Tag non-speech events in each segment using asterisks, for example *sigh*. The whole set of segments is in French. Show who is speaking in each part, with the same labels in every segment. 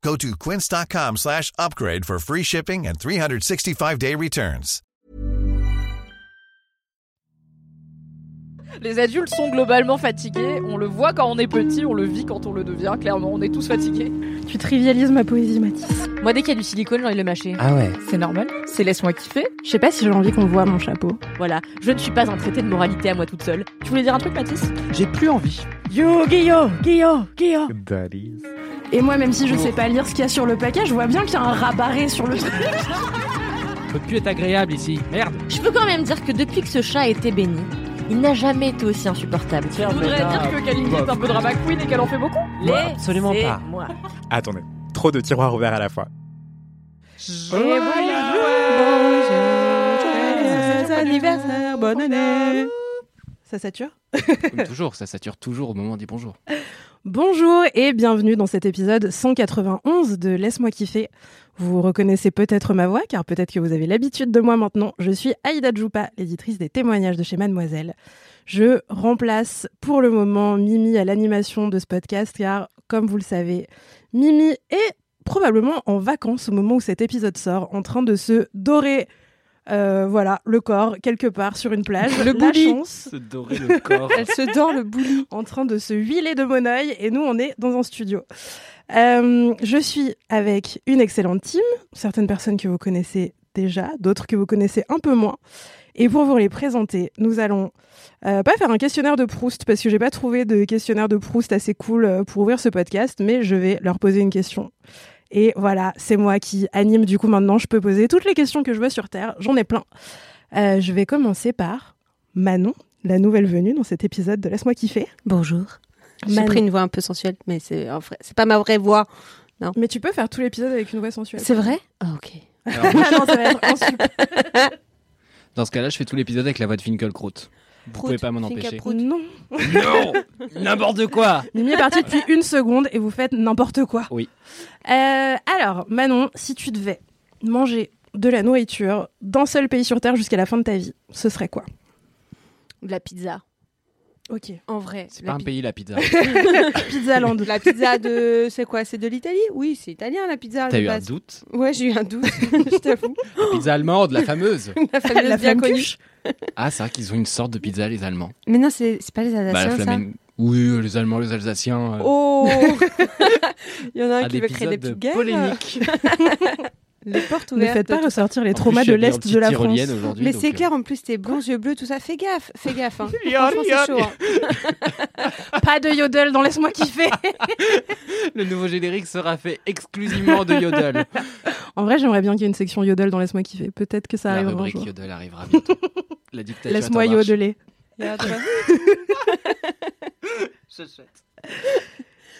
Speaker 1: Go to quince.com slash upgrade for free shipping and 365-day returns.
Speaker 2: Les adultes sont globalement fatigués. On le voit quand on est petit, on le vit quand on le devient. Clairement, on est tous fatigués.
Speaker 3: Tu trivialises ma poésie, Mathis.
Speaker 4: Moi, dès qu'il y a du silicone, j'ai envie de le mâcher.
Speaker 5: Ah ouais.
Speaker 2: C'est normal. C'est laisse-moi kiffer.
Speaker 3: Je sais pas si j'ai envie qu'on voit mon chapeau.
Speaker 4: Voilà, je ne suis pas un traité de moralité à moi toute seule. Tu voulais dire un truc, Mathis
Speaker 5: J'ai plus envie.
Speaker 3: Yo, Guillaume, Guillaume, Guillaume.
Speaker 5: That is.
Speaker 3: Et moi, même si je sais pas lire ce qu'il y a sur le paquet, je vois bien qu'il y a un rabarré sur le truc.
Speaker 6: Votre cul est agréable ici. Merde.
Speaker 4: Je peux quand même dire que depuis que ce chat a été béni, il n'a jamais été aussi insupportable.
Speaker 2: Je voudrais dire que Kalindi est un peu drama queen et qu'elle en fait beaucoup.
Speaker 6: absolument
Speaker 4: C'est
Speaker 6: pas.
Speaker 4: Moi.
Speaker 5: Attendez, trop de tiroirs ouverts à la fois.
Speaker 7: anniversaire, bonne année. Ça sature
Speaker 8: *laughs*
Speaker 6: Comme toujours, ça sature toujours au moment du bonjour.
Speaker 7: Bonjour et bienvenue dans cet épisode 191 de Laisse-moi kiffer. Vous reconnaissez peut-être ma voix, car peut-être que vous avez l'habitude de moi maintenant. Je suis Aïda Djoupa, l'éditrice des témoignages de chez Mademoiselle. Je remplace pour le moment Mimi à l'animation de ce podcast, car comme vous le savez, Mimi est probablement en vacances au moment où cet épisode sort, en train de se dorer. euh, voilà, le corps quelque part sur une plage.
Speaker 3: Le
Speaker 7: La
Speaker 3: bouli.
Speaker 7: chance,
Speaker 6: Se dorer le
Speaker 8: *laughs*
Speaker 6: corps.
Speaker 7: elle se dort le bouli *laughs* en train de se huiler de mon oeil et nous on est dans un studio. Euh, je suis avec une excellente team, certaines personnes que vous connaissez déjà, d'autres que vous connaissez un peu moins. Et pour vous les présenter, nous allons euh, pas faire un questionnaire de Proust parce que j'ai pas trouvé de questionnaire de Proust assez cool euh, pour ouvrir ce podcast, mais je vais leur poser une question. Et voilà, c'est moi qui anime du coup maintenant. Je peux poser toutes les questions que je veux sur Terre, j'en ai plein. Euh, je vais commencer par Manon la nouvelle venue dans cet épisode de Laisse-moi kiffer.
Speaker 8: Bonjour. J'ai
Speaker 7: Manon.
Speaker 8: pris une voix un peu sensuelle, mais c'est en vrai- c'est pas ma vraie voix.
Speaker 7: Mais tu peux faire tout l'épisode avec une voix sensuelle.
Speaker 8: C'est vrai Ah, ok.
Speaker 6: Alors,
Speaker 7: Ah *laughs* non, ça va être *laughs* insupportable.
Speaker 6: dans ce cas-là, je fais tout l'épisode avec la voix de Finkelkraut. Vous
Speaker 8: Prout,
Speaker 6: pouvez pas m'en
Speaker 8: Finkel
Speaker 6: empêcher.
Speaker 8: Prout.
Speaker 7: Non.
Speaker 8: *laughs*
Speaker 6: Non N'importe quoi
Speaker 7: Mimi est partie depuis une seconde et vous faites n'importe quoi.
Speaker 6: Oui.
Speaker 7: Euh, alors, Manon, si tu devais manger de la nourriture d'un seul pays sur Terre jusqu'à la fin de ta vie, ce serait quoi
Speaker 8: De la pizza.
Speaker 7: Ok.
Speaker 8: En vrai.
Speaker 6: C'est
Speaker 8: la
Speaker 6: pas un
Speaker 8: pi- *laughs*
Speaker 6: pays la pizza.
Speaker 7: Pizza Land.
Speaker 8: La pizza de. C'est quoi C'est de l'Italie Oui, c'est italien la pizza.
Speaker 6: T'as
Speaker 8: de
Speaker 6: eu un
Speaker 8: base.
Speaker 6: doute
Speaker 8: Ouais, j'ai eu un doute. *laughs* je t'avoue.
Speaker 6: La pizza allemande, la fameuse
Speaker 8: La fameuse bien
Speaker 7: flamme
Speaker 8: connue.
Speaker 7: cuche.
Speaker 6: Ah, c'est vrai qu'ils ont une sorte de pizza, les Allemands.
Speaker 8: Mais non, c'est c'est pas les Alsaciens,
Speaker 6: Bah, la
Speaker 8: ça.
Speaker 6: flamen- Oui, euh, les Allemands, les Alsaciens. euh,
Speaker 8: hein. *laughs* Oh Il y en a un
Speaker 6: à
Speaker 8: qui veut créer des petites
Speaker 6: épisodes
Speaker 8: guerres.
Speaker 6: polémiques.
Speaker 8: *laughs* Les portes
Speaker 7: Ne
Speaker 8: ouvertes.
Speaker 7: faites pas ressortir les
Speaker 6: En plus,
Speaker 7: traumas
Speaker 6: je suis
Speaker 7: de
Speaker 6: habillé en
Speaker 7: l'Est
Speaker 6: petite
Speaker 7: de la France.
Speaker 6: tyrolienne aujourd'hui,
Speaker 8: Mais
Speaker 6: donc,
Speaker 8: c'est
Speaker 6: euh,
Speaker 8: clair, en plus, tes bronzes, yeux bleus, tout ça. Fais gaffe, fais
Speaker 5: *laughs*
Speaker 8: gaffe. Hein.
Speaker 6: Liard,
Speaker 8: Franchement,
Speaker 6: liard,
Speaker 8: c'est chaud. hein.
Speaker 7: Pas de yodel dans Laisse-moi kiffer.
Speaker 6: Le nouveau générique sera fait *laughs* exclusivement de Yodel.
Speaker 7: *laughs* en vrai, j'aimerais bien qu'il y ait une section yodel dans Laisse-moi kiffer. Peut-être que ça
Speaker 8: bah,
Speaker 6: La
Speaker 7: arrivera un
Speaker 6: rubrique
Speaker 7: jour.
Speaker 6: Yodel arrivera bientôt. *laughs* La dictature
Speaker 7: Laisse-moi
Speaker 6: est en marche.
Speaker 7: yodeler.
Speaker 8: Liard, liard.
Speaker 7: Ok.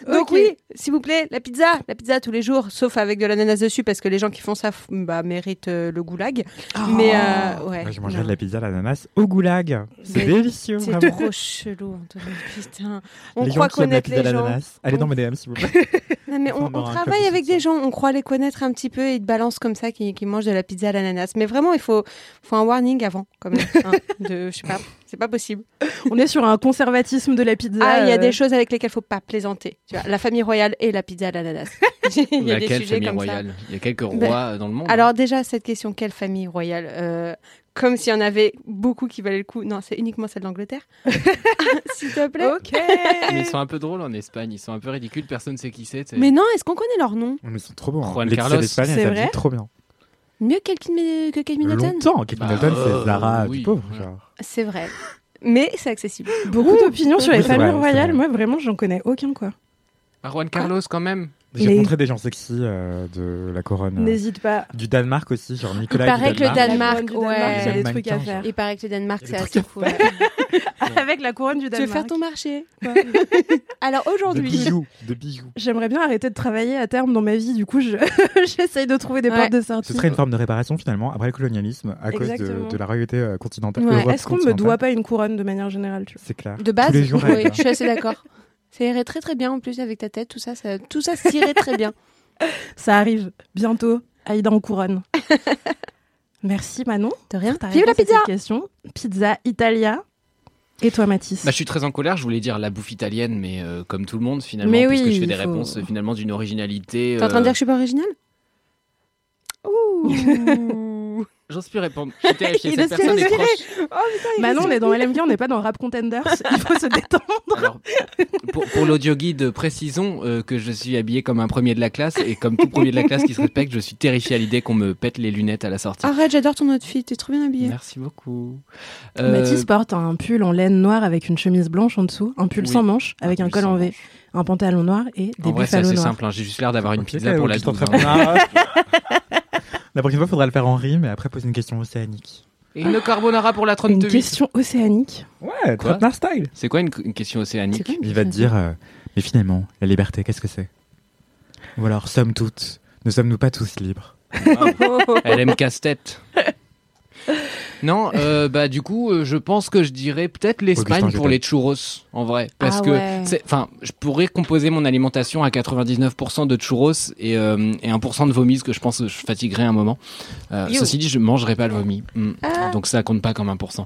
Speaker 8: Donc oui, s'il vous plaît, la pizza, la pizza tous les jours, sauf avec de l'ananas dessus, parce que les gens qui font ça f- bah, méritent euh, le goulag.
Speaker 7: Ah.
Speaker 8: Mais euh, ouais,
Speaker 5: Moi, Ah. je mangerais
Speaker 8: non.
Speaker 5: de la pizza à l'ananas au goulag. C'est
Speaker 8: Mais-
Speaker 5: délicieux,
Speaker 8: C'est
Speaker 5: vraiment. *laughs*
Speaker 8: trop chelou, Antoine. Putain, on
Speaker 5: les gens
Speaker 8: croit
Speaker 5: qui aiment la
Speaker 8: connaître
Speaker 5: pizza à
Speaker 8: les gens.
Speaker 5: l'ananas. Allez dans
Speaker 8: On-
Speaker 5: mes DM, s'il vous
Speaker 8: *laughs*
Speaker 5: plaît.
Speaker 8: Non, mais
Speaker 5: Enfin,
Speaker 8: on, on
Speaker 5: on aura un
Speaker 8: travaille
Speaker 5: club
Speaker 8: avec
Speaker 5: de
Speaker 8: des gens, on croit les connaître un petit peu et ils te balancent comme ça qui, qui mangent de la pizza à l'ananas. Mais vraiment, il faut, faut un warning avant, quand même. hein, de, je sais pas, c'est pas possible.
Speaker 7: On est sur un conservatisme de la pizza.
Speaker 8: Ah, il y a
Speaker 7: euh,
Speaker 8: des choses avec lesquelles faut pas plaisanter. Tu vois, la famille royale et la pizza à l'ananas. *laughs* il y a des
Speaker 6: Laquelle
Speaker 8: sujets
Speaker 6: famille
Speaker 8: comme ça.
Speaker 6: royale Il y a quelques rois
Speaker 8: Ben,
Speaker 6: euh, dans le monde.
Speaker 8: Alors déjà, cette question, quelle famille royale Euh, Comme s'il y en avait beaucoup qui valaient le coup. Non, c'est uniquement
Speaker 5: *laughs*
Speaker 8: celle d'Angleterre. *laughs* S'il te plaît.
Speaker 7: Ok. *laughs*
Speaker 6: Mais ils sont un peu drôles en Espagne, ils sont un peu ridicules, personne sait qui c'est. tu sais.
Speaker 8: euh, Mais non, est-ce qu'on connaît leur nom
Speaker 5: Mais ils sont trop bons. hein.
Speaker 6: Juan
Speaker 5: les pizzas
Speaker 6: Carlos.
Speaker 5: d'Espagne,
Speaker 7: C'est
Speaker 5: elles
Speaker 7: vrai
Speaker 5: s'habillent trop bien.
Speaker 8: Mieux qu'El Kim- que Kate Middleton
Speaker 5: Longtemps, Kate
Speaker 6: Bah,
Speaker 5: Middleton,
Speaker 6: euh,
Speaker 5: c'est Zara
Speaker 6: oui,
Speaker 5: du pauvre.
Speaker 6: ouais.
Speaker 5: genre.
Speaker 8: C'est vrai. Mais c'est accessible.
Speaker 7: Beaucoup d'opinions sur les
Speaker 5: Oui, c'est
Speaker 7: familles
Speaker 5: vrai, c'est
Speaker 7: royales. Moi,
Speaker 5: vrai.
Speaker 7: vraiment, j'en connais aucun, quoi.
Speaker 6: Ah, Juan Carlos quand même
Speaker 5: J'ai
Speaker 7: Les-
Speaker 5: rencontré des gens sexy euh, de la couronne. euh,
Speaker 7: N'hésite pas.
Speaker 5: Du Danemark aussi, genre Nicolas.
Speaker 8: Il paraît
Speaker 5: du
Speaker 8: que le
Speaker 5: Danemark.
Speaker 8: Danemark,
Speaker 7: La couronne du
Speaker 8: ouais.
Speaker 7: Danemark, il y a
Speaker 5: Le
Speaker 7: des trucs à
Speaker 5: Ah. mannequin,
Speaker 7: faire.
Speaker 8: Il paraît que le Danemark,
Speaker 5: Il y
Speaker 8: c'est
Speaker 5: a des
Speaker 8: assez fou. ouais.
Speaker 7: *laughs* Avec la couronne du
Speaker 8: Tu veux
Speaker 7: Danemark.
Speaker 8: faire ton marché quoi.
Speaker 7: *laughs*
Speaker 8: Alors
Speaker 5: De
Speaker 8: aujourd'hui,
Speaker 5: bijoux,
Speaker 8: *laughs*
Speaker 5: de bijoux.
Speaker 7: J'aimerais bien arrêter de travailler à terme dans ma vie. Du coup, je- *laughs* j'essaye de trouver des
Speaker 8: Ouais.
Speaker 7: portes de sortie.
Speaker 5: Ce serait une forme de réparation finalement après le colonialisme à cause de-
Speaker 7: Exactement.
Speaker 5: de, la royauté euh, continentale.
Speaker 8: Ouais.
Speaker 5: Europe
Speaker 7: Est-ce qu'on me
Speaker 5: continentale.
Speaker 7: doit pas une couronne de manière générale tu vois
Speaker 5: C'est clair.
Speaker 8: de base,
Speaker 5: Tous les jours,
Speaker 8: oui,
Speaker 5: avec
Speaker 8: je suis assez d'accord. Ça irait très très bien en plus avec ta tête, tout ça, ça tout ça s'irait très bien.
Speaker 7: Ça arrive bientôt. Aïda en
Speaker 8: *laughs*
Speaker 7: couronne. Merci Manon.
Speaker 8: De rien.
Speaker 7: pour ta
Speaker 8: Vive la
Speaker 7: réponse à
Speaker 8: pizza
Speaker 7: cette question. Pizza Italia. Et toi Mathis
Speaker 6: Bah, je suis très en colère, je voulais dire la bouffe italienne, mais euh, comme tout le monde finalement,
Speaker 7: Mais
Speaker 6: parce que
Speaker 7: oui,
Speaker 6: je fais
Speaker 7: il
Speaker 6: des
Speaker 7: faut-
Speaker 6: réponses euh, finalement d'une originalité.
Speaker 8: T'es en train
Speaker 6: euh,
Speaker 8: de dire que je suis pas originale *laughs* Ouh
Speaker 6: J'ose plus répondre, je
Speaker 7: *laughs*
Speaker 6: suis terrifié,
Speaker 8: Il
Speaker 6: cette
Speaker 8: ose
Speaker 6: personne
Speaker 8: plus
Speaker 6: est
Speaker 8: respirer.
Speaker 6: proche.
Speaker 7: Manon, on est dans LMK, on n'est pas dans Rap Contenders. Il faut se
Speaker 5: *laughs*
Speaker 7: détendre.
Speaker 6: Alors, pour, pour l'audio guide, précisons euh, que je suis habillé comme un premier de la classe et comme tout premier de la classe qui
Speaker 7: *laughs*
Speaker 6: se respecte, je suis terrifié à l'idée qu'on me pète les lunettes à la sortie.
Speaker 7: Ah,
Speaker 8: Arrête, j'adore ton outfit, t'es trop bien habillée.
Speaker 6: Merci beaucoup. Euh,
Speaker 7: Mathis porte un pull en laine noire avec une chemise blanche en dessous, un pull
Speaker 6: Oui.
Speaker 7: sans manches avec un
Speaker 6: plus,
Speaker 7: col
Speaker 6: sans
Speaker 7: en V,
Speaker 6: manche.
Speaker 7: un pantalon noir et des
Speaker 6: En vrai, c'est
Speaker 7: buffalo
Speaker 6: assez
Speaker 7: noirs.
Speaker 6: simple, hein, j'ai juste l'air d'avoir une
Speaker 5: Ok,
Speaker 6: pizza
Speaker 5: donc
Speaker 6: pour la
Speaker 5: tu t'en
Speaker 6: 12. hein.
Speaker 5: feras
Speaker 6: *laughs*
Speaker 5: pas. La prochaine fois, faudra le faire en rime et après poser une question océanique.
Speaker 6: Et une carbonara pour la
Speaker 7: Une
Speaker 6: 32.
Speaker 7: question océanique.
Speaker 5: Ouais,
Speaker 6: Quoi
Speaker 5: Trotnar style.
Speaker 6: C'est quoi une, une question océanique
Speaker 5: Il va te dire, euh, mais finalement, la liberté, qu'est-ce que c'est Ou alors, sommes toutes, ne sommes-nous pas tous libres
Speaker 6: *laughs* Elle aime casse-tête. Non, euh, bah du coup, euh, je pense que je dirais peut-être l'Espagne
Speaker 5: Augustin,
Speaker 6: pour
Speaker 5: je
Speaker 6: les churros, en vrai, parce
Speaker 8: Ah
Speaker 6: que
Speaker 8: ouais.
Speaker 6: c'est- enfin, je pourrais composer mon alimentation à 99% de churros et, euh, et 1% de vomi, parce que je pense que je fatiguerai un moment. Euh,
Speaker 8: You.
Speaker 6: ceci dit, je mangerai pas le vomi, Mm.
Speaker 8: Ah.
Speaker 6: donc ça compte pas comme 1%.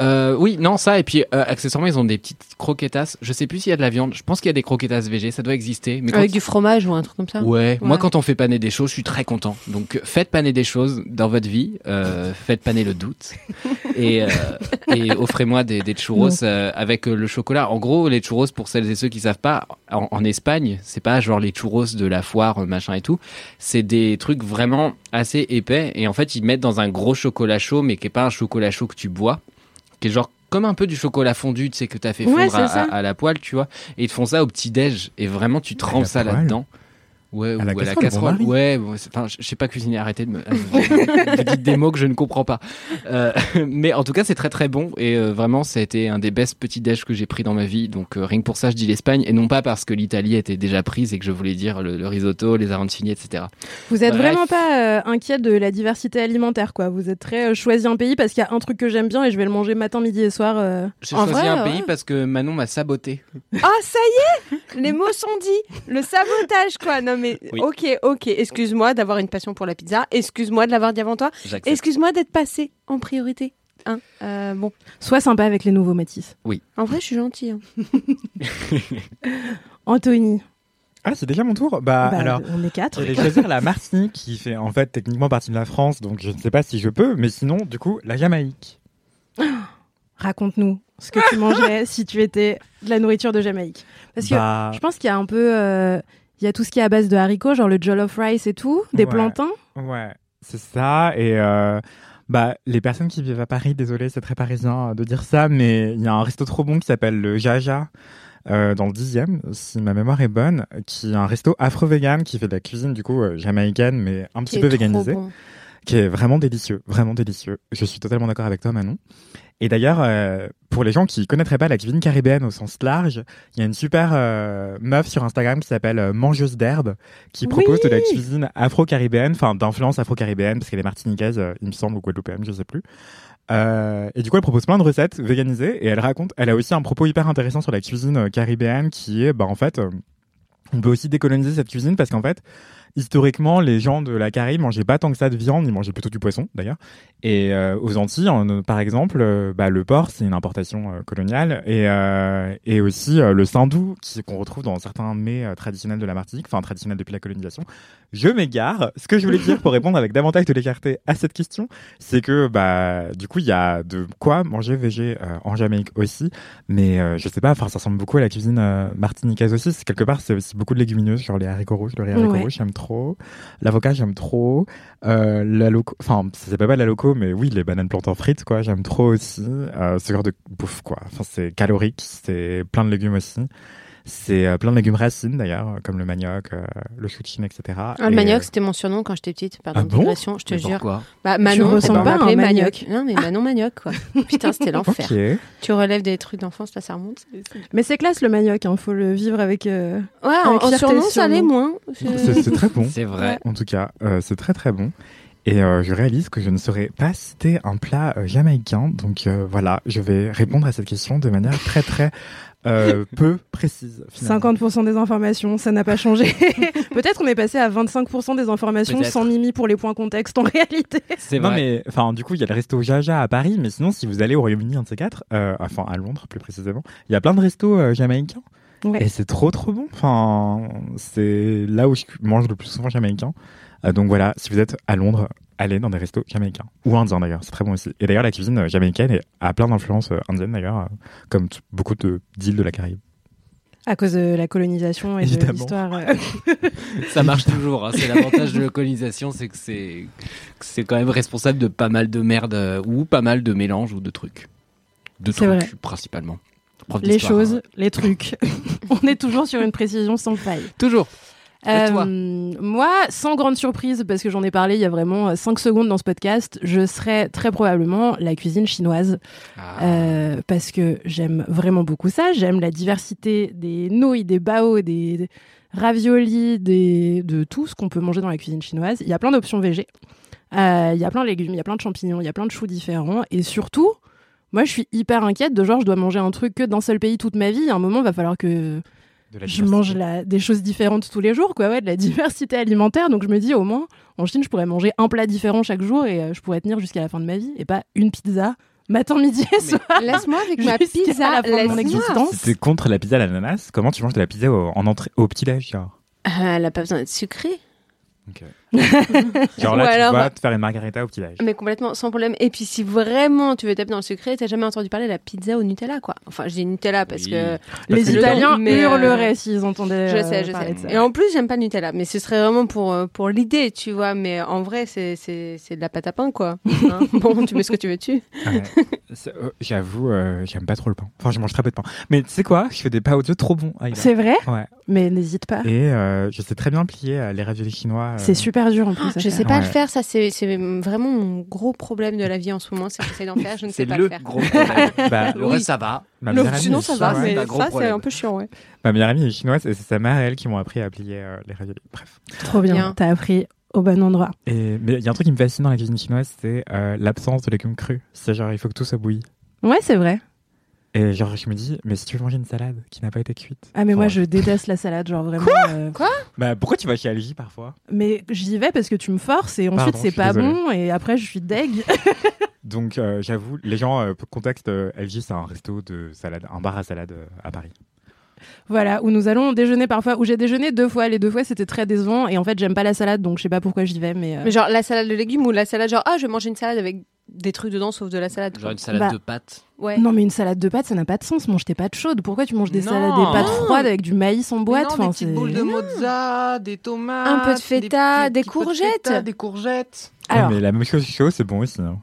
Speaker 6: Euh, oui, non, ça et puis euh, accessoirement, ils ont des petites croquetas. Je sais plus s'il y a de la viande. Je pense qu'il y a des croquetas végé, ça doit exister. Mais quand
Speaker 8: Euh,
Speaker 4: Avec du fromage ou un truc comme ça.
Speaker 6: Ouais, moi
Speaker 4: Ouais.
Speaker 6: quand on fait paner des choses, je suis très content. Donc euh, faites paner des choses dans votre vie, euh, faites paner le doute
Speaker 7: *laughs*
Speaker 6: et, euh, et offrez-moi des, des churros euh, avec euh, le chocolat. En gros, les churros pour celles et ceux qui savent pas, en, en Espagne, c'est pas genre les churros de la foire euh, machin et tout. C'est des trucs vraiment assez épais et en fait ils mettent dans un gros chocolat chaud, mais qui est pas un chocolat chaud que tu bois, qui est genre comme un peu du chocolat fondu, tu sais que t'as fait fondre
Speaker 7: Ouais,
Speaker 6: à,
Speaker 7: c'est ça.
Speaker 6: à- à la poêle, tu vois. Et ils te font ça au petit déj et vraiment tu trempes
Speaker 5: la
Speaker 6: ça
Speaker 5: poêle.
Speaker 6: là-dedans. Ouais, ou
Speaker 5: la
Speaker 6: à la
Speaker 5: casserole,
Speaker 6: casserole.
Speaker 5: bon mari.
Speaker 6: ouais, bon, c'est- enfin, je je sais pas cuisiner, arrêtez de me. *laughs* Vous dites des mots que je ne comprends pas. Euh, *laughs* mais en tout cas, c'est très très bon et euh, vraiment, ça a été un des best petits déj que j'ai pris dans ma vie. Donc, euh, rien que pour ça, je dis l'Espagne et non pas parce que l'Italie était déjà prise et que je voulais dire le, le risotto, les arancini, etc.
Speaker 7: Vous êtes
Speaker 6: Bah, Bref.
Speaker 7: vraiment pas euh, inquiet de la diversité alimentaire, quoi. Vous êtes très euh, choisi un pays parce qu'il y a un truc que j'aime bien et je vais le manger matin, midi et soir. euh.
Speaker 6: J'ai
Speaker 8: En
Speaker 6: choisi
Speaker 8: vrai,
Speaker 6: un
Speaker 8: ouais.
Speaker 6: pays parce que Manon m'a saboté.
Speaker 8: *laughs* Ah, ça y *laughs* est Les mots sont dits Le sabotage, quoi Non mais,
Speaker 6: Oui.
Speaker 8: ok, ok. Excuse-moi d'avoir une passion pour la pizza. Excuse-moi de l'avoir dit avant toi.
Speaker 6: J'accepte.
Speaker 8: Excuse-moi d'être passé en priorité. Hein Euh, bon,
Speaker 7: Sois sympa avec les nouveaux Matisse.
Speaker 8: en vrai, je suis gentille. hein.
Speaker 7: Anthony,
Speaker 5: Ah, c'est déjà mon tour Bah,
Speaker 7: bah,
Speaker 5: alors.
Speaker 7: on est quatre.
Speaker 5: Je vais choisir la Martinique qui fait en fait techniquement partie de la France, donc je ne sais pas si je peux, mais sinon, du coup, la Jamaïque.
Speaker 7: Raconte-nous ce que tu mangerais si tu étais de la nourriture de Jamaïque. Parce que
Speaker 5: Bah,
Speaker 7: je pense qu'il y a un peu. euh, Il y a tout ce qui est à base de haricots, genre le jollof rice et tout, des
Speaker 5: Ouais.
Speaker 7: plantains.
Speaker 5: Ouais, c'est ça. Et euh, bah, les personnes qui vivent à Paris, désolé, c'est très parisien euh, de dire ça, mais il y a un resto trop bon qui s'appelle le Jaja. euh, dans le dixième, si ma mémoire est bonne, qui est un resto afro-vegan qui fait de la cuisine du coup euh, jamaïcaine mais un petit
Speaker 8: Qui
Speaker 5: peu
Speaker 8: est trop
Speaker 5: véganisée,
Speaker 8: bon.
Speaker 5: qui est vraiment délicieux, vraiment délicieux. Je suis totalement d'accord avec toi Manon. Et d'ailleurs, euh, pour les gens qui connaîtraient pas la cuisine caribéenne au sens large, il y a une super euh, meuf sur Instagram qui s'appelle euh, Mangeuse d'herbe qui propose de la cuisine afro-caribéenne, enfin d'influence afro-caribéenne, parce qu'elle est martiniquaise, euh, il me semble, ou guadeloupéenne, je sais plus. Euh, et du coup, elle propose plein de recettes véganisées et elle raconte, elle a aussi un propos hyper intéressant sur la cuisine euh, caribéenne qui est, bah, en fait, euh, on peut aussi décoloniser cette cuisine parce qu'en fait, historiquement, les gens de la Caraïbe mangeaient pas tant que ça de viande, ils mangeaient plutôt du poisson d'ailleurs. Et euh, aux Antilles, en, euh, par exemple, euh, bah, le porc, c'est une importation euh, coloniale. Et, euh, et aussi euh, le sindou, qui- qu'on retrouve dans certains mets euh, traditionnels de la Martinique, enfin traditionnels depuis la colonisation. Je m'égare. Ce que je voulais dire pour répondre avec davantage de légèreté à cette question, c'est que bah, du coup, il y a de quoi manger végé euh, en Jamaïque aussi. Mais euh, je sais pas, enfin, ça ressemble beaucoup à la cuisine euh, martiniquaise aussi. C'est quelque part, c'est aussi beaucoup de légumineuses, genre les haricots rouges, le riz haricot
Speaker 7: Ouais.
Speaker 5: rouge, j'aime trop. L'avocat, j'aime trop. Euh, la loco, enfin, ça s'appelle pas la loco, mais oui, les bananes plantains frites, quoi, j'aime trop aussi. Euh, ce genre de bouffe, quoi. Enfin, c'est calorique, c'est plein de légumes aussi. C'est euh, plein de légumes racines d'ailleurs, euh, comme le manioc, euh, le chouchine, etc.
Speaker 8: Ah,
Speaker 5: Et,
Speaker 8: le manioc,
Speaker 5: euh,
Speaker 8: c'était mon surnom quand j'étais petite. Pardon,
Speaker 5: Ah bon
Speaker 8: digression, je te
Speaker 6: Mais
Speaker 8: jure.
Speaker 6: pourquoi
Speaker 8: Bah,
Speaker 7: Tu
Speaker 8: Manon,
Speaker 7: ressembles
Speaker 8: on
Speaker 7: pas à un
Speaker 8: m'appelait
Speaker 7: manioc.
Speaker 8: manioc. Non, mais Manon Manioc,
Speaker 7: *laughs*
Speaker 8: quoi. Putain, c'était l'enfer.
Speaker 5: euh, Ok.
Speaker 8: Tu relèves des trucs d'enfance, là, ça remonte.
Speaker 7: Mais c'est classe le manioc, hein, faut le vivre avec. euh,
Speaker 8: Ouais,
Speaker 7: Avec
Speaker 8: en, en
Speaker 7: fierté,
Speaker 8: surnom, ça allait
Speaker 7: surnom. *laughs*
Speaker 8: moins. Je-
Speaker 5: C'est c'est très bon.
Speaker 6: C'est vrai.
Speaker 5: En tout cas, euh, c'est très très bon. Et euh, je réalise que je ne saurais pas citer un plat euh, jamaïcain. Donc euh, voilà, je vais répondre à cette question de manière très très euh, peu précise. finalement.
Speaker 7: 50% des informations, ça n'a pas
Speaker 6: *laughs*
Speaker 7: changé. Peut-être on est passé à 25% des informations
Speaker 6: Peut-être.
Speaker 7: sans mimi pour les points contexte en réalité.
Speaker 6: C'est
Speaker 5: Non
Speaker 6: vrai.
Speaker 5: mais enfin du coup il y a le resto Jaja à Paris mais sinon si vous allez au Royaume-Uni un de ces quatre euh, enfin à Londres plus précisément il y a plein de restos euh, jamaïcains
Speaker 7: Ouais.
Speaker 5: et c'est trop trop bon enfin c'est là où je mange le plus souvent jamaïcain Euh, donc voilà si vous êtes à Londres allez dans des restos jamaïcains ou indiens d'ailleurs c'est très bon aussi et d'ailleurs la cuisine euh, jamaïcaine est- a plein d'influences euh, indiennes d'ailleurs euh, comme t- beaucoup de d'îles de la Caraïbe
Speaker 7: À cause de la colonisation et
Speaker 5: Évidemment.
Speaker 7: de l'histoire. euh,
Speaker 6: Ça marche toujours. hein. C'est l'avantage de la colonisation, c'est que c'est que c'est quand même responsable de pas mal de merde euh, ou pas mal de mélanges ou de trucs. De
Speaker 7: C'est
Speaker 6: trucs
Speaker 7: vrai.
Speaker 6: principalement. Prof
Speaker 7: les
Speaker 6: d'histoire,
Speaker 7: choses,
Speaker 6: hein.
Speaker 7: les
Speaker 6: *laughs*
Speaker 7: trucs. on est toujours sur une précision sans faille. Euh,
Speaker 6: Toujours. Et toi
Speaker 7: moi, sans grande surprise, parce que j'en ai parlé il y a vraiment 5 secondes dans ce podcast, je serais très probablement la cuisine chinoise.
Speaker 6: Ah.
Speaker 7: Euh, parce que j'aime vraiment beaucoup ça. J'aime la diversité des nouilles, des bao, des, des raviolis, des, de tout ce qu'on peut manger dans la cuisine chinoise. Il y a plein d'options végé. Euh, il y a plein de légumes, il y a plein de champignons, il y a plein de choux différents. Et surtout, moi, je suis hyper inquiète de genre, je dois manger un truc que d'un seul pays toute ma vie. À un moment, il va falloir que je mange la- des choses différentes tous les jours, quoi, ouais, de la *laughs* diversité alimentaire. Donc je me dis, au moins, en Chine, je pourrais manger un plat différent chaque jour et euh, je pourrais tenir jusqu'à la fin de ma vie et pas une pizza matin, midi et soir.
Speaker 8: Laisse-moi avec ma
Speaker 7: Jusqu'à
Speaker 8: pizza.
Speaker 7: la fin de mon
Speaker 8: laisse-moi.
Speaker 7: existence.
Speaker 5: si t'es contre la pizza à l'ananas comment tu manges de la pizza au, en entrée au petit déj
Speaker 7: *laughs*
Speaker 5: genre
Speaker 8: Ah, elle a pas besoin d'être sucrée. *laughs*
Speaker 5: genre
Speaker 8: Ou
Speaker 5: là tu
Speaker 8: alors- bah,
Speaker 5: vas te faire une margarita au petit déj
Speaker 8: Mais complètement, sans problème. Et puis, si vraiment tu veux taper dans le secret, t'as jamais entendu parler de la pizza au Nutella, quoi. Enfin, je dis Nutella parce
Speaker 6: Oui.
Speaker 8: que
Speaker 7: *laughs* Les
Speaker 5: que-
Speaker 7: Italiens
Speaker 8: Mais, euh,
Speaker 7: hurleraient s'ils entendaient.
Speaker 8: je
Speaker 7: euh,
Speaker 8: sais, je
Speaker 7: parler de ça.
Speaker 8: sais. Et en plus, j'aime pas le Nutella, mais ce serait vraiment pour, euh, pour l'idée, tu vois. Mais en vrai, c'est c'est c'est de la pâte à pain,
Speaker 7: *laughs*
Speaker 8: quoi. Hein bon, tu mets ce que tu veux dessus.
Speaker 5: Ouais. C'est- euh, J'avoue, euh, j'aime pas trop le pain. Enfin, je mange très peu de pain. Mais tu sais quoi Je fais des pas aux yeux trop bons. Ah, il a-
Speaker 7: C'est vrai
Speaker 5: Ouais.
Speaker 7: Mais n'hésite pas.
Speaker 5: Et euh, je sais très bien plier euh, les raviolis chinois. euh,
Speaker 7: C'est super dur en plus. à
Speaker 8: Oh, Je
Speaker 7: faire.
Speaker 8: sais pas
Speaker 5: Ouais.
Speaker 8: le faire, ça c'est c'est vraiment mon gros problème de la vie en ce moment, c'est que j'essaie d'en faire,
Speaker 6: *laughs*
Speaker 8: je ne sais
Speaker 6: C'est
Speaker 8: pas
Speaker 6: le
Speaker 8: faire. *laughs*
Speaker 6: gros problème.
Speaker 5: Bah,
Speaker 6: Ah, Le reste, ça va.
Speaker 5: ma
Speaker 8: Le-
Speaker 5: meilleure amie
Speaker 8: sinon
Speaker 5: est
Speaker 8: ça va,
Speaker 5: chinoise.
Speaker 8: mais
Speaker 6: c'est un gros
Speaker 8: ça c'est
Speaker 6: problème.
Speaker 8: un peu chiant, ouais.
Speaker 5: Ma meilleure amie est chinoise et c'est sa mère et elle qui m'ont appris à plier euh, les raviolis. Bref.
Speaker 7: Trop bien.
Speaker 8: Bien.
Speaker 7: T'as appris au bon endroit.
Speaker 5: Et, mais il y a un truc qui me fascine dans la cuisine chinoise, c'est euh, l'absence de légumes crus. C'est genre, il faut que tout soit bouilli.
Speaker 7: Ouais, c'est vrai.
Speaker 5: Et genre, je me dis, mais si tu veux manger une salade qui n'a pas été cuite.
Speaker 7: Ah, mais moi,
Speaker 5: Ouais.
Speaker 7: je déteste la salade, genre vraiment. euh,
Speaker 5: Bah, pourquoi tu vas chez Algi parfois
Speaker 7: Mais j'y vais parce que tu me forces et
Speaker 5: Pardon,
Speaker 7: ensuite
Speaker 5: je
Speaker 7: c'est
Speaker 5: suis
Speaker 7: pas
Speaker 5: désolé.
Speaker 7: bon et après je suis deg.
Speaker 5: Donc, euh, j'avoue, les gens, euh, pour contexte, euh, Algi, c'est un resto de salade, un bar à salade euh, à Paris.
Speaker 7: voilà, où nous allons déjeuner parfois, où j'ai déjeuné deux fois. Les deux fois c'était très décevant et en fait j'aime pas la salade donc je sais pas pourquoi j'y vais. Mais, euh,
Speaker 8: Mais genre la salade de légumes ou la salade genre ah je vais manger une salade avec des trucs dedans sauf de la salade.
Speaker 6: Genre
Speaker 8: quoi.
Speaker 6: une salade
Speaker 7: Bah,
Speaker 6: de pâtes.
Speaker 8: Ouais.
Speaker 7: Non, mais une salade de pâtes ça n'a pas de sens. Mange tes pâtes chaudes. Pourquoi tu manges des
Speaker 6: Non.
Speaker 7: salades des pâtes
Speaker 6: Non.
Speaker 7: froides avec du maïs en boîte Enfin, c'est-
Speaker 6: mozza, des tomates,
Speaker 8: Un peu de feta, des courgettes.
Speaker 6: des courgettes.
Speaker 7: *laughs* Ah, Alors,
Speaker 5: Ouais, mais la même chose chaud, c'est bon aussi. hein.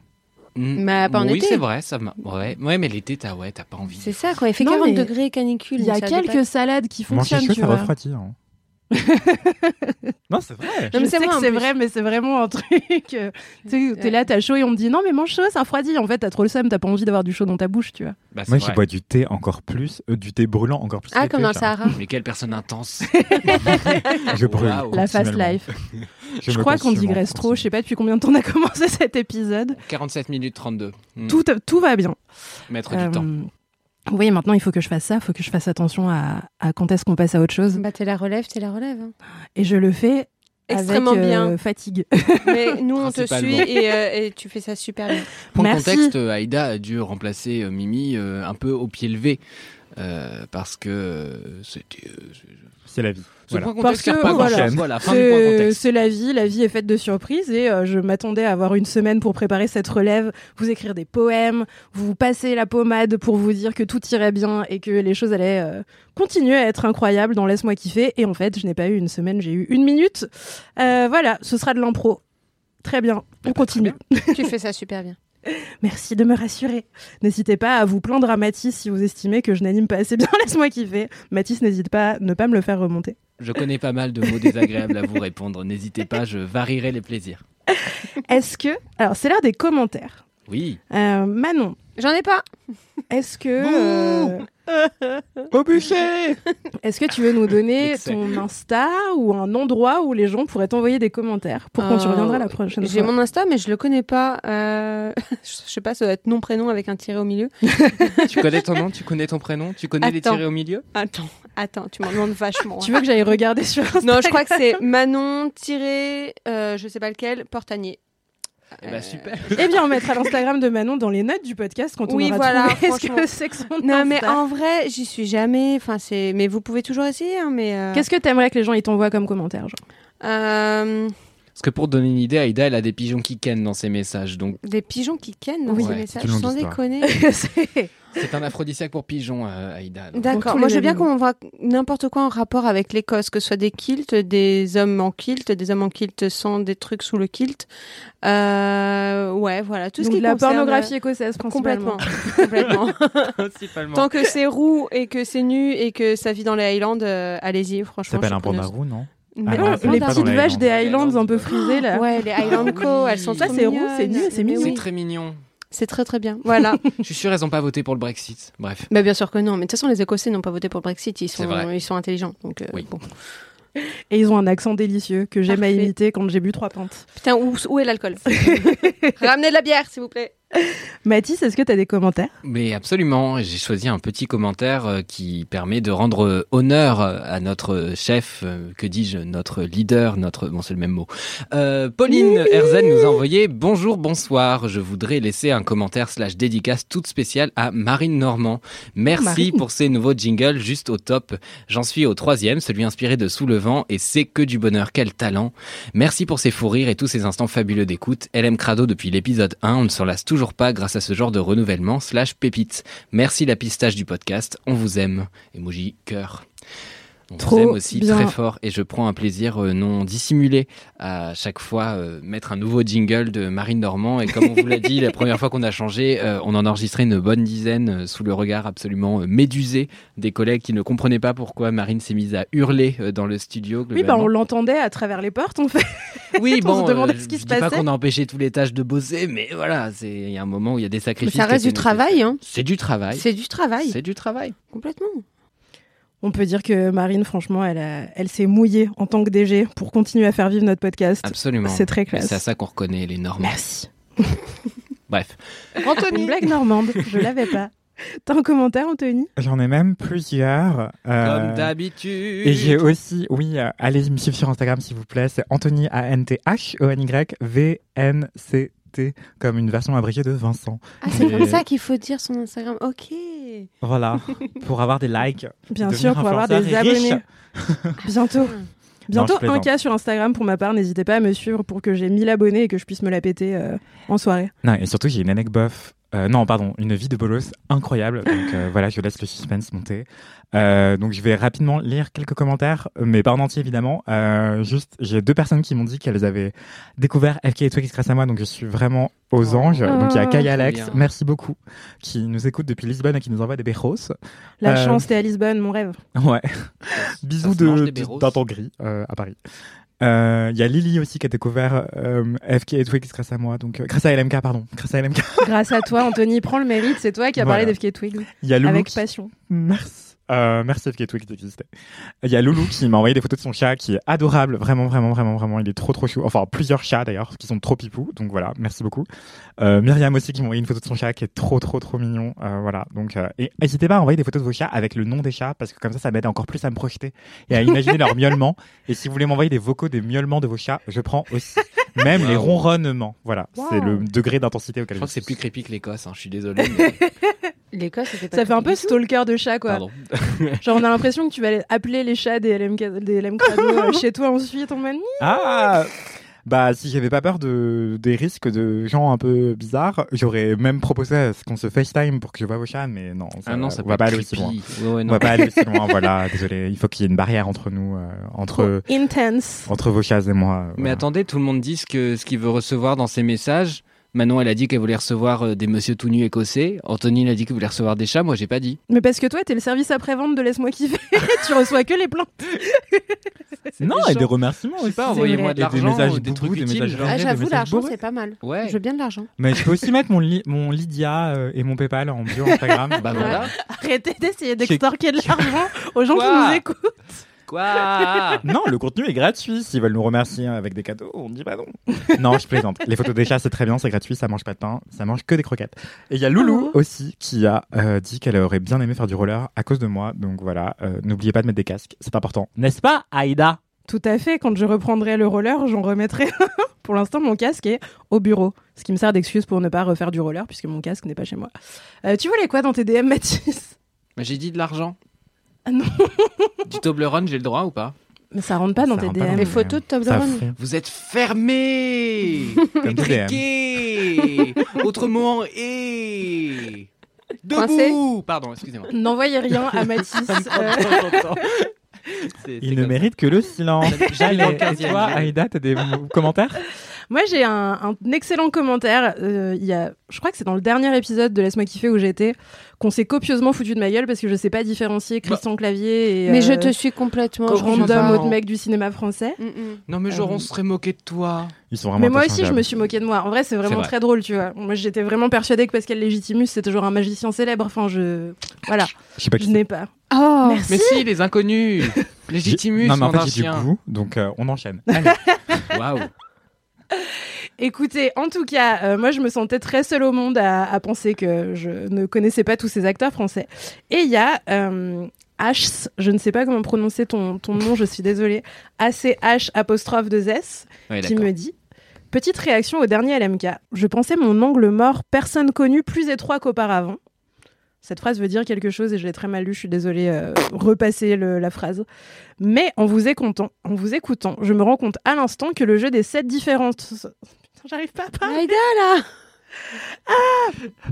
Speaker 6: Mm.
Speaker 7: Bah,
Speaker 8: Mais pas en
Speaker 6: oui,
Speaker 8: été.
Speaker 6: c'est vrai, ça m'a- ouais. ouais, mais l'été, t'as ouais, t'as pas envie.
Speaker 8: C'est ça quoi, il fait
Speaker 7: Non,
Speaker 8: 40
Speaker 7: mais
Speaker 8: degrés canicule.
Speaker 7: il y a
Speaker 8: une salade de
Speaker 7: quelques salades qui
Speaker 5: Manger
Speaker 7: fonctionnent,
Speaker 5: chaud,
Speaker 7: tu
Speaker 5: ça
Speaker 7: vois. *laughs*
Speaker 5: refroidit. hein. non, c'est vrai.
Speaker 8: Non,
Speaker 7: je
Speaker 8: mais
Speaker 7: sais
Speaker 8: c'est vrai,
Speaker 7: que
Speaker 8: en
Speaker 7: c'est
Speaker 8: plus.
Speaker 7: vrai, mais c'est vraiment un truc. euh, tu sais, où t'es
Speaker 8: Ouais.
Speaker 7: là, t'as chaud et on me dit non, mais mange chaud, ça refroidit. En fait, t'as trop le seum, t'as pas envie d'avoir du chaud dans ta bouche, tu vois.
Speaker 6: Bah, c'est
Speaker 5: Moi,
Speaker 6: vrai.
Speaker 5: je bois du thé encore plus, euh, du thé brûlant encore plus.
Speaker 8: pâte. Ah
Speaker 5: l'été,
Speaker 8: comme dans le
Speaker 5: genre.
Speaker 8: Sahara.
Speaker 6: *laughs* Mais quelle
Speaker 7: *laughs*
Speaker 6: personne intense.
Speaker 5: *laughs* Je brûle.
Speaker 6: Waouh.
Speaker 7: La fast
Speaker 5: continuellement.
Speaker 7: life. Je,
Speaker 5: me
Speaker 7: crois qu'on
Speaker 5: consume en Mm.
Speaker 7: digresse trop.
Speaker 5: continu.
Speaker 7: Je sais pas depuis combien de temps on a commencé *laughs* cet épisode.
Speaker 6: 47 minutes 32. Mm.
Speaker 7: Tout, tout va bien.
Speaker 6: Mettre du temps.
Speaker 7: Euh, Oui, maintenant il faut que je fasse ça, il faut que je fasse attention à, à quand est-ce qu'on passe à autre chose.
Speaker 8: Bah t'es la relève, t'es la relève. hein.
Speaker 7: Et je le fais
Speaker 8: Extrêmement
Speaker 7: avec, euh,
Speaker 8: bien.
Speaker 7: fatigue.
Speaker 8: Mais nous on te
Speaker 6: Principalement.
Speaker 8: suit et, euh, et tu fais ça super bien.
Speaker 6: Pour
Speaker 7: Merci.
Speaker 6: le contexte, euh, Aïda a dû remplacer euh, Mimi euh, un peu au pied levé. euh, parce que euh, c'était. euh, c'est-
Speaker 5: C'est la vie.
Speaker 6: Ce
Speaker 5: Voilà.
Speaker 6: point
Speaker 7: Parce
Speaker 6: contexte sert
Speaker 7: que,
Speaker 6: pas à
Speaker 7: voilà.
Speaker 6: grand-chose. Voilà, fin du point
Speaker 7: C'est
Speaker 6: contexte.
Speaker 7: c'est la vie, la vie est faite de surprises et euh, je m'attendais à avoir une semaine pour préparer cette relève, vous écrire des poèmes, vous passer la pommade pour vous dire que tout irait bien et que les choses allaient euh, continuer à être incroyables dans Laisse-moi kiffer. Et en fait, je n'ai pas eu une semaine, j'ai eu une minute. Euh, voilà, ce sera de l'impro. Très bien, on
Speaker 6: très
Speaker 7: continue.
Speaker 8: tu fais ça super bien.
Speaker 7: Merci de me rassurer. N'hésitez pas à vous plaindre à Mathis si vous estimez que je n'anime pas assez bien. *laughs* Laisse-moi kiffer. Mathis, n'hésite pas à ne pas me le faire remonter.
Speaker 6: Je connais pas mal de mots désagréables à vous répondre. N'hésitez pas, je varierai les plaisirs.
Speaker 7: Est-ce que. Alors, c'est l'heure des commentaires.
Speaker 6: Oui.
Speaker 7: Euh, Manon,
Speaker 8: J'en ai pas.
Speaker 7: est-ce que. euh,
Speaker 5: Au bûcher
Speaker 7: *laughs* Est-ce que tu veux nous donner
Speaker 6: Excellent.
Speaker 7: ton Insta ou un endroit où les gens pourraient t'envoyer des commentaires pour qu'on tu
Speaker 8: Euh,
Speaker 7: reviendras la prochaine
Speaker 8: J'ai
Speaker 7: fois
Speaker 8: mon Insta, mais je le connais pas. Euh... *laughs* je sais pas, ça doit être nom prénom avec un tiret au milieu.
Speaker 6: Tu connais ton nom, tu connais ton prénom, tu connais les
Speaker 8: Attends.
Speaker 6: tirés au milieu
Speaker 8: Attends, attends, tu m'en demandes vachement. hein.
Speaker 7: *laughs* Tu veux que j'aille regarder sur Insta
Speaker 8: *laughs* Non, je crois que c'est Manon tiré, euh, je sais pas lequel, Portanier.
Speaker 6: Eh ben super.
Speaker 7: Eh bien, on mettra l'Instagram de Manon dans les notes du podcast quand on
Speaker 8: Oui,
Speaker 7: aura
Speaker 8: voilà,
Speaker 7: trouvé *laughs* ce
Speaker 8: franchement.
Speaker 7: que c'est que son
Speaker 8: Non, mais
Speaker 7: Insta.
Speaker 8: en vrai, j'y suis jamais. Enfin, c'est. Mais vous pouvez toujours essayer, hein, mais. euh,
Speaker 7: Qu'est-ce que t'aimerais que les gens ils t'envoient comme commentaire genre
Speaker 8: euh,
Speaker 6: Parce que pour te donner une idée, Aïda, elle a des pigeons qui kennent dans ses messages. Donc
Speaker 8: Des pigeons qui kennent dans
Speaker 6: Oui.
Speaker 8: ces
Speaker 6: Ouais,
Speaker 8: messages,
Speaker 5: c'est une longue
Speaker 8: sans
Speaker 5: histoire.
Speaker 8: déconner.
Speaker 7: *laughs* C'est-
Speaker 6: c'est un aphrodisiaque pour pigeons, euh, Aïda. Donc,
Speaker 7: Pour
Speaker 8: D'accord.
Speaker 7: tous
Speaker 8: Moi,
Speaker 7: les
Speaker 8: je veux bien
Speaker 7: animaux.
Speaker 8: qu'on voit n'importe quoi en rapport avec l'Écosse, que ce soit des kilts, des hommes en kilt, des hommes en kilt sans des trucs sous le kilt. Euh, ouais, voilà. Tout
Speaker 7: Donc,
Speaker 8: ce qui
Speaker 7: de la
Speaker 8: concerne-
Speaker 7: pornographie écossaise
Speaker 8: Complètement.
Speaker 7: principalement.
Speaker 8: complètement.
Speaker 7: *laughs*
Speaker 6: Principalement.
Speaker 8: Tant que c'est roux et que c'est nu et que ça vit dans les Highlands, euh, allez-y,
Speaker 5: Ça
Speaker 8: franchement.
Speaker 5: s'appelle
Speaker 8: je
Speaker 5: un
Speaker 8: suis preneuse.
Speaker 5: pandarou, non
Speaker 8: Mais
Speaker 5: Ah
Speaker 8: non,
Speaker 5: non,
Speaker 8: bah, les
Speaker 5: c'est
Speaker 7: les
Speaker 5: pas
Speaker 8: petits-
Speaker 5: dans
Speaker 7: petites
Speaker 5: les
Speaker 7: vaches
Speaker 5: Highlands.
Speaker 7: des Highlands un peu frisées là.
Speaker 8: Ouais, les Highland Co, elles sont
Speaker 7: Ça,
Speaker 8: trop
Speaker 7: c'est roux,
Speaker 8: mignonnes.
Speaker 7: c'est nu, c'est
Speaker 8: Mais
Speaker 7: mignon.
Speaker 6: C'est
Speaker 8: oui,
Speaker 6: très mignon.
Speaker 8: C'est très très bien. Voilà.
Speaker 6: Je suis sûr, elles n'ont pas voté pour le Brexit. Bref.
Speaker 8: bah, bien sûr que non, *laughs* mais de toute façon, les Écossais n'ont pas voté pour le Brexit, ils
Speaker 6: C'est
Speaker 8: sont,
Speaker 6: vrai.
Speaker 8: ils sont intelligents. Donc, euh,
Speaker 6: Oui.
Speaker 8: bon.
Speaker 7: Et ils ont un accent délicieux que j'aime à
Speaker 8: Parfait.
Speaker 7: imiter quand j'ai bu trois pintes.
Speaker 8: Putain, où, où est l'alcool *laughs* Ramenez de la bière, s'il vous plaît.
Speaker 7: Mathis, est-ce que t'as des commentaires
Speaker 6: Mais absolument, j'ai choisi un petit commentaire euh, qui permet de rendre euh, honneur euh, à notre euh, chef, euh, que dis-je, notre leader, notre... Bon, c'est le même mot. Euh, Pauline Herzen nous a envoyé « Bonjour, bonsoir, je voudrais laisser un commentaire slash dédicace toute spéciale à Marine Normand. Merci
Speaker 7: Marine.
Speaker 6: pour ces nouveaux jingles juste au top. J'en suis au troisième, celui inspiré de Sous le vent, et c'est que du bonheur, quel talent. Merci pour ces fous rires et tous ces instants fabuleux d'écoute. LM Crado depuis l'épisode 1, on ne s'en lasse toujours pas grâce à ce genre de renouvellement slash pépite. Merci la pistache du podcast, on vous aime. Emoji cœur. On
Speaker 7: Trop
Speaker 6: vous aime aussi
Speaker 7: bien.
Speaker 6: très fort et je prends un plaisir euh, non dissimulé à chaque fois euh, mettre un nouveau jingle de Marine Normand et comme on vous l'a dit la première fois qu'on a changé, euh, on en a enregistré une bonne dizaine euh, sous le regard absolument euh, médusé des collègues qui ne comprenaient pas pourquoi Marine s'est mise à hurler euh, dans le studio.
Speaker 7: Oui, bah,
Speaker 6: globalement.
Speaker 7: on l'entendait à travers les portes en fait. *laughs*
Speaker 6: Oui,
Speaker 7: On
Speaker 6: bon,
Speaker 7: se demandait
Speaker 6: euh,
Speaker 7: ce qui
Speaker 6: je
Speaker 7: se
Speaker 6: dis pas
Speaker 7: passait.
Speaker 6: qu'on a empêché tous les tâches de bosser, mais voilà, c'est il y a un moment où il y a des sacrifices.
Speaker 8: ça reste
Speaker 6: qui
Speaker 8: du
Speaker 6: étaient nécessaires.
Speaker 8: travail, hein.
Speaker 6: C'est du travail.
Speaker 8: C'est du travail.
Speaker 6: C'est du travail.
Speaker 8: Complètement.
Speaker 7: On peut dire que Marine, franchement, elle, a- elle s'est mouillée en tant que DG pour continuer à faire vivre notre podcast.
Speaker 6: Absolument.
Speaker 7: C'est très
Speaker 6: Et
Speaker 7: classe.
Speaker 6: C'est à ça qu'on reconnaît les normes.
Speaker 7: Merci.
Speaker 6: Bref.
Speaker 7: Une blague normande, je l'avais pas. T'as un commentaire, Anthony
Speaker 5: J'en ai même plusieurs. euh,
Speaker 6: Comme d'habitude.
Speaker 5: Et j'ai aussi, oui, euh, allez me suivre sur Instagram s'il vous plaît, c'est Anthony A-N-T-H-E-N-Y-V-N-C-T, comme une version abrégée de Vincent.
Speaker 8: Ah, c'est
Speaker 5: Et-
Speaker 8: comme ça qu'il faut dire son Instagram. Ok.
Speaker 5: Voilà, pour avoir des likes.
Speaker 7: Bien
Speaker 5: devenir
Speaker 7: sûr, pour avoir des
Speaker 5: influenceur et riche.
Speaker 7: abonnés.
Speaker 5: *laughs*
Speaker 7: Bientôt. Bientôt
Speaker 5: je
Speaker 7: un
Speaker 5: plaisante.
Speaker 7: cas sur Instagram pour ma part. N'hésitez pas à me suivre pour que j'ai 1000 abonnés et que je puisse me la péter euh, en soirée.
Speaker 5: Non, et surtout, j'ai une anecdote bof. Euh, non, pardon, une vie de bolos incroyable. Donc
Speaker 6: *laughs*
Speaker 5: euh, voilà, je laisse le suspense monter. Euh, donc je vais rapidement lire quelques commentaires, mais pas en entier évidemment. Euh, juste, j'ai deux personnes qui m'ont dit qu'elles avaient découvert FK et Twix grâce à moi, donc je suis vraiment aux
Speaker 6: Oh.
Speaker 5: anges. Donc il y a
Speaker 7: Ah,
Speaker 5: Kai
Speaker 6: trop
Speaker 5: Alex,
Speaker 6: bien.
Speaker 5: merci beaucoup, qui nous écoute depuis Lisbonne et qui nous envoie des
Speaker 6: *laughs*
Speaker 5: berros.
Speaker 7: La
Speaker 5: Euh,
Speaker 7: chance, t'es à Lisbonne, mon rêve.
Speaker 5: Ouais.
Speaker 6: Ça
Speaker 5: *laughs* Bisous
Speaker 6: se mange
Speaker 5: de
Speaker 6: des berros.
Speaker 5: d'un temps gris euh, à Paris. Euh, Il y a Lily aussi qui a découvert euh, FK et Twix grâce à moi, donc euh, grâce à LMK, pardon, grâce à LMK.
Speaker 7: Grâce à toi, Anthony, prends le mérite. C'est toi qui as parlé
Speaker 5: Voilà.
Speaker 7: d'FK Twigs
Speaker 5: *laughs* Il y a Loulou
Speaker 7: avec
Speaker 5: qui-
Speaker 7: passion.
Speaker 5: Merci. Euh, merci FK Twix d'exister. Il y a Loulou qui m'a envoyé des photos de son chat qui est adorable, vraiment, vraiment, vraiment, vraiment. Il est trop, trop chou. Enfin, plusieurs chats d'ailleurs qui sont trop pipous. Donc voilà, merci beaucoup. Euh, Myriam aussi qui m'a envoyé une photo de son chat qui est trop, trop, trop mignon. Euh, voilà. Donc, euh, et n'hésitez pas à envoyer des photos de vos chats avec le nom des chats parce que comme ça, ça m'aide encore plus à me projeter et à imaginer leurs miaulements. Et si vous voulez m'envoyer des vocaux des miaulements de vos chats, je prends aussi. Même les
Speaker 6: Wow.
Speaker 5: ronronnements. Voilà.
Speaker 7: Wow.
Speaker 5: C'est le degré d'intensité auquel
Speaker 6: Je crois que c'est
Speaker 5: suis.
Speaker 6: plus creepy que l'Écosse, hein, je
Speaker 7: *laughs*
Speaker 6: suis désolé. mais-
Speaker 8: L'Écosse, c'était pas
Speaker 7: Ça fait un peu
Speaker 8: compliqué.
Speaker 7: stalker de chat, quoi.
Speaker 6: Pardon.
Speaker 5: Euh,
Speaker 7: Genre, on a l'impression que tu vas aller appeler les chats des LMK, des
Speaker 5: *laughs*
Speaker 7: LM Crado, euh, chez toi ensuite, en mode
Speaker 5: Ah Bah, si j'avais pas peur de, des risques de gens un peu bizarres, j'aurais même proposé à ce qu'on se FaceTime pour que je voie vos chats, mais non, ça,
Speaker 6: Ah non, ça
Speaker 5: on
Speaker 6: peut
Speaker 5: va pas
Speaker 6: être
Speaker 5: aller aussi loin.
Speaker 6: creepy. Ouais, ouais,
Speaker 5: On
Speaker 6: non.
Speaker 5: va pas aller aussi
Speaker 6: *laughs*
Speaker 5: loin, voilà, désolé, il faut qu'il y ait une barrière entre nous, euh, entre,
Speaker 7: intense.
Speaker 5: entre vos chats et moi.
Speaker 6: Oh. Mais
Speaker 5: voilà.
Speaker 6: attendez, tout le monde dit ce que- ce qu'il veut recevoir dans ses messages. Manon, elle a dit qu'elle voulait recevoir euh, des monsieur tout nus écossais. Anthony, elle a dit qu'elle voulait recevoir des chats. Moi, j'ai pas dit.
Speaker 7: Mais parce que toi, t'es le service après-vente de Laisse-moi kiffer. *laughs* tu reçois que les plaintes.
Speaker 5: Non, et des remerciements
Speaker 6: Je sais
Speaker 5: aussi.
Speaker 6: pas,
Speaker 7: vrai.
Speaker 6: envoyez-moi de
Speaker 5: Et des
Speaker 6: l'argent,
Speaker 5: messages
Speaker 6: ou des
Speaker 5: boubous,
Speaker 6: trucs
Speaker 5: des
Speaker 6: utiles.
Speaker 5: messages
Speaker 6: genre.
Speaker 5: Ah,
Speaker 8: Ah,
Speaker 5: j'avoue,
Speaker 8: j'avoue,
Speaker 5: des messages l'argent,
Speaker 8: l'argent,
Speaker 5: bourrés.
Speaker 8: c'est pas mal.
Speaker 6: Ouais.
Speaker 8: Je veux bien de l'argent.
Speaker 5: Mais je peux aussi mettre mon, li- mon Lydia euh, et mon PayPal en bio Instagram.
Speaker 6: Bah voilà.
Speaker 7: Arrêtez d'essayer d'extorquer de l'argent aux gens qui
Speaker 6: Quoi
Speaker 7: nous écoutent.
Speaker 6: Quoi
Speaker 5: Non, le contenu est gratuit. S'ils veulent nous remercier hein, avec des cadeaux, on dit pas non. Non, je plaisante. Les photos des chats, c'est très bien, c'est gratuit, ça mange pas de pain, ça mange que des croquettes. Et il y a
Speaker 7: Ah
Speaker 5: Loulou aussi qui a euh, dit qu'elle aurait bien aimé faire du roller à cause de moi. Donc voilà, euh, n'oubliez pas de mettre des casques, c'est important. N'est-ce pas, Aïda
Speaker 7: Tout à fait. Quand je reprendrai le roller, j'en remettrai. *laughs* un. pour l'instant, mon casque est au bureau. Ce qui me sert d'excuse pour ne pas refaire du roller puisque mon casque n'est pas chez moi. Euh, tu voulais quoi dans tes DM, Mathis
Speaker 6: Mais J'ai dit de l'argent.
Speaker 7: Ah non.
Speaker 6: *laughs* du Toblerone, j'ai le droit ou pas
Speaker 7: Mais ça rentre pas dans
Speaker 5: Ça
Speaker 7: tes
Speaker 5: rentre pas
Speaker 7: DM.
Speaker 5: dans
Speaker 8: Les
Speaker 5: Ouais.
Speaker 8: photos de
Speaker 7: Ah, bah
Speaker 5: Ça
Speaker 7: *laughs*
Speaker 8: Toblerone.
Speaker 5: fond.
Speaker 6: Vous
Speaker 5: *laughs*
Speaker 6: êtes fermés
Speaker 5: Comme des DM.
Speaker 6: Étriqués Autrement, et... Debout Pardon, excusez-moi.
Speaker 7: N'envoyez rien à Mathis. Euh,
Speaker 5: *laughs* Il ne mérite que le silence. Allez, et toi, Aïda, t'as des euh, commentaires
Speaker 7: Moi, j'ai un, un excellent commentaire. Euh, il y a, je crois que c'est dans le dernier épisode de Laisse-moi kiffer où j'étais, qu'on s'est copieusement foutu de ma gueule parce que je sais pas
Speaker 5: Bah.
Speaker 7: différencier Christian Clavier et
Speaker 8: Mais je
Speaker 7: euh,
Speaker 8: te suis complètement.
Speaker 7: je
Speaker 8: comprends
Speaker 7: random
Speaker 8: pas.
Speaker 7: autre mec du cinéma français.
Speaker 8: Mm, mm.
Speaker 6: Non mais
Speaker 7: Ah
Speaker 6: genre, on serait moqué de toi.
Speaker 5: Ils sont vraiment
Speaker 7: Mais moi aussi, je me
Speaker 5: interchangeables.
Speaker 7: suis moquée de moi. En vrai, c'est vraiment
Speaker 6: C'est vrai.
Speaker 7: très drôle, tu vois. Moi, j'étais vraiment persuadée que Pascal Légitimus, c'est toujours un magicien célèbre. Enfin, je. Voilà,
Speaker 5: Je sais pas qui
Speaker 7: je n'ai pas.
Speaker 8: Oh,
Speaker 7: Merci.
Speaker 6: Mais si,
Speaker 5: *laughs*
Speaker 6: les inconnus Légitimus,
Speaker 5: Non, mais en
Speaker 6: on a un
Speaker 5: fait, j'ai du
Speaker 6: chien.
Speaker 5: goût, donc euh,
Speaker 7: *laughs*
Speaker 5: on enchaîne. Allez.
Speaker 6: Waouh
Speaker 7: Écoutez, en tout cas, euh, moi je me sentais très seule au monde à, à penser que je ne connaissais pas tous ces acteurs français. Et il y a euh, H, je ne sais pas comment prononcer ton, ton nom, je suis désolée, ACH apostrophe 2 S,
Speaker 6: Ouais,
Speaker 7: qui
Speaker 6: Eh, d'accord.
Speaker 7: me dit Petite réaction au dernier LMK. Je pensais mon angle mort, personne connue, plus étroit qu'auparavant. Cette phrase veut dire quelque chose et je l'ai très mal lu, je suis désolée, euh, repasser le- la phrase. Mais en vous écoutant, en vous écoutant, je me rends compte à l'instant que le jeu des sept différences. Putain, j'arrive pas à parler.
Speaker 8: Aïda là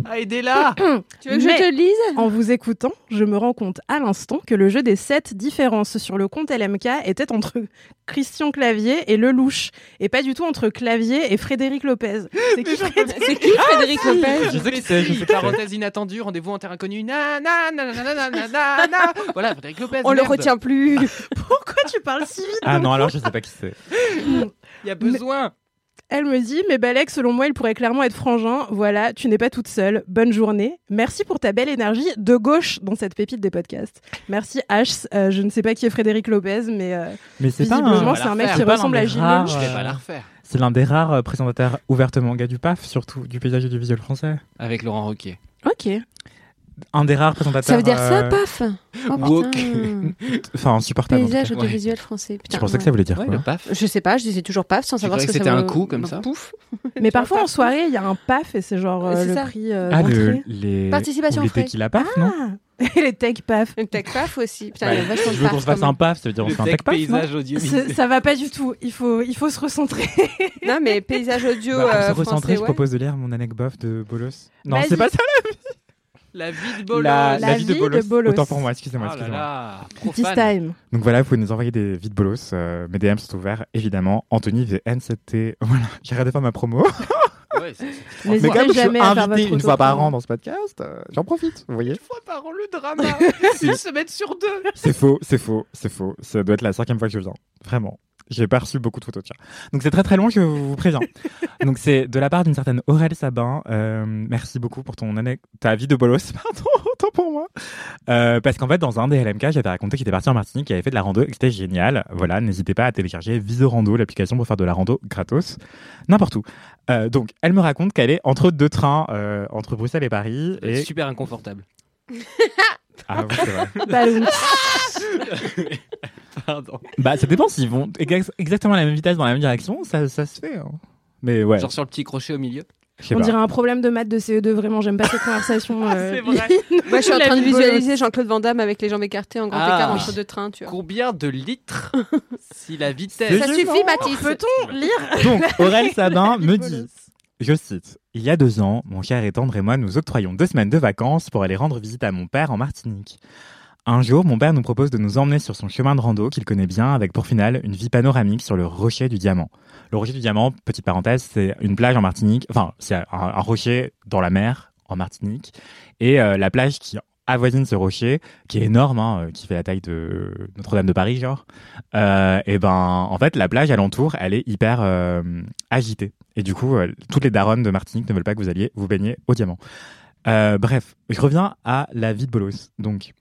Speaker 6: Ah, Aidez-la
Speaker 8: Tu veux que je
Speaker 7: Mais-
Speaker 8: te lise
Speaker 7: En vous écoutant, je me rends compte à l'instant que le jeu des sept différences sur le compte LMK était entre Christian Clavier et Lelouch, et pas du tout entre Clavier et Frédéric Lopez. C'est qui Frédéric
Speaker 8: *laughs* C'est qui Frédéric Lopez
Speaker 5: Je sais que c'est, je sais que c'est.
Speaker 6: Parenthèse inattendue, rendez-vous en terre inconnue. Na, na, na, na, na, na, na, na. Voilà, Frédéric Lopez.
Speaker 8: On le
Speaker 6: merde.
Speaker 8: retient plus.
Speaker 7: Pourquoi tu parles si vite
Speaker 5: Ah non, alors je sais pas qui c'est.
Speaker 6: Il y a besoin.
Speaker 7: Elle me dit, mais Balek, selon moi, il pourrait clairement être frangin. Voilà, tu n'es pas toute seule. Bonne journée. Merci pour ta belle énergie de gauche dans cette pépite des podcasts. Merci H. Euh, je ne sais pas qui est Frédéric Lopez, mais euh,
Speaker 5: Mais c'est pas un-
Speaker 7: visiblement,
Speaker 6: On va
Speaker 7: c'est
Speaker 6: la
Speaker 7: un mec
Speaker 6: refaire.
Speaker 7: qui
Speaker 6: C'est pas
Speaker 7: ressemble à
Speaker 5: l'anglais
Speaker 7: Gilles
Speaker 5: rare.
Speaker 7: Lelouch.
Speaker 6: Je vais pas
Speaker 5: Euh,
Speaker 6: la refaire.
Speaker 5: C'est l'un des rares euh, présentateurs ouvertement gars du PAF, surtout du paysage et du visuel français.
Speaker 6: Avec Laurent Roquet.
Speaker 5: Ah. *laughs*
Speaker 7: Ok.
Speaker 5: Un des rares présentateurs.
Speaker 8: Ça veut dire ça,
Speaker 5: euh,
Speaker 8: paf Oh *laughs*
Speaker 6: Woke.
Speaker 8: putain
Speaker 5: Enfin, insupportable. en tout cas.
Speaker 8: Paysage audiovisuel français. Putain,
Speaker 5: Tu pensais que ça voulait dire
Speaker 6: Ouais,
Speaker 5: quoi
Speaker 6: le paf.
Speaker 8: Je sais pas, je disais toujours paf sans
Speaker 6: Tu
Speaker 8: savoir ce
Speaker 6: croyais
Speaker 8: que,
Speaker 6: que
Speaker 8: ça
Speaker 6: c'était un
Speaker 8: me-
Speaker 6: coup comme
Speaker 8: me
Speaker 6: ça
Speaker 8: Pouf
Speaker 7: Mais parfois, en soirée, il y a un paf et c'est genre euh,
Speaker 8: C'est
Speaker 7: le
Speaker 8: ça.
Speaker 7: prix euh,
Speaker 5: Ah, le-
Speaker 7: d'entrée.
Speaker 5: les.
Speaker 8: Participation
Speaker 5: ou les
Speaker 8: frais.
Speaker 5: tequila PAF, non
Speaker 7: Ah. *laughs* Et les tech paf.
Speaker 8: Une tech paf aussi. Putain,
Speaker 5: Bah,
Speaker 8: il y a vachement
Speaker 5: Je
Speaker 8: de
Speaker 5: veux qu'on
Speaker 8: paf.
Speaker 5: se fasse
Speaker 8: quand
Speaker 5: un PAF, ça veut dire on
Speaker 6: Le
Speaker 5: fait un
Speaker 6: tech
Speaker 5: tech PAF. non
Speaker 6: paysage audiovisuel.
Speaker 7: C'est- Ça va pas du tout. Il faut, il faut se recentrer.
Speaker 8: même. Non, mais paysage audio
Speaker 5: Bah, pour se
Speaker 8: euh,
Speaker 5: recentrer,
Speaker 8: français,
Speaker 5: je
Speaker 8: ouais.
Speaker 5: propose de lire mon anecdote bof de Bolos. Non,
Speaker 7: Vas-y.
Speaker 5: c'est pas ça
Speaker 6: *laughs* La vie de Bolos.
Speaker 5: la,
Speaker 7: La
Speaker 5: vie de
Speaker 7: vie
Speaker 5: Bolos.
Speaker 7: de Bolos.
Speaker 5: Autant pour moi, excusez-moi,
Speaker 6: Oh là
Speaker 5: excusez-moi.
Speaker 6: là.
Speaker 7: This
Speaker 6: profane.
Speaker 7: time.
Speaker 5: Donc voilà, vous pouvez nous envoyer des vides bolos. euh, mes DM sont ouverts, évidemment. Anthony VNCT. *laughs* Voilà, j'arrête de faire ma promo.
Speaker 6: Ouais, c'est- c'est trois
Speaker 7: N'hésitez
Speaker 6: fois.
Speaker 5: comme je suis
Speaker 7: jamais à faire
Speaker 5: invité
Speaker 7: votre
Speaker 5: une fois par
Speaker 7: autopromo.
Speaker 5: an dans ce podcast, euh, j'en profite, vous voyez.
Speaker 6: Une fois par an, le
Speaker 4: *laughs*
Speaker 6: drama. Une semaine sur deux.
Speaker 5: *laughs* C'est faux, c'est faux, c'est faux. Ça doit être la cinquième fois que je viens. Vraiment. J'ai pas reçu beaucoup de photos de chats. Donc c'est très très long, je vous préviens. Donc c'est de la part d'une certaine Aurèle Sabin. Euh, merci beaucoup pour ton anec- ta vie de bolos, *laughs* pardon, autant pour moi. Euh, parce qu'en fait, dans un des LMK, j'avais raconté qu'il était parti en Martinique, qu'il avait fait de la rando, et que c'était génial. Voilà, n'hésitez pas à télécharger Visorando, l'application pour faire de la rando gratos, n'importe où. Euh, donc elle me raconte qu'elle est entre deux trains, euh, entre Bruxelles et Paris. Et...
Speaker 6: Bah,
Speaker 7: *laughs*
Speaker 6: Super inconfortable.
Speaker 5: Ah oui, c'est vrai. *laughs*
Speaker 7: Balloon.
Speaker 6: Pardon.
Speaker 5: Bah, ça dépend s'ils vont exa- exactement à la même vitesse dans la même direction, ça, ça se fait. hein. Mais ouais,
Speaker 6: Genre sur le petit crochet au milieu.
Speaker 5: je sais
Speaker 7: On
Speaker 5: pas.
Speaker 7: dirait un problème de maths de CE2, vraiment, j'aime pas cette *laughs* conversation. euh,
Speaker 6: c'est vrai.
Speaker 8: Moi, je suis en
Speaker 7: La
Speaker 8: train de
Speaker 7: vie de
Speaker 8: visualiser Jean-Claude Van Damme avec les jambes écartées en grand
Speaker 6: Ah.
Speaker 8: écart entre deux trains, tu vois.
Speaker 6: Combien de litres *laughs* si la
Speaker 5: C'est
Speaker 6: vitesse
Speaker 8: Ça suffit, Mathis.
Speaker 7: Peut-on lire
Speaker 5: Donc, Aurel Sabin me
Speaker 7: Bolos.
Speaker 5: dit, je cite, Il y a deux ans, mon cher et tendre et moi nous octroyons deux semaines de vacances pour aller rendre visite à mon père en Martinique. Un jour, mon père nous propose de nous emmener sur son chemin de rando qu'il connaît bien, avec pour finale une vue panoramique sur le Rocher du Diamant. Le Rocher du Diamant, petite parenthèse, c'est une plage en Martinique, enfin, c'est un, un rocher dans la mer en Martinique, et euh, la plage qui avoisine ce rocher, qui est énorme, hein, euh, qui fait la taille de Notre-Dame de Paris, genre, euh, et ben, en fait, la plage alentour, elle est hyper euh, agitée. Et du coup, euh, toutes les daronnes de Martinique ne veulent pas que vous alliez vous baigner au diamant. Euh, bref, je reviens à la vie de Bolos. Donc,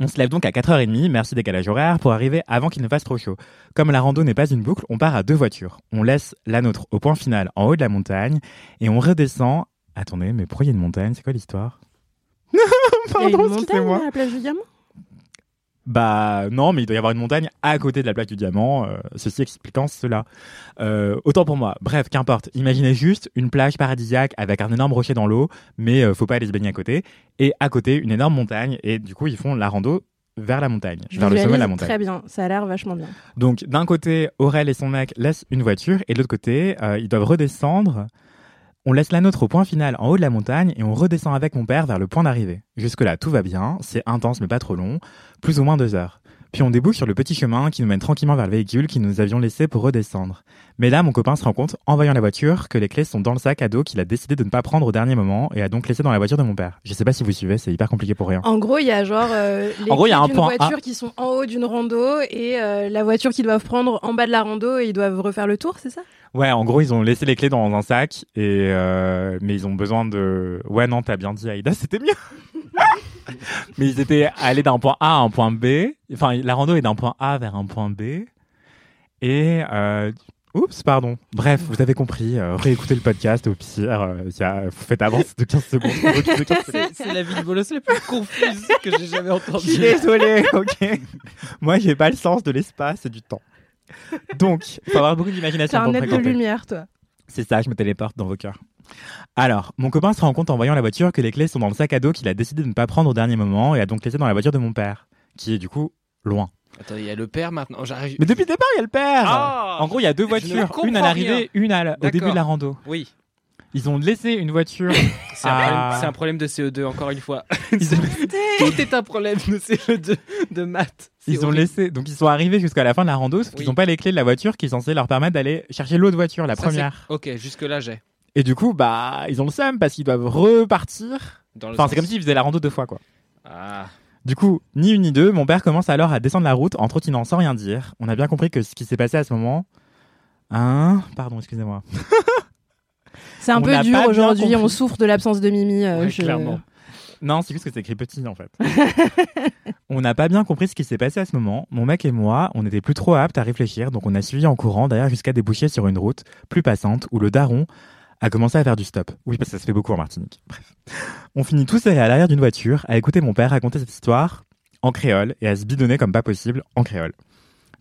Speaker 5: on se lève donc à 4h30, merci décalage horaire, pour arriver avant qu'il ne fasse trop chaud. Comme la rando n'est pas une boucle, on part à deux voitures. On laisse la nôtre au point final en haut de la montagne et on redescend. Attendez, mais pourquoi il y a une montagne C'est quoi l'histoire *laughs*
Speaker 7: Il y a une
Speaker 5: Pardon,
Speaker 7: montagne
Speaker 5: excusez-moi.
Speaker 7: à la plage du Diamant
Speaker 5: Bah non, mais il doit y avoir une montagne à côté de la plaque du diamant, euh, ceci expliquant cela. Euh, autant pour moi, bref, qu'importe, imaginez juste une plage paradisiaque avec un énorme rocher dans l'eau, mais euh, faut pas aller se baigner à côté, et à côté une énorme montagne, et du coup ils font la rando vers la montagne, vers le sommet de la
Speaker 7: Visualise
Speaker 5: montagne.
Speaker 7: Très bien, ça a l'air vachement bien.
Speaker 5: Donc d'un côté, Aurel et son mec laissent une voiture et de l'autre côté, euh, ils doivent redescendre. On laisse la nôtre au point final en haut de la montagne et on redescend avec mon père vers le point d'arrivée. Jusque-là, tout va bien, c'est intense mais pas trop long, plus ou moins deux heures. Puis on débouche sur le petit chemin qui nous mène tranquillement vers le véhicule qui nous avions laissé pour redescendre. Mais là, mon copain se rend compte, en voyant la voiture, que les clés sont dans le sac à dos qu'il a décidé de ne pas prendre au dernier moment et a donc laissé dans la voiture de mon père. Je sais pas si vous suivez, c'est hyper compliqué pour rien.
Speaker 7: En gros, il y a genre euh, les
Speaker 5: En gros, il y a
Speaker 7: clés
Speaker 5: un
Speaker 7: d'une
Speaker 5: point A.
Speaker 7: voiture qui sont en haut d'une rando et euh, la voiture qu'ils doivent prendre en bas de la rando et ils doivent refaire le tour, c'est ça
Speaker 5: Ouais, en gros, ils ont laissé les clés dans un sac et euh, mais ils ont besoin de. Ouais, non, t'as bien dit, Aïda, c'était mieux. *laughs* mais ils étaient allés d'un point A à un point B. Enfin, la rando est d'un point A vers un point B. Et euh, oups, pardon. Bref, vous avez compris. euh, réécoutez le podcast au pire. euh, il y a- vous faites avance de
Speaker 7: *laughs*
Speaker 5: 15 secondes. vous reculez de 15 secondes.
Speaker 6: C'est la vie de Bolos la plus confuse *laughs* que j'ai jamais
Speaker 5: Je suis
Speaker 6: entendue.
Speaker 5: désolé, ok. *laughs* Moi, j'ai pas le sens de l'espace et du temps. Donc, faut avoir beaucoup d'imagination
Speaker 7: T'as
Speaker 5: pour
Speaker 7: un net de
Speaker 5: fréquenter.
Speaker 7: lumière, toi.
Speaker 5: C'est ça, je me téléporte dans vos cœurs. Alors, mon copain se rend compte en voyant la voiture que les clés sont dans le sac à dos qu'il a décidé de ne pas prendre au dernier moment et a donc laissé dans la voiture de mon père, qui est du coup loin.
Speaker 6: Attends, il y a le père maintenant. Oh, J'arrive.
Speaker 5: Mais depuis le départ, il y a le père
Speaker 6: Ah
Speaker 5: En gros, il y a deux
Speaker 6: Je ne
Speaker 5: voitures,
Speaker 6: comprends
Speaker 5: une à l'arrivée,
Speaker 6: rien.
Speaker 5: une à la- au
Speaker 6: D'accord.
Speaker 5: début de la rando.
Speaker 6: Oui,
Speaker 5: Ils ont laissé une voiture.
Speaker 6: c'est un,
Speaker 5: Ah.
Speaker 6: problème- c'est un problème de CO2, encore une fois. *laughs*
Speaker 5: Ils ont,
Speaker 6: Tout est un problème de CO2, de maths. *laughs* C'est
Speaker 5: ils ont
Speaker 6: horrible.
Speaker 5: laissé, donc ils sont arrivés jusqu'à la fin de la rando, sauf
Speaker 6: Oui.
Speaker 5: qu'ils n'ont pas les clés de la voiture qui est censée leur permettre d'aller chercher l'autre voiture, la
Speaker 6: Ça, c'est-
Speaker 5: première.
Speaker 6: Ok, jusque-là, j'ai.
Speaker 5: Et du coup, bah, ils ont le seum parce qu'ils doivent repartir.
Speaker 6: Dans le
Speaker 5: Enfin, c'est
Speaker 6: sens.
Speaker 5: comme s'ils faisaient la rando deux fois, quoi.
Speaker 6: Ah.
Speaker 5: Du coup, ni une ni deux, mon père commence alors à descendre la route en trottinant sans rien dire. On a bien compris que ce qui s'est passé à ce moment. Hein Pardon, excusez-moi.
Speaker 7: C'est un
Speaker 5: On
Speaker 7: peu
Speaker 5: n'a pas
Speaker 7: dur
Speaker 5: bien
Speaker 7: aujourd'hui, on
Speaker 5: compris.
Speaker 7: souffre de l'absence de Mimi. euh,
Speaker 5: Ouais,
Speaker 7: je-
Speaker 5: clairement. Non, c'est juste que c'est écrit petit en fait. *laughs* on n'a pas bien compris ce qui s'est passé à ce moment. Mon mec et moi, on n'était plus trop aptes à réfléchir, donc on a suivi en courant d'ailleurs jusqu'à déboucher sur une route plus passante où le daron a commencé à faire du stop. Oui, parce que ça se fait beaucoup en Martinique. Bref. On finit tous serrés à l'arrière d'une voiture à écouter mon père raconter cette histoire en créole et à se bidonner comme pas possible en créole.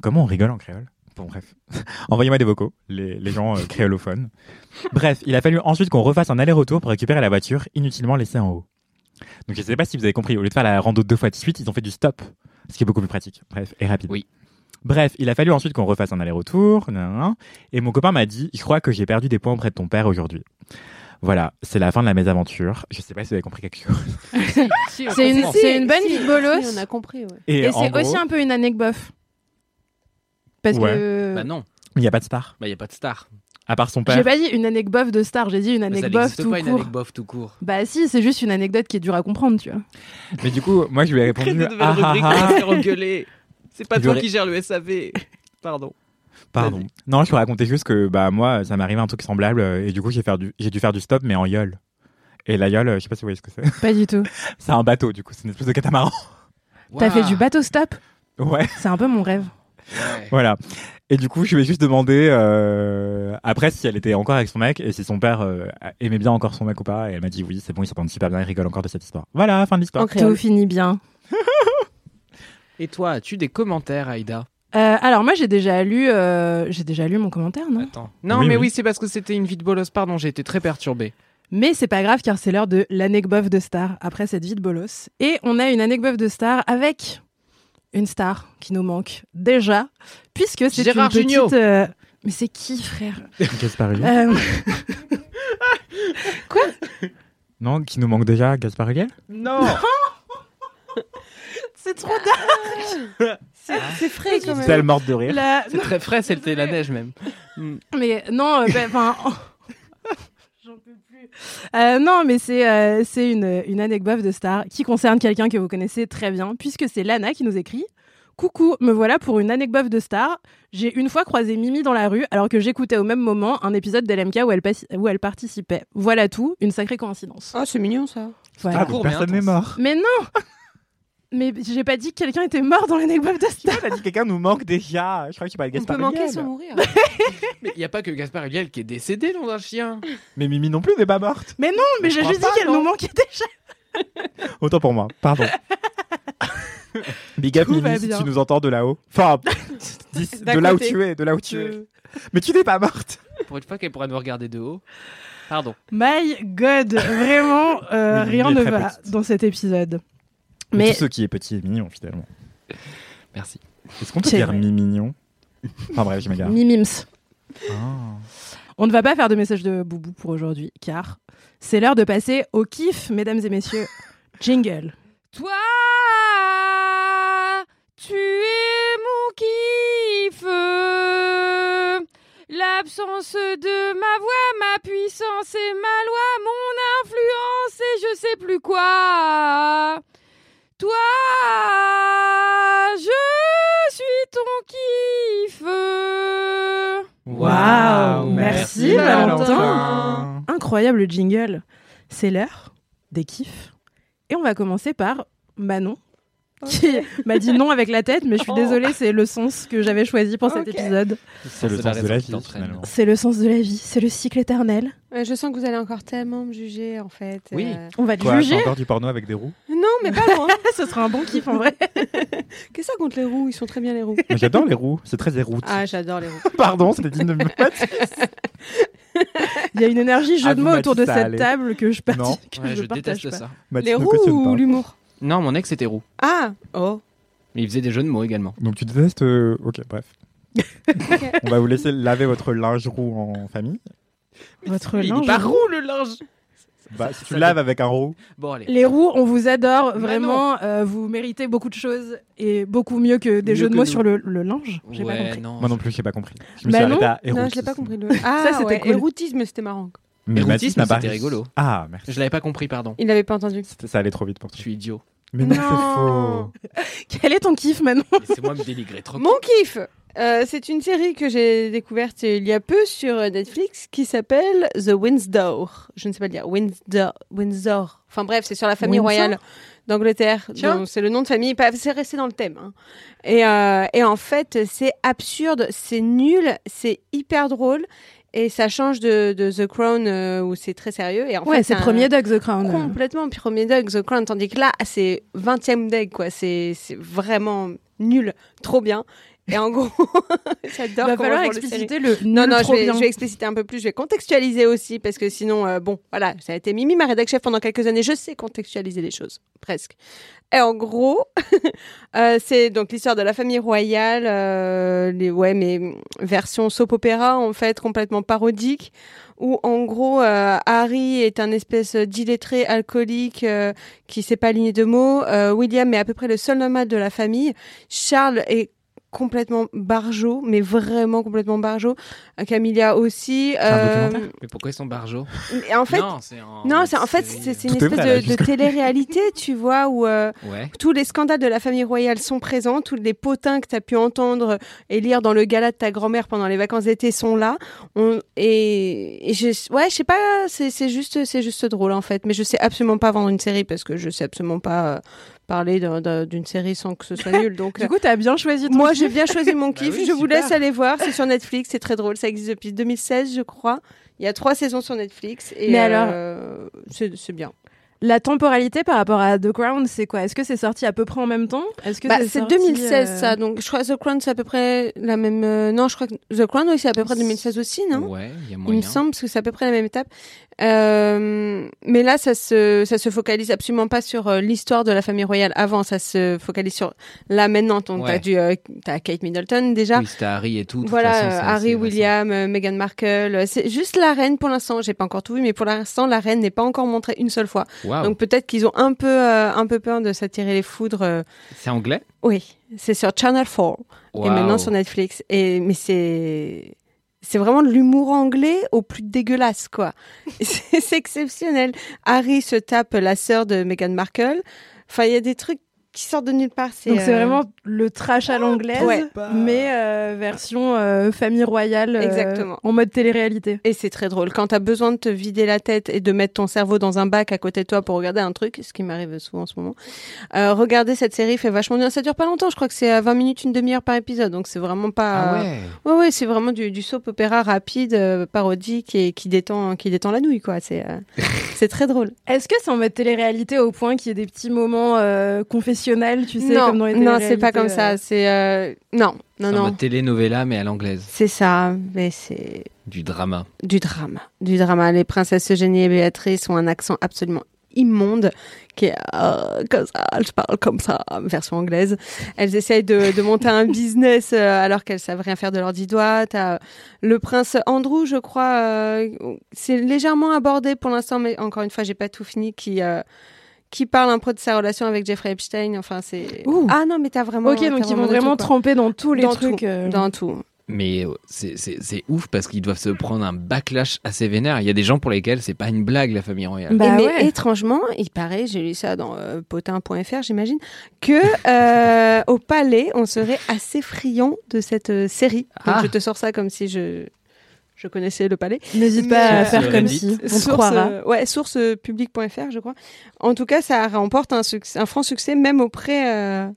Speaker 5: Comment on rigole en créole Bon, bref. *laughs* Envoyez-moi des vocaux, les, les gens euh, créolophones. Bref, il a fallu ensuite qu'on refasse un aller-retour pour récupérer la voiture inutilement laissée en haut. Donc je sais pas si vous avez compris, au lieu de faire la rando deux fois de suite, ils ont fait du stop, ce qui est beaucoup plus pratique, bref, et rapide.
Speaker 6: Oui.
Speaker 5: Bref, il a fallu ensuite qu'on refasse un aller-retour, nanana, et mon copain m'a dit, je crois que j'ai perdu des points auprès de ton père aujourd'hui. Voilà, c'est la fin de la mésaventure. Je sais pas si vous avez compris quelque chose.
Speaker 7: C'est une,
Speaker 8: Si,
Speaker 7: c'est une bonne
Speaker 8: si,
Speaker 7: vie de bolos.
Speaker 8: si, on a compris, ouais.
Speaker 7: Et,
Speaker 5: en
Speaker 7: c'est
Speaker 5: gros,
Speaker 7: aussi un peu une anecdote bof. Parce
Speaker 5: Ouais.
Speaker 7: que.
Speaker 6: Bah non,
Speaker 5: il n'y a pas de star,
Speaker 6: bah il n'y a pas de star.
Speaker 5: à part son
Speaker 7: J'ai
Speaker 5: père.
Speaker 7: pas dit une anecdote bof de star, j'ai dit une
Speaker 6: Mais ça
Speaker 7: anecdote bof
Speaker 6: n'existe
Speaker 7: tout
Speaker 6: pas une
Speaker 7: court.
Speaker 6: anecdote bof tout court.
Speaker 7: Bah si, c'est juste une anecdote qui est dure à comprendre, tu vois.
Speaker 5: Mais du coup, moi je lui ai
Speaker 6: Crée
Speaker 5: répondu,
Speaker 6: de nouvelles
Speaker 5: ah ah
Speaker 6: rubriques
Speaker 5: ah,
Speaker 6: pour se faire engueuler. C'est pas
Speaker 5: Je
Speaker 6: toi
Speaker 5: ré-
Speaker 6: qui gère le SAV. Pardon.
Speaker 5: pardon. Non, je lui racontais juste que bah moi, ça m'arrivait un truc semblable, euh, et du coup j'ai faire du- j'ai dû faire du stop, mais en yole. Et la yole, euh, je sais pas si vous voyez ce que
Speaker 7: *laughs*
Speaker 5: c'est. *laughs*
Speaker 7: Pas du tout.
Speaker 5: C'est un bateau, du coup, c'est une espèce de catamaran. *laughs*
Speaker 7: T'as fait
Speaker 6: Waouh.
Speaker 7: du bateau stop
Speaker 5: Ouais.
Speaker 7: C'est un peu mon rêve.
Speaker 6: Ouais.
Speaker 5: Voilà. Et du coup, je lui ai juste demandé euh, après si elle était encore avec son mec et si son père euh, aimait bien encore son mec ou pas. Et elle m'a dit oui, c'est bon, ils s'entendent super bien, ils rigolent encore de cette histoire. Voilà, fin de l'histoire.
Speaker 8: En
Speaker 7: Tout
Speaker 8: créole.
Speaker 7: finit bien.
Speaker 6: Et toi, as-tu des commentaires, Aïda
Speaker 7: Euh, alors moi j'ai déjà lu euh, j'ai déjà lu mon commentaire non
Speaker 6: Attends. Non,
Speaker 5: Oui,
Speaker 6: mais
Speaker 5: oui.
Speaker 6: oui, c'est parce que c'était une vie de bolos. Pardon, j'ai été très perturbé.
Speaker 7: mais c'est pas grave car c'est l'heure de l'anecdote bof de star après cette vie de bolos et on a une anecdote bof de star avec une star qui nous manque déjà puisque c'est une
Speaker 6: Gérard Mmh. Jugnot.
Speaker 7: petite euh, mais c'est qui frère
Speaker 5: *laughs* Gasparilla
Speaker 7: Euh,
Speaker 5: Non, qui nous manque déjà, Gasparilla
Speaker 6: Non
Speaker 7: *laughs* C'est trop dark. *laughs*
Speaker 6: Ah.
Speaker 7: C'est c'est frais quand même.
Speaker 9: Elle morte de rire.
Speaker 7: La-
Speaker 6: C'est très frais, c'était la neige même.
Speaker 7: Mais non, euh, ben, enfin, *laughs* oh. J'en peux plus. Euh, non, mais c'est euh, c'est une, une anecdote de star qui concerne quelqu'un que vous connaissez très bien, puisque c'est Lana qui nous écrit. Coucou, me voilà pour une anecdote de star. J'ai une fois croisé Mimi dans la rue alors que j'écoutais au même moment un épisode d'LMK où, elle passi- où elle participait. Voilà tout, une sacrée
Speaker 6: Ah,
Speaker 7: coïncidence.
Speaker 8: Oh, c'est mignon ça.
Speaker 7: Voilà.
Speaker 5: Ah, donc
Speaker 6: Court, mais
Speaker 5: personne n'est
Speaker 6: intense.
Speaker 5: mort.
Speaker 7: Mais non *laughs* Mais j'ai pas dit que quelqu'un était mort dans l'anecdote de star.
Speaker 5: T'as dit quelqu'un nous manque déjà. Je crois que tu parles de
Speaker 8: On peut
Speaker 5: Gaspard
Speaker 8: manquer
Speaker 5: Ulliel.
Speaker 8: sans mourir.
Speaker 6: Mais il n'y a pas que Gaspard Huliel qui est décédé dans un chien.
Speaker 5: Mais Mimi non plus n'est pas morte.
Speaker 7: Mais non, mais j'ai
Speaker 6: crois
Speaker 7: juste dit
Speaker 6: pas,
Speaker 7: qu'elle nous
Speaker 6: non.
Speaker 7: manquait déjà.
Speaker 5: Autant pour moi. Pardon. *laughs* Big up
Speaker 7: Tout va
Speaker 5: Mimi si
Speaker 7: bien.
Speaker 5: tu nous entends de là-haut. Enfin, *laughs* dis-
Speaker 8: D'à
Speaker 5: de là où
Speaker 8: côté.
Speaker 5: tu es, de là où tu es. Mais tu n'es pas morte.
Speaker 6: Pour une fois qu'elle pourra nous regarder de haut. Pardon.
Speaker 7: My God, vraiment,
Speaker 5: *laughs*
Speaker 7: euh,
Speaker 5: Oui,
Speaker 7: rien
Speaker 5: il
Speaker 7: ne
Speaker 5: est très
Speaker 7: va
Speaker 5: petit.
Speaker 7: dans cet épisode.
Speaker 5: Mais
Speaker 7: Mais
Speaker 5: tout ce qui est petit est mignon finalement.
Speaker 6: Merci.
Speaker 5: Est-ce qu'on peut
Speaker 7: C'est
Speaker 5: dire
Speaker 7: vrai.
Speaker 5: mi mignon Enfin bref, je m'égare.
Speaker 7: Mimims,
Speaker 5: Ah.
Speaker 7: on ne va pas faire de message de boubou pour aujourd'hui, car c'est l'heure de passer au kiff, mesdames et
Speaker 5: *laughs*
Speaker 7: messieurs. Jingle.
Speaker 2: Toi, tu es mon kiff. L'absence de ma voix, ma puissance et ma loi, mon influence et je sais plus quoi. Toi, je suis ton kiff.
Speaker 7: Waouh, merci, Valentin.
Speaker 5: Valentin.
Speaker 7: Incroyable jingle. C'est l'heure des kiffs. Et on va commencer par Manon, qui m'a dit non avec la tête, mais je suis
Speaker 8: Oh.
Speaker 7: désolée, c'est le sens que j'avais choisi pour cet
Speaker 8: Ok.
Speaker 7: épisode.
Speaker 5: C'est le
Speaker 6: la
Speaker 5: sens de
Speaker 6: raison
Speaker 5: la
Speaker 6: qui
Speaker 5: vie
Speaker 6: t'entraîne.
Speaker 5: finalement.
Speaker 7: C'est le sens de la vie, c'est le cycle éternel.
Speaker 8: Euh, Je sens que vous allez encore tellement me juger en fait.
Speaker 6: Oui.
Speaker 8: Euh,
Speaker 7: On va te *laughs*
Speaker 5: Quoi, c'est
Speaker 7: juger.
Speaker 5: encore du porno avec des roues
Speaker 8: Non, mais pas *laughs* loin.
Speaker 7: *laughs* Ce sera un bon kiff en vrai.
Speaker 8: Qu'est-ce que ça contre les roues Ils sont très bien les roues.
Speaker 5: Mais J'adore les roues, c'est très éroute.
Speaker 8: Ah, j'adore les roues.
Speaker 5: *laughs* Pardon, c'était digne de me *laughs* mettre.
Speaker 7: *laughs* Il y a une énergie jeu
Speaker 5: Ah,
Speaker 7: de
Speaker 5: vous
Speaker 7: mots
Speaker 5: m'avez
Speaker 7: autour
Speaker 5: dit
Speaker 7: de
Speaker 5: ça,
Speaker 7: cette
Speaker 5: allez.
Speaker 7: table que je, parti-
Speaker 5: Non.
Speaker 7: que
Speaker 6: Ouais,
Speaker 7: je
Speaker 6: je
Speaker 7: partage
Speaker 6: déteste
Speaker 7: pas.
Speaker 6: ça.
Speaker 8: les
Speaker 5: Mathis ne
Speaker 8: roues
Speaker 5: cautionne
Speaker 8: ou
Speaker 5: pas.
Speaker 8: l'humour
Speaker 6: Non, mon ex était roux.
Speaker 8: Ah, oh.
Speaker 6: Mais il faisait des jeux de mots également.
Speaker 5: Donc tu détestes. euh, Ok, bref.
Speaker 8: *laughs*
Speaker 5: On va vous laisser laver votre linge roux en famille.
Speaker 7: Votre
Speaker 6: Il
Speaker 7: linge
Speaker 6: est pas
Speaker 7: roux.
Speaker 6: roux le linge.
Speaker 5: Bah, si tu
Speaker 6: ça
Speaker 5: laves avec un roux.
Speaker 6: Bon, allez.
Speaker 7: Les roues, on vous adore,
Speaker 6: Manon.
Speaker 7: vraiment. euh, vous méritez beaucoup de choses et beaucoup mieux que des
Speaker 6: Mieux
Speaker 7: jeux de
Speaker 6: que
Speaker 7: mots
Speaker 6: nous.
Speaker 7: sur le, le linge. J'ai pas
Speaker 6: Ouais,
Speaker 7: compris.
Speaker 6: non.
Speaker 5: Moi non plus, j'ai pas compris. Je
Speaker 7: Manon
Speaker 5: à
Speaker 8: Bah Non, je
Speaker 5: érotisme.
Speaker 8: l'ai pas compris. Le... Ah,
Speaker 7: c'était
Speaker 8: ouais,
Speaker 7: cool.
Speaker 8: Érotisme, c'était marrant.
Speaker 5: Mais
Speaker 6: Érotisme,
Speaker 5: Mathis n'a pas.
Speaker 6: c'était rigolo.
Speaker 5: Ah, merci.
Speaker 6: Je l'avais pas compris, pardon.
Speaker 8: Il n'avait pas entendu.
Speaker 5: C'était- Ça allait trop vite pour
Speaker 6: Je
Speaker 5: toi.
Speaker 6: suis idiot.
Speaker 5: Mais non,
Speaker 8: Non.
Speaker 5: c'est faux.
Speaker 7: Quel est ton kiff, Manon
Speaker 6: Laissez-moi me dénigrer trop. *laughs*
Speaker 8: Mon kiff Euh, C'est une série que j'ai découverte il y a peu sur Netflix qui s'appelle The Windsor. Je ne sais pas le dire. Windsor. Windsor. Enfin bref, c'est sur la famille
Speaker 7: Windsor
Speaker 8: royale d'Angleterre.
Speaker 7: Tiens.
Speaker 8: Donc, C'est le nom de famille. Pas- C'est resté dans le thème. hein. Et, euh, et en fait, c'est absurde, c'est nul, c'est hyper drôle. Et ça change de, de The Crown euh, où c'est très sérieux. Et en
Speaker 7: Ouais,
Speaker 8: fait,
Speaker 7: c'est
Speaker 8: un-
Speaker 7: premier Doug the Crown. Euh,
Speaker 8: Complètement premier deg The Crown, tandis que là, c'est 20e deg, quoi. C'est c'est vraiment nul, trop bien. Et en gros, *laughs*
Speaker 7: Il
Speaker 8: j'adore
Speaker 7: va
Speaker 8: comment
Speaker 7: falloir
Speaker 8: je vends le série.
Speaker 7: expliciter le
Speaker 8: Non, non, je
Speaker 7: trop
Speaker 8: vais,
Speaker 7: bien.
Speaker 8: je vais expliciter un peu plus, je vais contextualiser aussi, parce que sinon, euh, bon, voilà, ça a été Mimi, ma rédac chef pendant quelques années, je sais contextualiser les choses, presque. Et en gros, *laughs* euh, c'est donc l'histoire de la famille royale, euh, les, ouais, mais mm, version soap opéra, en fait, complètement parodique, où en gros, euh, Harry est un espèce d'illettré alcoolique euh, qui sait pas aligner de mots, euh, William est à peu près le seul nomade de la famille, Charles est complètement barjot, mais vraiment complètement barjot. Euh, Camilla aussi.
Speaker 5: un
Speaker 8: euh,
Speaker 6: Mais pourquoi ils sont barjots
Speaker 8: et en fait, non,
Speaker 6: Non, c'est en. euh.
Speaker 8: c'est en fait c'est c'est une
Speaker 5: Tout est
Speaker 8: espèce
Speaker 5: vrai, là,
Speaker 8: de, de
Speaker 5: jusqu'au-
Speaker 8: télé-réalité, tu vois, où euh,
Speaker 6: Ouais.
Speaker 8: tous les scandales de la famille royale sont présents, tous les potins que tu as pu entendre et lire dans le gala de ta grand-mère pendant les vacances d'été sont là. On, et, et je, ouais, je sais pas, c'est c'est juste, c'est juste drôle en fait. Mais je sais absolument pas vendre une série parce que je sais absolument pas euh, parler d'un- d'un- d'une série sans que ce soit nul. Donc euh,
Speaker 7: Du coup, t'as bien choisi ton
Speaker 8: moi,
Speaker 7: kiff.
Speaker 8: j'ai bien choisi mon
Speaker 6: Bah
Speaker 8: kiff.
Speaker 6: oui,
Speaker 8: je vous
Speaker 6: super.
Speaker 8: laisse aller voir. C'est sur Netflix. C'est très drôle. Ça existe depuis 2016, je crois. Il y a trois saisons sur Netflix. Et
Speaker 7: Mais
Speaker 8: euh, c'est c'est bien.
Speaker 7: La temporalité par rapport à The Crown, c'est quoi Est-ce que c'est sorti à peu près en même temps Est-ce que
Speaker 8: Bah,
Speaker 7: c'est
Speaker 8: c'est
Speaker 7: sorti,
Speaker 8: 2016,
Speaker 7: euh,
Speaker 8: ça. Donc, je crois que The Crown, c'est à peu près la même. euh, non, je crois que The Crown, oui, c'est à peu près 2016 aussi, non
Speaker 6: Ouais, il y
Speaker 8: Il
Speaker 6: a moyen.
Speaker 8: me semble, parce que c'est à peu près la même étape. Euh, mais là, ça se, ça se focalise absolument pas sur euh, l'histoire de la famille royale avant. Ça se focalise sur là maintenant. Donc,
Speaker 6: Ouais.
Speaker 8: t'as du, euh, t'as Kate Middleton déjà.
Speaker 6: Oui, c'était Harry et tout. de toute
Speaker 8: Voilà,
Speaker 6: façon,
Speaker 8: euh,
Speaker 6: c'est- c'est
Speaker 8: Harry,
Speaker 6: récent.
Speaker 8: William, euh, Meghan Markle. euh, C'est juste la reine pour l'instant. J'ai pas encore tout vu, mais pour l'instant, la reine n'est pas encore montrée une seule fois.
Speaker 6: Waouh.
Speaker 8: Donc peut-être qu'ils ont un peu, euh, un peu peur de s'attirer les foudres. euh.
Speaker 6: C'est anglais
Speaker 8: Oui, c'est sur Channel 4 et
Speaker 6: Waouh.
Speaker 8: maintenant sur Netflix. Et mais c'est c'est vraiment de l'humour anglais au plus dégueulasse quoi. *laughs* c'est c'est exceptionnel. Harry se tape la sœur de Meghan Markle. Enfin, il y a des trucs qui sortent de nulle part.
Speaker 7: Donc c'est
Speaker 8: euh,
Speaker 7: vraiment le trash à l'anglaise,
Speaker 8: Ouais.
Speaker 7: mais euh, version euh, famille royale, euh,
Speaker 8: Exactement.
Speaker 7: en mode télé-réalité.
Speaker 8: Et c'est très drôle. Quand t'as besoin de te vider la tête et de mettre ton cerveau dans un bac à côté de toi pour regarder un truc, ce qui m'arrive souvent en ce moment, euh, regarder cette série fait vachement bien. Ça dure pas longtemps, je crois que c'est à 20 minutes, une demi-heure par épisode, donc c'est vraiment pas...
Speaker 6: Ah ouais.
Speaker 8: ouais, ouais, c'est vraiment du, du soap opéra rapide, euh, parodique et qui détend, qui détend la nouille, quoi. C'est
Speaker 6: *laughs*
Speaker 8: euh, c'est très drôle.
Speaker 7: Est-ce que c'est en mode télé-réalité au point qu'il y ait des petits moments euh, confessionnels, tu sais,
Speaker 8: non,
Speaker 7: comme dans les
Speaker 8: non, c'est
Speaker 7: téléréalités,
Speaker 8: pas comme ça.
Speaker 7: euh,
Speaker 8: C'est... euh, Non, non,
Speaker 6: C'est en
Speaker 8: non.
Speaker 6: mode telenovela, mais à l'anglaise.
Speaker 8: C'est ça, mais c'est...
Speaker 6: Du drama.
Speaker 8: du drame. Du drama. Les princesses Eugénie et Béatrice ont un accent absolument immonde qui est euh, comme ça, je parle comme ça, version anglaise. Elles essayent de, de monter un business euh, alors qu'elles savent rien faire de leurs dix doigts. T'as, euh, le prince Andrew, je crois, euh, c'est légèrement abordé pour l'instant, mais encore une fois, j'ai pas tout fini, qui, euh, qui parle un peu de sa relation avec Jeffrey Epstein. Enfin, c'est...
Speaker 7: Ouh.
Speaker 8: Ah non, mais t'as vraiment...
Speaker 7: euh. Ok,
Speaker 8: t'as
Speaker 7: donc ils vont
Speaker 8: de tout,
Speaker 7: vraiment
Speaker 8: quoi.
Speaker 7: tremper dans tous les
Speaker 8: Dans
Speaker 7: trucs.
Speaker 8: tout,
Speaker 7: euh,
Speaker 8: Dans tout.
Speaker 6: Mais euh, c'est- c'est c'est ouf parce qu'ils doivent se prendre un backlash assez vénère. Il y a des gens pour lesquels c'est pas une blague, la famille royale.
Speaker 7: Bah
Speaker 8: Et mais
Speaker 7: ouais.
Speaker 8: étrangement, il paraît, j'ai lu ça dans euh, potin.fr, j'imagine, que euh, au palais, on serait assez friand de cette euh, série. Donc
Speaker 6: Ah.
Speaker 8: je te sors ça comme si je je connaissais le palais.
Speaker 7: N'hésite pas
Speaker 8: Mais,
Speaker 7: à
Speaker 8: euh,
Speaker 7: faire comme
Speaker 6: Reddit.
Speaker 7: si, on te hein.
Speaker 8: source,
Speaker 7: croira.
Speaker 8: euh, ouais, source euh, public.fr, je crois. En tout cas, ça remporte un, succès- un franc succès même auprès euh,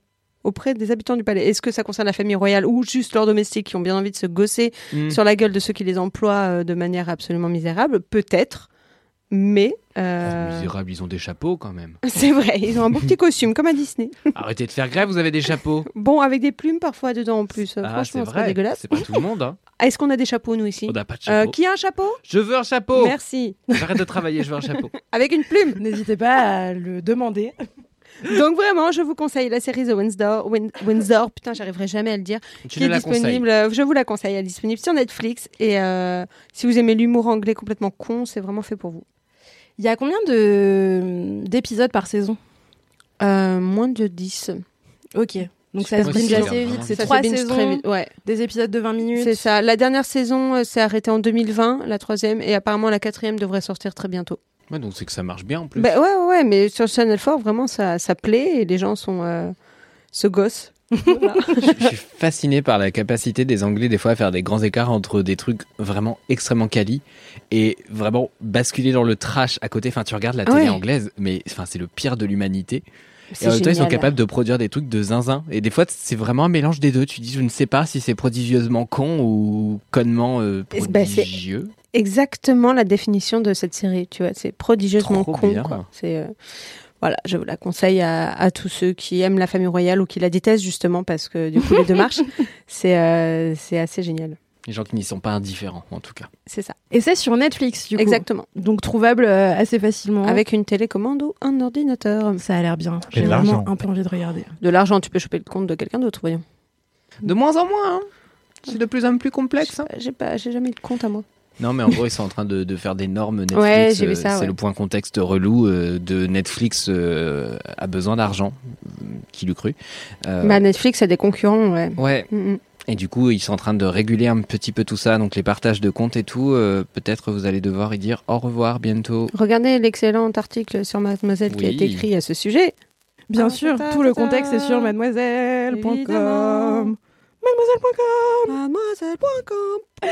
Speaker 8: auprès des habitants du palais. Est-ce que ça concerne la famille royale ou juste leurs domestiques qui ont bien envie de se gosser
Speaker 7: Hmm.
Speaker 6: Mm.
Speaker 8: sur la gueule de ceux qui les emploient euh, de manière absolument misérable Peut-être, mais euh,
Speaker 6: Les
Speaker 7: Ah,
Speaker 6: misérables, ils ont des chapeaux quand même.
Speaker 8: *laughs* c'est vrai, ils ont un beau petit costume, comme à Disney.
Speaker 6: Arrêtez de faire grève, vous avez des chapeaux.
Speaker 8: Bon, avec des plumes parfois dedans en plus. Euh,
Speaker 6: Ah, c'est
Speaker 8: Franchement, c'est pas
Speaker 6: vrai.
Speaker 8: dégueulasse.
Speaker 6: C'est pas tout le monde. hein. Oh,
Speaker 8: Ah, Est-ce qu'on a des chapeaux, nous, ici
Speaker 6: On n'a pas de
Speaker 8: Euh,
Speaker 6: chapeau.
Speaker 8: Qui a un chapeau
Speaker 6: Je veux un chapeau.
Speaker 8: Merci.
Speaker 6: J'arrête de travailler, je veux un chapeau.
Speaker 8: Avec une plume.
Speaker 7: N'hésitez pas à le demander.
Speaker 8: Donc, vraiment, je vous conseille la série The Windsor. Win- Windsor, putain, j'arriverai jamais à le dire.
Speaker 6: Tu
Speaker 8: qui
Speaker 6: ne
Speaker 8: est
Speaker 6: la conseilles.
Speaker 8: disponible. euh, Je vous la conseille. Elle est disponible sur Netflix. Et euh, si vous aimez l'humour anglais complètement con, c'est vraiment fait pour vous.
Speaker 7: Il y a combien de- d'épisodes par saison
Speaker 8: Euh, moins de 10.
Speaker 7: Ok. Donc
Speaker 8: Je
Speaker 7: ça se
Speaker 8: pense que
Speaker 7: binge
Speaker 8: c'est
Speaker 7: assez
Speaker 6: bien.
Speaker 7: vite. C'est
Speaker 8: Ça se
Speaker 7: trois
Speaker 8: binge
Speaker 7: saisons,
Speaker 8: très vite. Ouais,
Speaker 7: des épisodes de 20 minutes.
Speaker 8: c'est ça. La dernière saison euh, s'est arrêtée en 2020, la troisième, et apparemment la quatrième devrait sortir très bientôt.
Speaker 6: Ouais, donc c'est que ça marche bien en plus.
Speaker 8: Bah ouais, ouais, ouais, mais sur Channel 4, vraiment, ça, ça plaît et les gens sont, euh, se gossent.
Speaker 6: je, je suis fasciné par la capacité des Anglais des fois à faire des grands écarts entre des trucs vraiment extrêmement quali et vraiment basculer dans le trash à côté. Enfin, tu regardes la télé
Speaker 8: Ah Ouais.
Speaker 6: anglaise, mais enfin c'est le pire de l'humanité. Et
Speaker 8: C'est
Speaker 6: en même temps, ils sont
Speaker 8: génial.
Speaker 6: capables de produire des trucs de zinzin. Et des fois, c'est vraiment un mélange des deux. Tu dis, je ne sais pas si c'est prodigieusement con ou connement euh,
Speaker 8: Et bah, c'est
Speaker 6: prodigieux.
Speaker 8: Exactement la définition de cette série, tu vois. C'est prodigieusement
Speaker 6: Trop
Speaker 8: con,
Speaker 6: bien.
Speaker 8: quoi. C'est, euh, voilà, je vous la conseille à, à tous ceux qui aiment la famille royale ou qui la détestent, justement, parce que du coup, les deux marchent. C'est, euh, c'est assez génial.
Speaker 6: Les gens qui n'y sont pas indifférents, en tout cas.
Speaker 8: C'est ça.
Speaker 7: Et c'est sur Netflix, du coup.
Speaker 8: Exactement.
Speaker 7: Donc trouvable euh, assez facilement.
Speaker 8: Avec une télécommande ou un ordinateur.
Speaker 7: Ça a l'air bien.
Speaker 5: Et
Speaker 7: J'ai
Speaker 5: de
Speaker 7: vraiment
Speaker 5: l'argent.
Speaker 7: un peu envie de regarder.
Speaker 8: De l'argent, tu peux choper le compte de quelqu'un d'autre, voyons.
Speaker 6: De moins en moins, hein. c'est de plus en plus complexe. hein.
Speaker 8: J'ai, pas, j'ai jamais eu de compte à moi.
Speaker 6: Non, mais en gros, ils sont en train de, de faire des normes Netflix.
Speaker 8: Ouais, j'ai vu
Speaker 6: euh,
Speaker 8: ça,
Speaker 6: C'est
Speaker 8: ouais.
Speaker 6: le point contexte relou euh, de Netflix euh, a besoin d'argent. euh, Qui l'eût cru Euh,
Speaker 8: Bah, Netflix a des concurrents, ouais.
Speaker 6: Ouais,
Speaker 8: Mm, mm.
Speaker 6: et du coup, ils sont en train de réguler un petit peu tout ça, donc les partages de comptes et tout. euh, Peut-être vous allez devoir y dire au revoir bientôt.
Speaker 8: Regardez l'excellent article sur Mademoiselle qui a
Speaker 6: Oui.
Speaker 8: été écrit à ce sujet.
Speaker 7: Bien
Speaker 8: Ah,
Speaker 7: sûr,
Speaker 8: ta-ta-ta.
Speaker 7: tout le contexte est sur mademoiselle.com.
Speaker 8: Évidemment.
Speaker 7: Mademoiselle.com.
Speaker 8: Mademoiselle.com.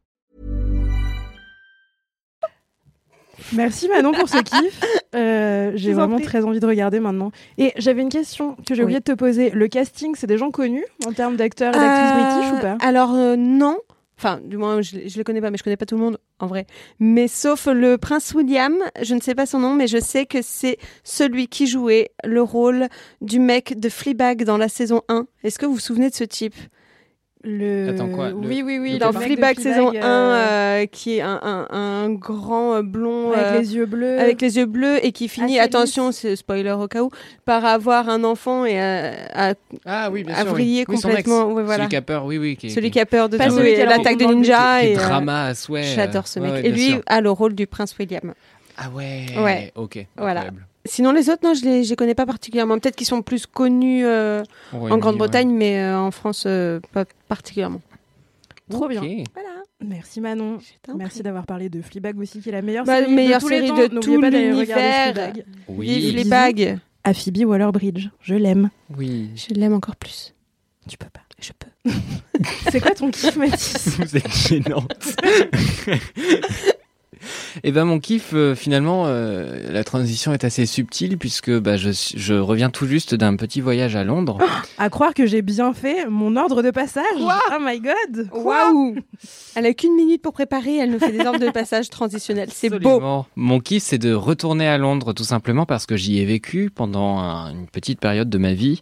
Speaker 7: Merci Manon
Speaker 8: *laughs*
Speaker 7: pour ce kiff. Euh, J'ai
Speaker 8: Je vous en
Speaker 7: vraiment
Speaker 8: prie.
Speaker 7: très envie de regarder maintenant. Et j'avais une question que j'ai oublié de te poser. Le casting, c'est des gens connus en termes d'acteurs et d'actrices
Speaker 8: Euh,
Speaker 7: british ou pas
Speaker 8: Alors euh, non. Enfin, du moins, je, je le connais pas, mais je connais pas tout le monde en vrai. Mais sauf le prince William, je ne sais pas son nom, mais je sais que c'est celui qui jouait le rôle du mec de Fleabag dans la saison 1. Est-ce que vous vous souvenez de ce type le...
Speaker 6: Attends, quoi Le-
Speaker 2: Oui, oui, oui.
Speaker 6: le
Speaker 8: Dans
Speaker 2: le mec de
Speaker 8: Fleabag saison 1,
Speaker 2: Fleabag, euh,
Speaker 8: euh, qui est un, un- un grand euh, blond euh,
Speaker 7: Avec les yeux bleus.
Speaker 8: avec les yeux bleus et qui finit,
Speaker 7: Assez
Speaker 8: attention, c'est spoiler au cas où, par avoir un enfant et euh, à-
Speaker 6: Ah oui, bien
Speaker 8: À
Speaker 6: sûr.
Speaker 8: vriller
Speaker 6: oui. Oui, son ex.
Speaker 8: complètement, ouais, voilà.
Speaker 6: Celui qui a peur, oui, oui. Qui,
Speaker 8: celui qui a peur de
Speaker 6: Pas
Speaker 8: tout
Speaker 6: celui
Speaker 8: et
Speaker 6: qui a la
Speaker 8: l'attaque des
Speaker 7: rencontre dans le but.
Speaker 8: ninjas.
Speaker 6: qui
Speaker 8: et,
Speaker 6: est
Speaker 8: euh,
Speaker 6: drama à souhait. euh,
Speaker 8: J'adore ce mec.
Speaker 6: ouais, ouais,
Speaker 8: et
Speaker 6: bien
Speaker 8: lui
Speaker 6: sûr.
Speaker 8: a le rôle du prince William.
Speaker 6: Ah ouais.
Speaker 8: Ouais.
Speaker 6: Ok.
Speaker 8: Voilà.
Speaker 6: incroyable.
Speaker 8: Sinon, les autres, non, je les, je les connais pas particulièrement. Peut-être qu'ils sont plus connus euh,
Speaker 6: Au
Speaker 8: en
Speaker 6: Royaume-Uni,
Speaker 8: Grande-Bretagne, mais euh, en France, euh, pas particulièrement.
Speaker 6: ouais.
Speaker 7: Trop bien.
Speaker 6: Ok.
Speaker 8: Voilà.
Speaker 7: Merci Manon. Merci d'avoir parlé de Fleabag aussi, qui est la meilleure
Speaker 8: Bah,
Speaker 7: série,
Speaker 8: meilleure
Speaker 7: de tous
Speaker 8: série
Speaker 7: les temps.
Speaker 8: de
Speaker 7: N'oubliez
Speaker 8: tout
Speaker 7: pas d'aller regarder
Speaker 8: l'univers.
Speaker 7: Fleabag.
Speaker 8: Vive les
Speaker 6: Oui.
Speaker 7: Bisous.
Speaker 8: bagues.
Speaker 7: À Phoebe Waller-Bridge, je l'aime.
Speaker 6: Oui.
Speaker 8: Je l'aime encore plus.
Speaker 7: Tu peux pas.
Speaker 8: Je peux.
Speaker 7: *laughs* C'est quoi ton kiff,
Speaker 6: *laughs*
Speaker 7: Mathis
Speaker 6: Vous êtes gênante. *laughs* Et ben mon kiff, euh, finalement, euh, la transition est assez subtile puisque bah, je, je reviens tout juste d'un petit voyage à Londres.
Speaker 7: À croire que j'ai bien fait mon ordre de passage. oh my god.
Speaker 8: Waouh Elle a qu'une minute pour préparer, elle nous fait des ordres de passage *laughs* transitionnels. C'est beau.
Speaker 6: Absolument. Mon kiff, c'est de retourner à Londres tout simplement parce que j'y ai vécu pendant un- une petite période de ma vie.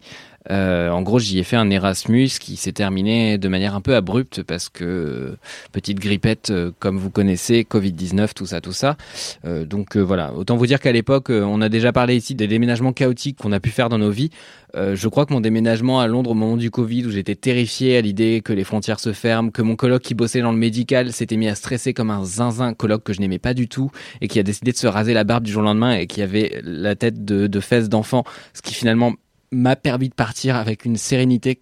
Speaker 6: Euh, en gros, j'y ai fait un Erasmus qui s'est terminé de manière un peu abrupte parce que euh, petite grippette, euh, comme vous connaissez, Covid-19, tout ça, tout ça. Euh, donc euh, voilà, autant vous dire qu'à l'époque, euh, on a déjà parlé ici des déménagements chaotiques qu'on a pu faire dans nos vies. Euh, je crois que mon déménagement à Londres au moment du Covid, où j'étais terrifié à l'idée que les frontières se ferment, que mon coloc qui bossait dans le médical s'était mis à stresser comme un zinzin, coloc que je n'aimais pas du tout, et qui a décidé de se raser la barbe du jour au lendemain et qui avait la tête de, de fesses d'enfant, ce qui finalement m'a permis de partir avec une sérénité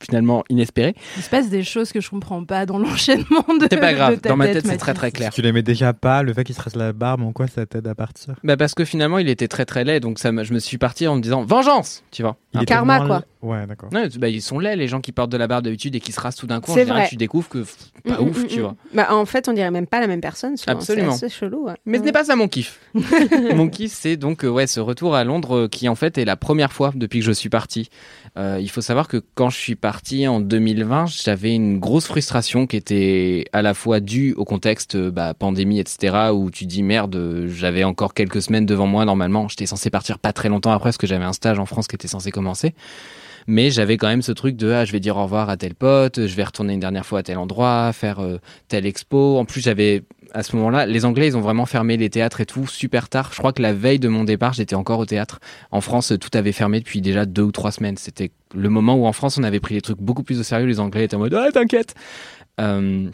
Speaker 6: finalement
Speaker 8: *laughs*
Speaker 6: inespérée.
Speaker 7: Il se passe des choses que je comprends pas dans *laughs* l'enchaînement de.
Speaker 6: C'est pas
Speaker 7: de
Speaker 6: grave,
Speaker 7: ta
Speaker 6: dans ma tête c'est
Speaker 7: Mathis.
Speaker 6: très très clair.
Speaker 5: Tu l'aimais déjà pas, le fait qu'il se reste la barbe, en quoi ça t'aide à partir
Speaker 6: Bah parce que finalement il était très très laid, donc ça, m'a- je me suis parti en me disant vengeance, tu vois.
Speaker 5: Il était
Speaker 8: Karma,
Speaker 5: moins-
Speaker 8: quoi.
Speaker 5: Ouais, d'accord.
Speaker 6: Non, bah, ils sont laids les gens qui portent de la barbe d'habitude et qui se rasent tout d'un coup. En
Speaker 8: C'est
Speaker 6: général,
Speaker 8: vrai.
Speaker 6: tu découvres que pff, pas
Speaker 8: Mm,
Speaker 6: ouf,
Speaker 8: mm,
Speaker 6: tu
Speaker 8: mm.
Speaker 6: vois.
Speaker 8: Bah, en fait, on dirait même pas la même personne. souvent.
Speaker 6: Absolument.
Speaker 8: C'est assez chelou. ouais. Mm.
Speaker 6: Mais ce
Speaker 8: Ouais.
Speaker 6: n'est pas ça mon kiff. mon kiff, c'est donc euh, ouais, ce retour à Londres euh, qui en fait est la première fois depuis que je suis parti. Euh, il faut savoir que quand je suis parti en 2020, j'avais une grosse frustration qui était à la fois due au contexte euh, bah, pandémie, etc. où tu dis merde, euh, j'avais encore quelques semaines devant moi normalement. J'étais censé partir pas très longtemps après parce que j'avais un stage en France qui était censé commencer. Mais j'avais quand même ce truc de ah, je vais dire au revoir à tel pote, je vais retourner une dernière fois à tel endroit, faire euh, telle expo. En plus, j'avais à ce moment-là, les Anglais, ils ont vraiment fermé les théâtres et tout super tard. Je crois que la veille de mon départ, j'étais encore au théâtre. En France, tout avait fermé depuis déjà deux ou trois semaines. C'était le moment où en France, on avait pris les trucs beaucoup plus au sérieux. Les Anglais étaient en mode Ah, t'inquiète Euh,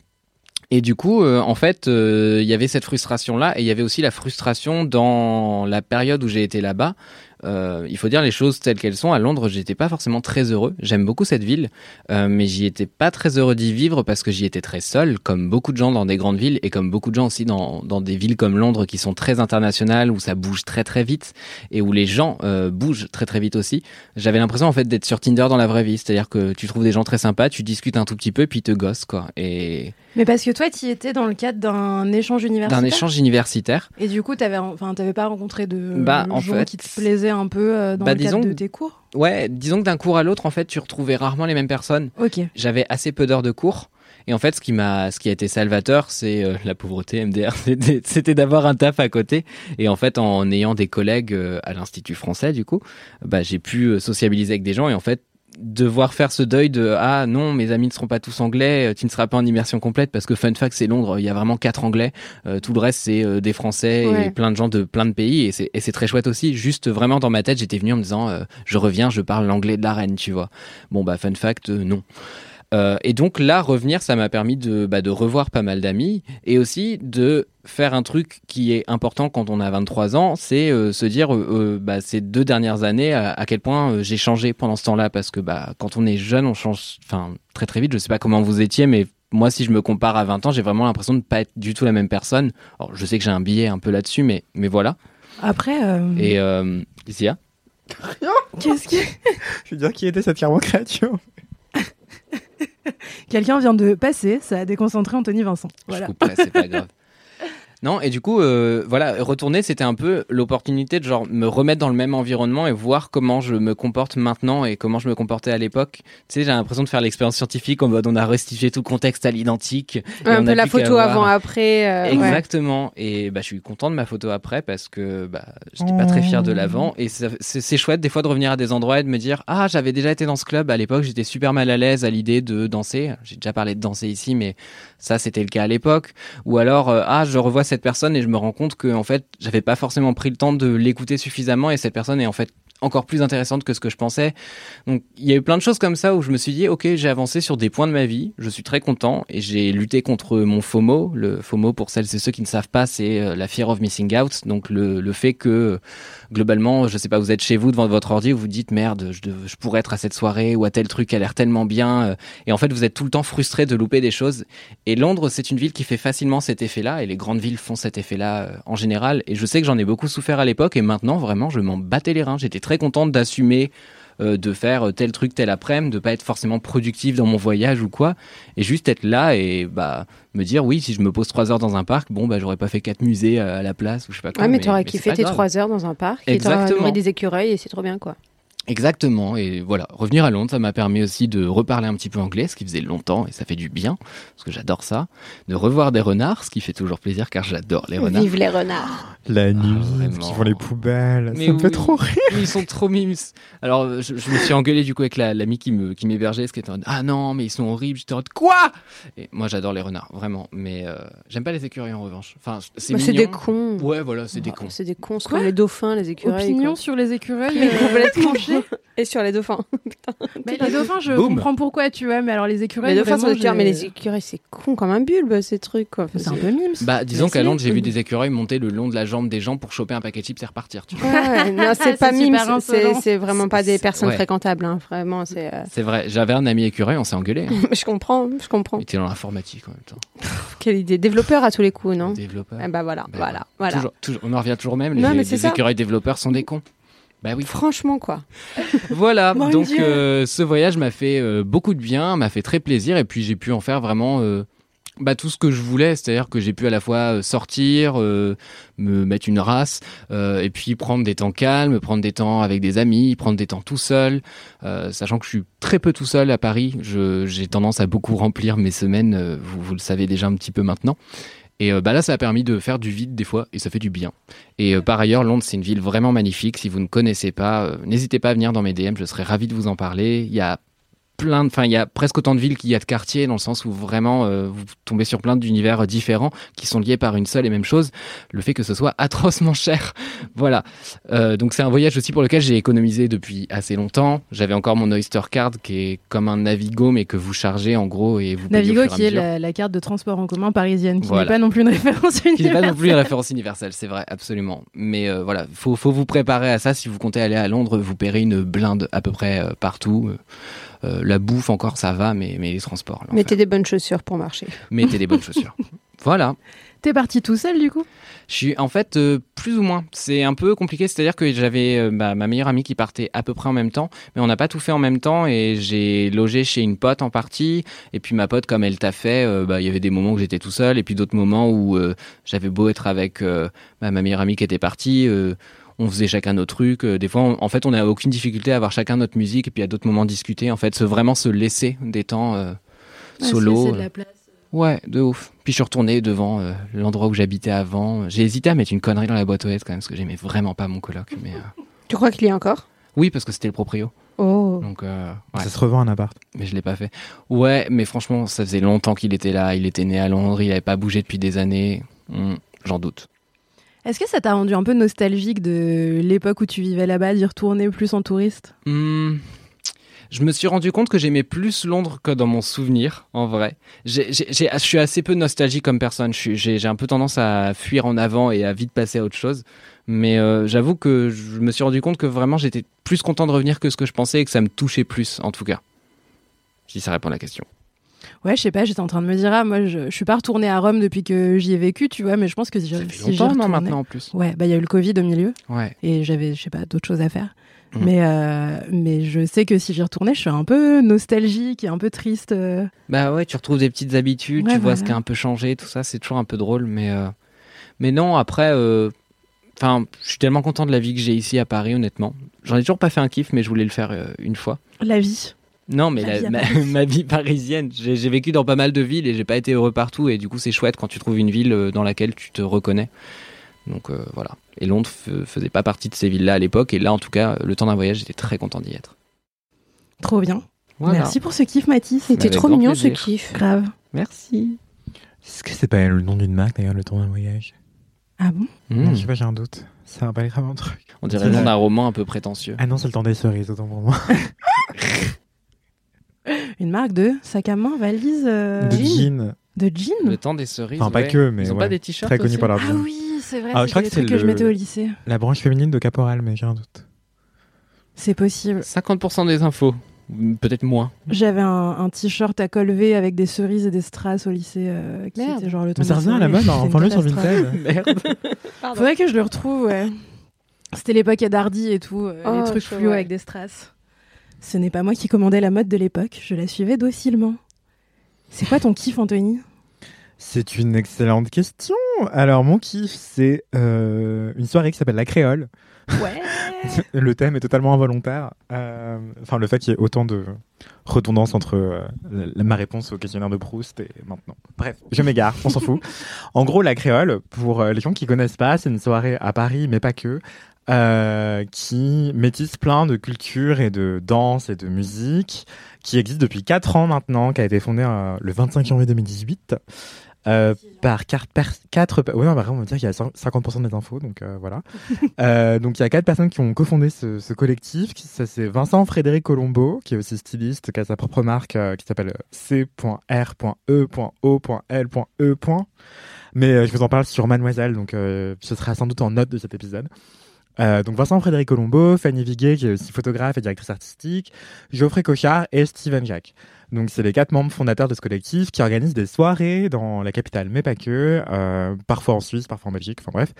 Speaker 6: Et du coup, euh, en fait, euh, il y avait cette frustration-là et il y avait aussi la frustration dans la période où j'ai été là-bas. Euh, il faut dire les choses telles qu'elles sont. À Londres, j'étais pas forcément très heureux. J'aime beaucoup cette ville, euh, mais j'y étais pas très heureux d'y vivre parce que j'y étais très seul, comme beaucoup de gens dans des grandes villes et comme beaucoup de gens aussi dans, dans des villes comme Londres qui sont très internationales, où ça bouge très très vite et où les gens euh, bougent très très vite aussi. J'avais l'impression en fait d'être sur Tinder dans la vraie vie, c'est-à-dire que tu trouves des gens très sympas, tu discutes un tout petit peu, puis ils te gossent quoi. Et
Speaker 7: Mais parce que toi, tu étais dans le cadre d'un échange universitaire.
Speaker 6: d'un échange universitaire.
Speaker 7: Et du coup, t'avais enfin t'avais pas rencontré de
Speaker 6: Bah, en
Speaker 7: gens
Speaker 6: fait-
Speaker 7: qui te plaisaient un peu euh, dans
Speaker 6: Bah,
Speaker 7: le cadre
Speaker 6: disons-
Speaker 7: de tes cours.
Speaker 6: Ouais, disons que d'un cours à l'autre en fait, tu retrouvais rarement les mêmes personnes.
Speaker 7: Ok.
Speaker 6: j'avais assez peu d'heures de cours. Et en fait, ce qui m'a, ce qui a été salvateur, c'est euh, la pauvreté MDR. C'était- *laughs* C'était d'avoir un taf à côté. Et en fait, en ayant des collègues euh, à l'institut français, du coup, bah, j'ai pu euh, sociabiliser avec des gens. Et en fait, devoir faire ce deuil de ah non, mes amis ne seront pas tous anglais. euh, Tu ne seras pas en immersion complète parce que fun fact, c'est Londres. Il y a vraiment quatre anglais. Euh, tout le reste, c'est euh, des Français
Speaker 8: Ouais.
Speaker 6: et plein de gens de plein de pays. Et c'est et c'est très chouette aussi. Juste vraiment dans ma tête, j'étais venu en me disant, euh, je reviens, je parle l'anglais de la reine, tu vois. Bon bah fun fact, euh, non. Euh, et donc là, revenir, ça m'a permis de, bah, de revoir pas mal d'amis et aussi de faire un truc qui est important quand on a 23 ans, c'est euh, se dire euh, euh, bah, ces deux dernières années à, à quel point euh, j'ai changé pendant ce temps-là parce que bah, quand on est jeune, on change enfin très très vite. Je sais pas comment vous étiez, mais moi, si je me compare à 20 ans, j'ai vraiment l'impression de pas être du tout la même personne. Alors, je sais que j'ai un billet un peu là-dessus, mais, mais voilà.
Speaker 7: Après, euh,
Speaker 6: Et euh, qu'est-ce qu'il y a
Speaker 7: qu'est-ce que *laughs*
Speaker 5: Je veux dire, qui était cette charmante créature
Speaker 7: quelqu'un vient de passer Ça a déconcentré Anthony Vincent. Voilà.
Speaker 8: *laughs*
Speaker 6: Je couperai, c'est pas grave. Non, et du coup, euh, voilà, retourner, c'était un peu l'opportunité de genre me remettre dans le même environnement et voir comment je me comporte maintenant et comment je me comportais à l'époque. Tu sais, j'ai l'impression de faire l'expérience scientifique en mode on a restitué tout le contexte à l'identique. et
Speaker 8: Un
Speaker 6: on
Speaker 8: peu
Speaker 6: a
Speaker 8: la
Speaker 6: plus qu'à
Speaker 8: photo
Speaker 6: voir.
Speaker 8: avant-après. euh, ouais.
Speaker 6: Exactement. Et bah, je suis content de ma photo après parce que bah, j'étais pas très
Speaker 8: Mmh.
Speaker 6: fier de l'avant. Et ça- c'est c'est chouette des fois de revenir à des endroits et de me dire Ah, j'avais déjà été dans ce club à l'époque, j'étais super mal à l'aise à l'idée de danser. J'ai déjà parlé de danser ici, mais ça, c'était le cas à l'époque. Ou alors, euh, Ah, je revois cette personne et je me rends compte que, en fait, j'avais pas forcément pris le temps de l'écouter suffisamment et cette personne est en fait encore plus intéressante que ce que je pensais. Donc il y a eu plein de choses comme ça où je me suis dit ok j'ai avancé sur des points de ma vie, je suis très content et j'ai lutté contre mon FOMO. Le FOMO pour celles et ceux qui ne savent pas c'est euh, la fear of missing out, donc le, le fait que euh, globalement je sais pas vous êtes chez vous devant votre ordi vous vous dites merde je, dev- je pourrais être à cette soirée ou à tel truc qui a l'air tellement bien euh, et en fait vous êtes tout le temps frustré de louper des choses et Londres c'est une ville qui fait facilement cet effet là et les grandes villes font cet effet là en général et je sais que j'en ai beaucoup souffert à l'époque et maintenant vraiment je m'en battais les reins j'étais très contente d'assumer euh, de faire euh, tel truc tel après-midi, de pas être forcément productif dans mon voyage ou quoi, et juste être là et bah me dire oui si je me pose trois heures dans un parc, bon bah j'aurais pas fait quatre musées euh, à la place ou je sais pas quoi.
Speaker 8: Ah,
Speaker 10: Ouais, mais t'aurais
Speaker 6: c'est
Speaker 10: kiffé
Speaker 6: pas
Speaker 10: tes
Speaker 6: grave.
Speaker 10: trois heures dans un parc et t'aurais
Speaker 6: Exactement.
Speaker 10: nourri des écureuils et c'est trop bien quoi.
Speaker 6: Exactement, et voilà, revenir à Londres, ça m'a permis aussi de reparler un petit peu anglais, ce qui faisait longtemps et ça fait du bien parce que j'adore ça, de revoir des renards, ce qui fait toujours plaisir car j'adore les renards.
Speaker 10: Vive les renards.
Speaker 5: La nuit,
Speaker 6: vraiment.
Speaker 5: qui font les poubelles.
Speaker 6: Mais
Speaker 5: ça me fait
Speaker 6: oui.
Speaker 5: trop rire.
Speaker 6: Oui, *laughs* ils sont trop mimes. Alors, je, je me suis engueulé du coup avec la- l'ami qui me qui m'hébergeait, ce qui était en mode, ah non, mais ils sont horribles. J'étais en mode quoi Et moi, j'adore les renards, vraiment. Mais euh, j'aime pas les écureuils en revanche. Enfin, c'est
Speaker 10: Bah, C'est
Speaker 6: mignon.
Speaker 10: des cons.
Speaker 6: Ouais, voilà, c'est des
Speaker 10: Oh,
Speaker 6: cons.
Speaker 10: C'est des cons, c'est
Speaker 2: Quoi
Speaker 10: comme les dauphins, les écureuils.
Speaker 7: Opinion
Speaker 10: quoi.
Speaker 7: sur les écureuils.
Speaker 10: Mais
Speaker 7: euh, *laughs*
Speaker 10: complètement.
Speaker 7: tranchée.
Speaker 8: Et sur les dauphins.
Speaker 7: Mais les dauphins, je
Speaker 6: Boum.
Speaker 7: comprends pourquoi tu vois, mais alors les écureuils.
Speaker 8: les dauphins sont
Speaker 7: vraiment,
Speaker 8: des cœurs,
Speaker 7: j'ai-
Speaker 8: mais les écureuils, c'est con comme un bulbe, ces trucs, quoi.
Speaker 7: C'est un peu mime.
Speaker 6: Bah, disons
Speaker 7: Mais
Speaker 6: qu'à
Speaker 7: si.
Speaker 6: Londres, j'ai vu des écureuils monter le long de la jambe des gens pour choper un paquet de chips et repartir. tu vois.
Speaker 7: *laughs*
Speaker 8: Ouais, non, c'est
Speaker 7: C'est
Speaker 8: pas
Speaker 7: super
Speaker 8: mime, c'est-
Speaker 7: insolent.
Speaker 8: c'est c'est vraiment pas des personnes
Speaker 6: ouais.
Speaker 8: fréquentables, hein, vraiment. C'est, euh, *laughs*
Speaker 6: C'est vrai, j'avais un ami écureuil, on s'est engueulé. hein.
Speaker 8: je comprends, je comprends.
Speaker 6: Il était dans l'informatique en même temps.
Speaker 8: Quelle idée, développeur à tous les coups, non
Speaker 6: Développeur.
Speaker 8: Eh bah voilà,
Speaker 6: Ben
Speaker 8: voilà, voilà.
Speaker 6: Toujours- toujours- on en revient toujours même. Les,
Speaker 8: Non, mais
Speaker 6: les
Speaker 8: c'est ça.
Speaker 6: écureuils développeurs sont des cons. Bah oui.
Speaker 8: Franchement, quoi.
Speaker 7: *laughs*
Speaker 6: Voilà,
Speaker 7: Mon
Speaker 6: donc
Speaker 7: Dieu.
Speaker 6: euh, ce voyage m'a fait euh, beaucoup de bien, m'a fait très plaisir et puis j'ai pu en faire vraiment euh, bah, tout ce que je voulais, c'est-à-dire que j'ai pu à la fois euh, sortir, euh, me mettre une race euh, et puis prendre des temps calmes, prendre des temps avec des amis, prendre des temps tout seul, euh, sachant que je suis très peu tout seul à Paris, je- j'ai tendance à beaucoup remplir mes semaines, euh, vous, vous le savez déjà un petit peu maintenant. Et euh, bah là, ça a permis de faire du vide des fois, et ça fait du bien. Et euh, par ailleurs, Londres, c'est une ville vraiment magnifique. Si vous ne connaissez pas, euh, n'hésitez pas à venir dans mes DM, je serais ravi de vous en parler. Il y a plein de, enfin, il y a presque autant de villes qu'il y a de quartiers, dans le sens où vraiment euh, vous tombez sur plein d'univers euh, différents qui sont liés par une seule et même chose, le fait que ce soit *laughs* atrocement cher. voilà. Euh, donc c'est un voyage aussi pour lequel j'ai économisé depuis assez longtemps. J'avais encore mon Oyster Card qui est comme un Navigo, mais que vous chargez en gros et vous payez au
Speaker 7: Navigo,
Speaker 6: fur et à
Speaker 7: qui est
Speaker 6: mesure.
Speaker 7: la, la carte de transport en commun parisienne, qui
Speaker 6: Voilà.
Speaker 7: n'est pas non plus une *laughs* référence
Speaker 6: Qui n'est pas non
Speaker 7: universelle.
Speaker 6: plus une référence universelle, c'est vrai, absolument. Mais euh, voilà, faut, faut vous préparer à ça. Si vous comptez aller à Londres, vous paierez une blinde à peu près euh, partout. Euh, euh, la bouffe encore, ça va, mais, mais les transports. l'enfer.
Speaker 8: Mettez des bonnes chaussures pour marcher.
Speaker 6: Mettez des bonnes chaussures. Voilà.
Speaker 7: T'es parti tout seul du coup
Speaker 6: Je suis en fait euh, plus ou moins. C'est un peu compliqué, c'est-à-dire que j'avais euh, ma- ma meilleure amie qui partait à peu près en même temps, mais on n'a pas tout fait en même temps et j'ai logé chez une pote en partie. Et puis ma pote, comme elle t'a fait, euh, bah, il y avait des moments où j'étais tout seul et puis d'autres moments où euh, j'avais beau être avec euh, bah, ma meilleure amie qui était partie. euh, on faisait chacun nos trucs. Euh, Des fois, on- en fait, on n'a aucune difficulté à avoir chacun notre musique et puis à d'autres moments discuter. En fait, se vraiment se laisser des temps euh, solo. euh. Ouais, de ouf. Puis je suis retourné devant euh, l'endroit où j'habitais avant. J'ai hésité à mettre une connerie dans la boîte aux lettres quand même, parce que j'aimais vraiment pas mon coloc. Mais euh,
Speaker 8: Tu crois qu'il y a encore
Speaker 6: oui, parce que c'était le proprio.
Speaker 8: Oh.
Speaker 6: Donc euh, ouais,
Speaker 5: Ça se revend un appart.
Speaker 6: mais je l'ai pas fait. Ouais, mais franchement, ça faisait longtemps qu'il était là. Il était né à Londres. Il avait pas bougé depuis des années. Hmm, J'en doute.
Speaker 7: Est-ce que ça t'a rendu un peu nostalgique de l'époque où tu vivais là-bas, d'y retourner plus en touriste
Speaker 6: Hmm, Je me suis rendu compte que j'aimais plus Londres que dans mon souvenir, en vrai. J'ai- j'ai- j'ai- Je suis assez peu nostalgique comme personne. Je suis- J'ai j'ai un peu tendance à fuir en avant et à vite passer à autre chose. Mais euh, j'avoue que je me suis rendu compte que vraiment j'étais plus content de revenir que ce que je pensais et que ça me touchait plus, en tout cas. Si ça répond à la question.
Speaker 7: Ouais, je sais pas, j'étais en train de me dire, ah, moi je, je suis pas retournée à Rome depuis que j'y ai vécu, tu vois, mais je pense que si
Speaker 6: Ça
Speaker 7: j'y
Speaker 6: fait
Speaker 7: si j'y
Speaker 6: longtemps non,
Speaker 7: retournais-
Speaker 6: maintenant en plus.
Speaker 7: Ouais, bah il y a eu le Covid au milieu
Speaker 6: Ouais.
Speaker 7: et j'avais, je sais pas, d'autres choses à faire.
Speaker 5: Mmh.
Speaker 6: Mhm.
Speaker 7: Mais, euh, mais je sais que si j'y retournais, je suis un peu nostalgique et un peu triste. euh.
Speaker 6: Bah ouais, tu retrouves des petites habitudes,
Speaker 7: Ouais,
Speaker 6: tu vois
Speaker 7: voilà.
Speaker 6: ce qui a un peu changé, tout ça, c'est toujours un peu drôle, mais euh, Mais non, après, euh, enfin, je suis tellement content de la vie que j'ai ici à Paris, honnêtement. J'en ai toujours pas fait un kiff, mais je voulais le faire euh, une fois.
Speaker 7: La vie.
Speaker 6: Non, mais
Speaker 7: La
Speaker 6: la-
Speaker 7: vie à
Speaker 6: ma, *laughs* ma vie parisienne, j'ai j'ai vécu dans pas mal de villes et j'ai pas été heureux partout. Et du coup, c'est chouette quand tu trouves une ville euh, dans laquelle tu te reconnais. Donc euh, voilà. Et Londres f- faisait pas partie de ces villes-là à l'époque. Et là, en tout cas, le temps d'un voyage, j'étais très content d'y être.
Speaker 7: Trop bien.
Speaker 6: Voilà.
Speaker 7: Merci pour ce kiff, Mathis.
Speaker 6: C'était Avec trop grand mignon, ce plaisir.
Speaker 10: kiff.
Speaker 7: Grave.
Speaker 6: Merci.
Speaker 5: Est-ce que c'est pas le nom d'une marque d'ailleurs, le temps d'un voyage
Speaker 7: Ah bon
Speaker 5: Non, Je sais pas, j'ai un doute. C'est un pas grave un truc.
Speaker 6: Mmh. On dirait le nom d'un roman un peu prétentieux.
Speaker 5: Ah non, c'est le temps des cerises, autant pour moi.
Speaker 7: Une marque de sac à main, valise. euh,
Speaker 5: de jeans.
Speaker 7: De jean
Speaker 6: Le temps des cerises.
Speaker 5: Enfin, pas
Speaker 6: ouais.
Speaker 5: que, mais
Speaker 6: Ils ont
Speaker 5: ouais.
Speaker 6: pas des t-shirts.
Speaker 5: Très connu
Speaker 6: aussi
Speaker 5: par leur
Speaker 7: Ah
Speaker 5: jean.
Speaker 7: oui, c'est vrai.
Speaker 5: Ah, je
Speaker 7: c'est
Speaker 5: crois
Speaker 7: des
Speaker 5: que c'est
Speaker 7: trucs que je
Speaker 5: le-
Speaker 7: mettais au lycée.
Speaker 5: La branche féminine de Caporal, mais j'ai un doute.
Speaker 7: C'est possible.
Speaker 6: 50% des infos. Peut-être moins.
Speaker 7: J'avais un, un t-shirt à col V avec des cerises et des strass au lycée euh, qui
Speaker 10: Merde.
Speaker 7: était genre le temps
Speaker 5: Mais ça
Speaker 7: des
Speaker 5: revient à la
Speaker 7: cerises.
Speaker 5: mode, hein.
Speaker 7: C'était une *laughs*
Speaker 5: enfin le sur
Speaker 7: catastrophe.
Speaker 5: Vinted.
Speaker 7: Faudrait que je le retrouve, ouais. C'était l'époque à Dardy et tout, euh,
Speaker 10: Oh,
Speaker 7: les trucs
Speaker 10: je
Speaker 7: fluo
Speaker 10: vois.
Speaker 7: avec des strass. Ce n'est pas moi qui commandais la mode de l'époque, je la suivais docilement. C'est quoi ton kiff, Anthony
Speaker 5: C'est une excellente question. Alors, mon kiff, c'est euh, une soirée qui s'appelle La Créole.
Speaker 10: Ouais.
Speaker 5: *laughs* le thème est totalement involontaire. Euh, Enfin, le fait qu'il y ait autant de redondance entre euh, la- la- ma réponse au questionnaire de Proust et maintenant. Bref, je m'égare, on s'en fout. En gros, la créole, pour euh, les gens qui connaissent pas, c'est une soirée à Paris, mais pas que, euh, qui métisse plein de cultures et de danse et de musique, qui existe depuis 4 ans maintenant, qui a été fondée euh, le 25 janvier 2018. euh, par 4 quatre pe- ouais, non, bah, on va dire qu'il y a 50 50% des infos donc euh, voilà euh, donc il y a quatre personnes qui ont cofondé ce, ce collectif. Qui- Ça c'est Vincent Frédéric Colombo, qui est aussi styliste, qui a sa propre marque euh, qui s'appelle euh, e c.r.e.o.l.e. e Mais euh, je vous en parle sur Mademoiselle, donc euh, ce sera sans doute en note de cet épisode. Euh, donc Vincent Frédéric Colombo, Fanny Viguet, qui est aussi photographe et directrice artistique, Geoffrey Cochard et Steven Jacques. Donc c'est les quatre membres fondateurs de ce collectif qui organisent des soirées dans la capitale, mais pas que, euh, parfois en Suisse, parfois en Belgique, enfin bref.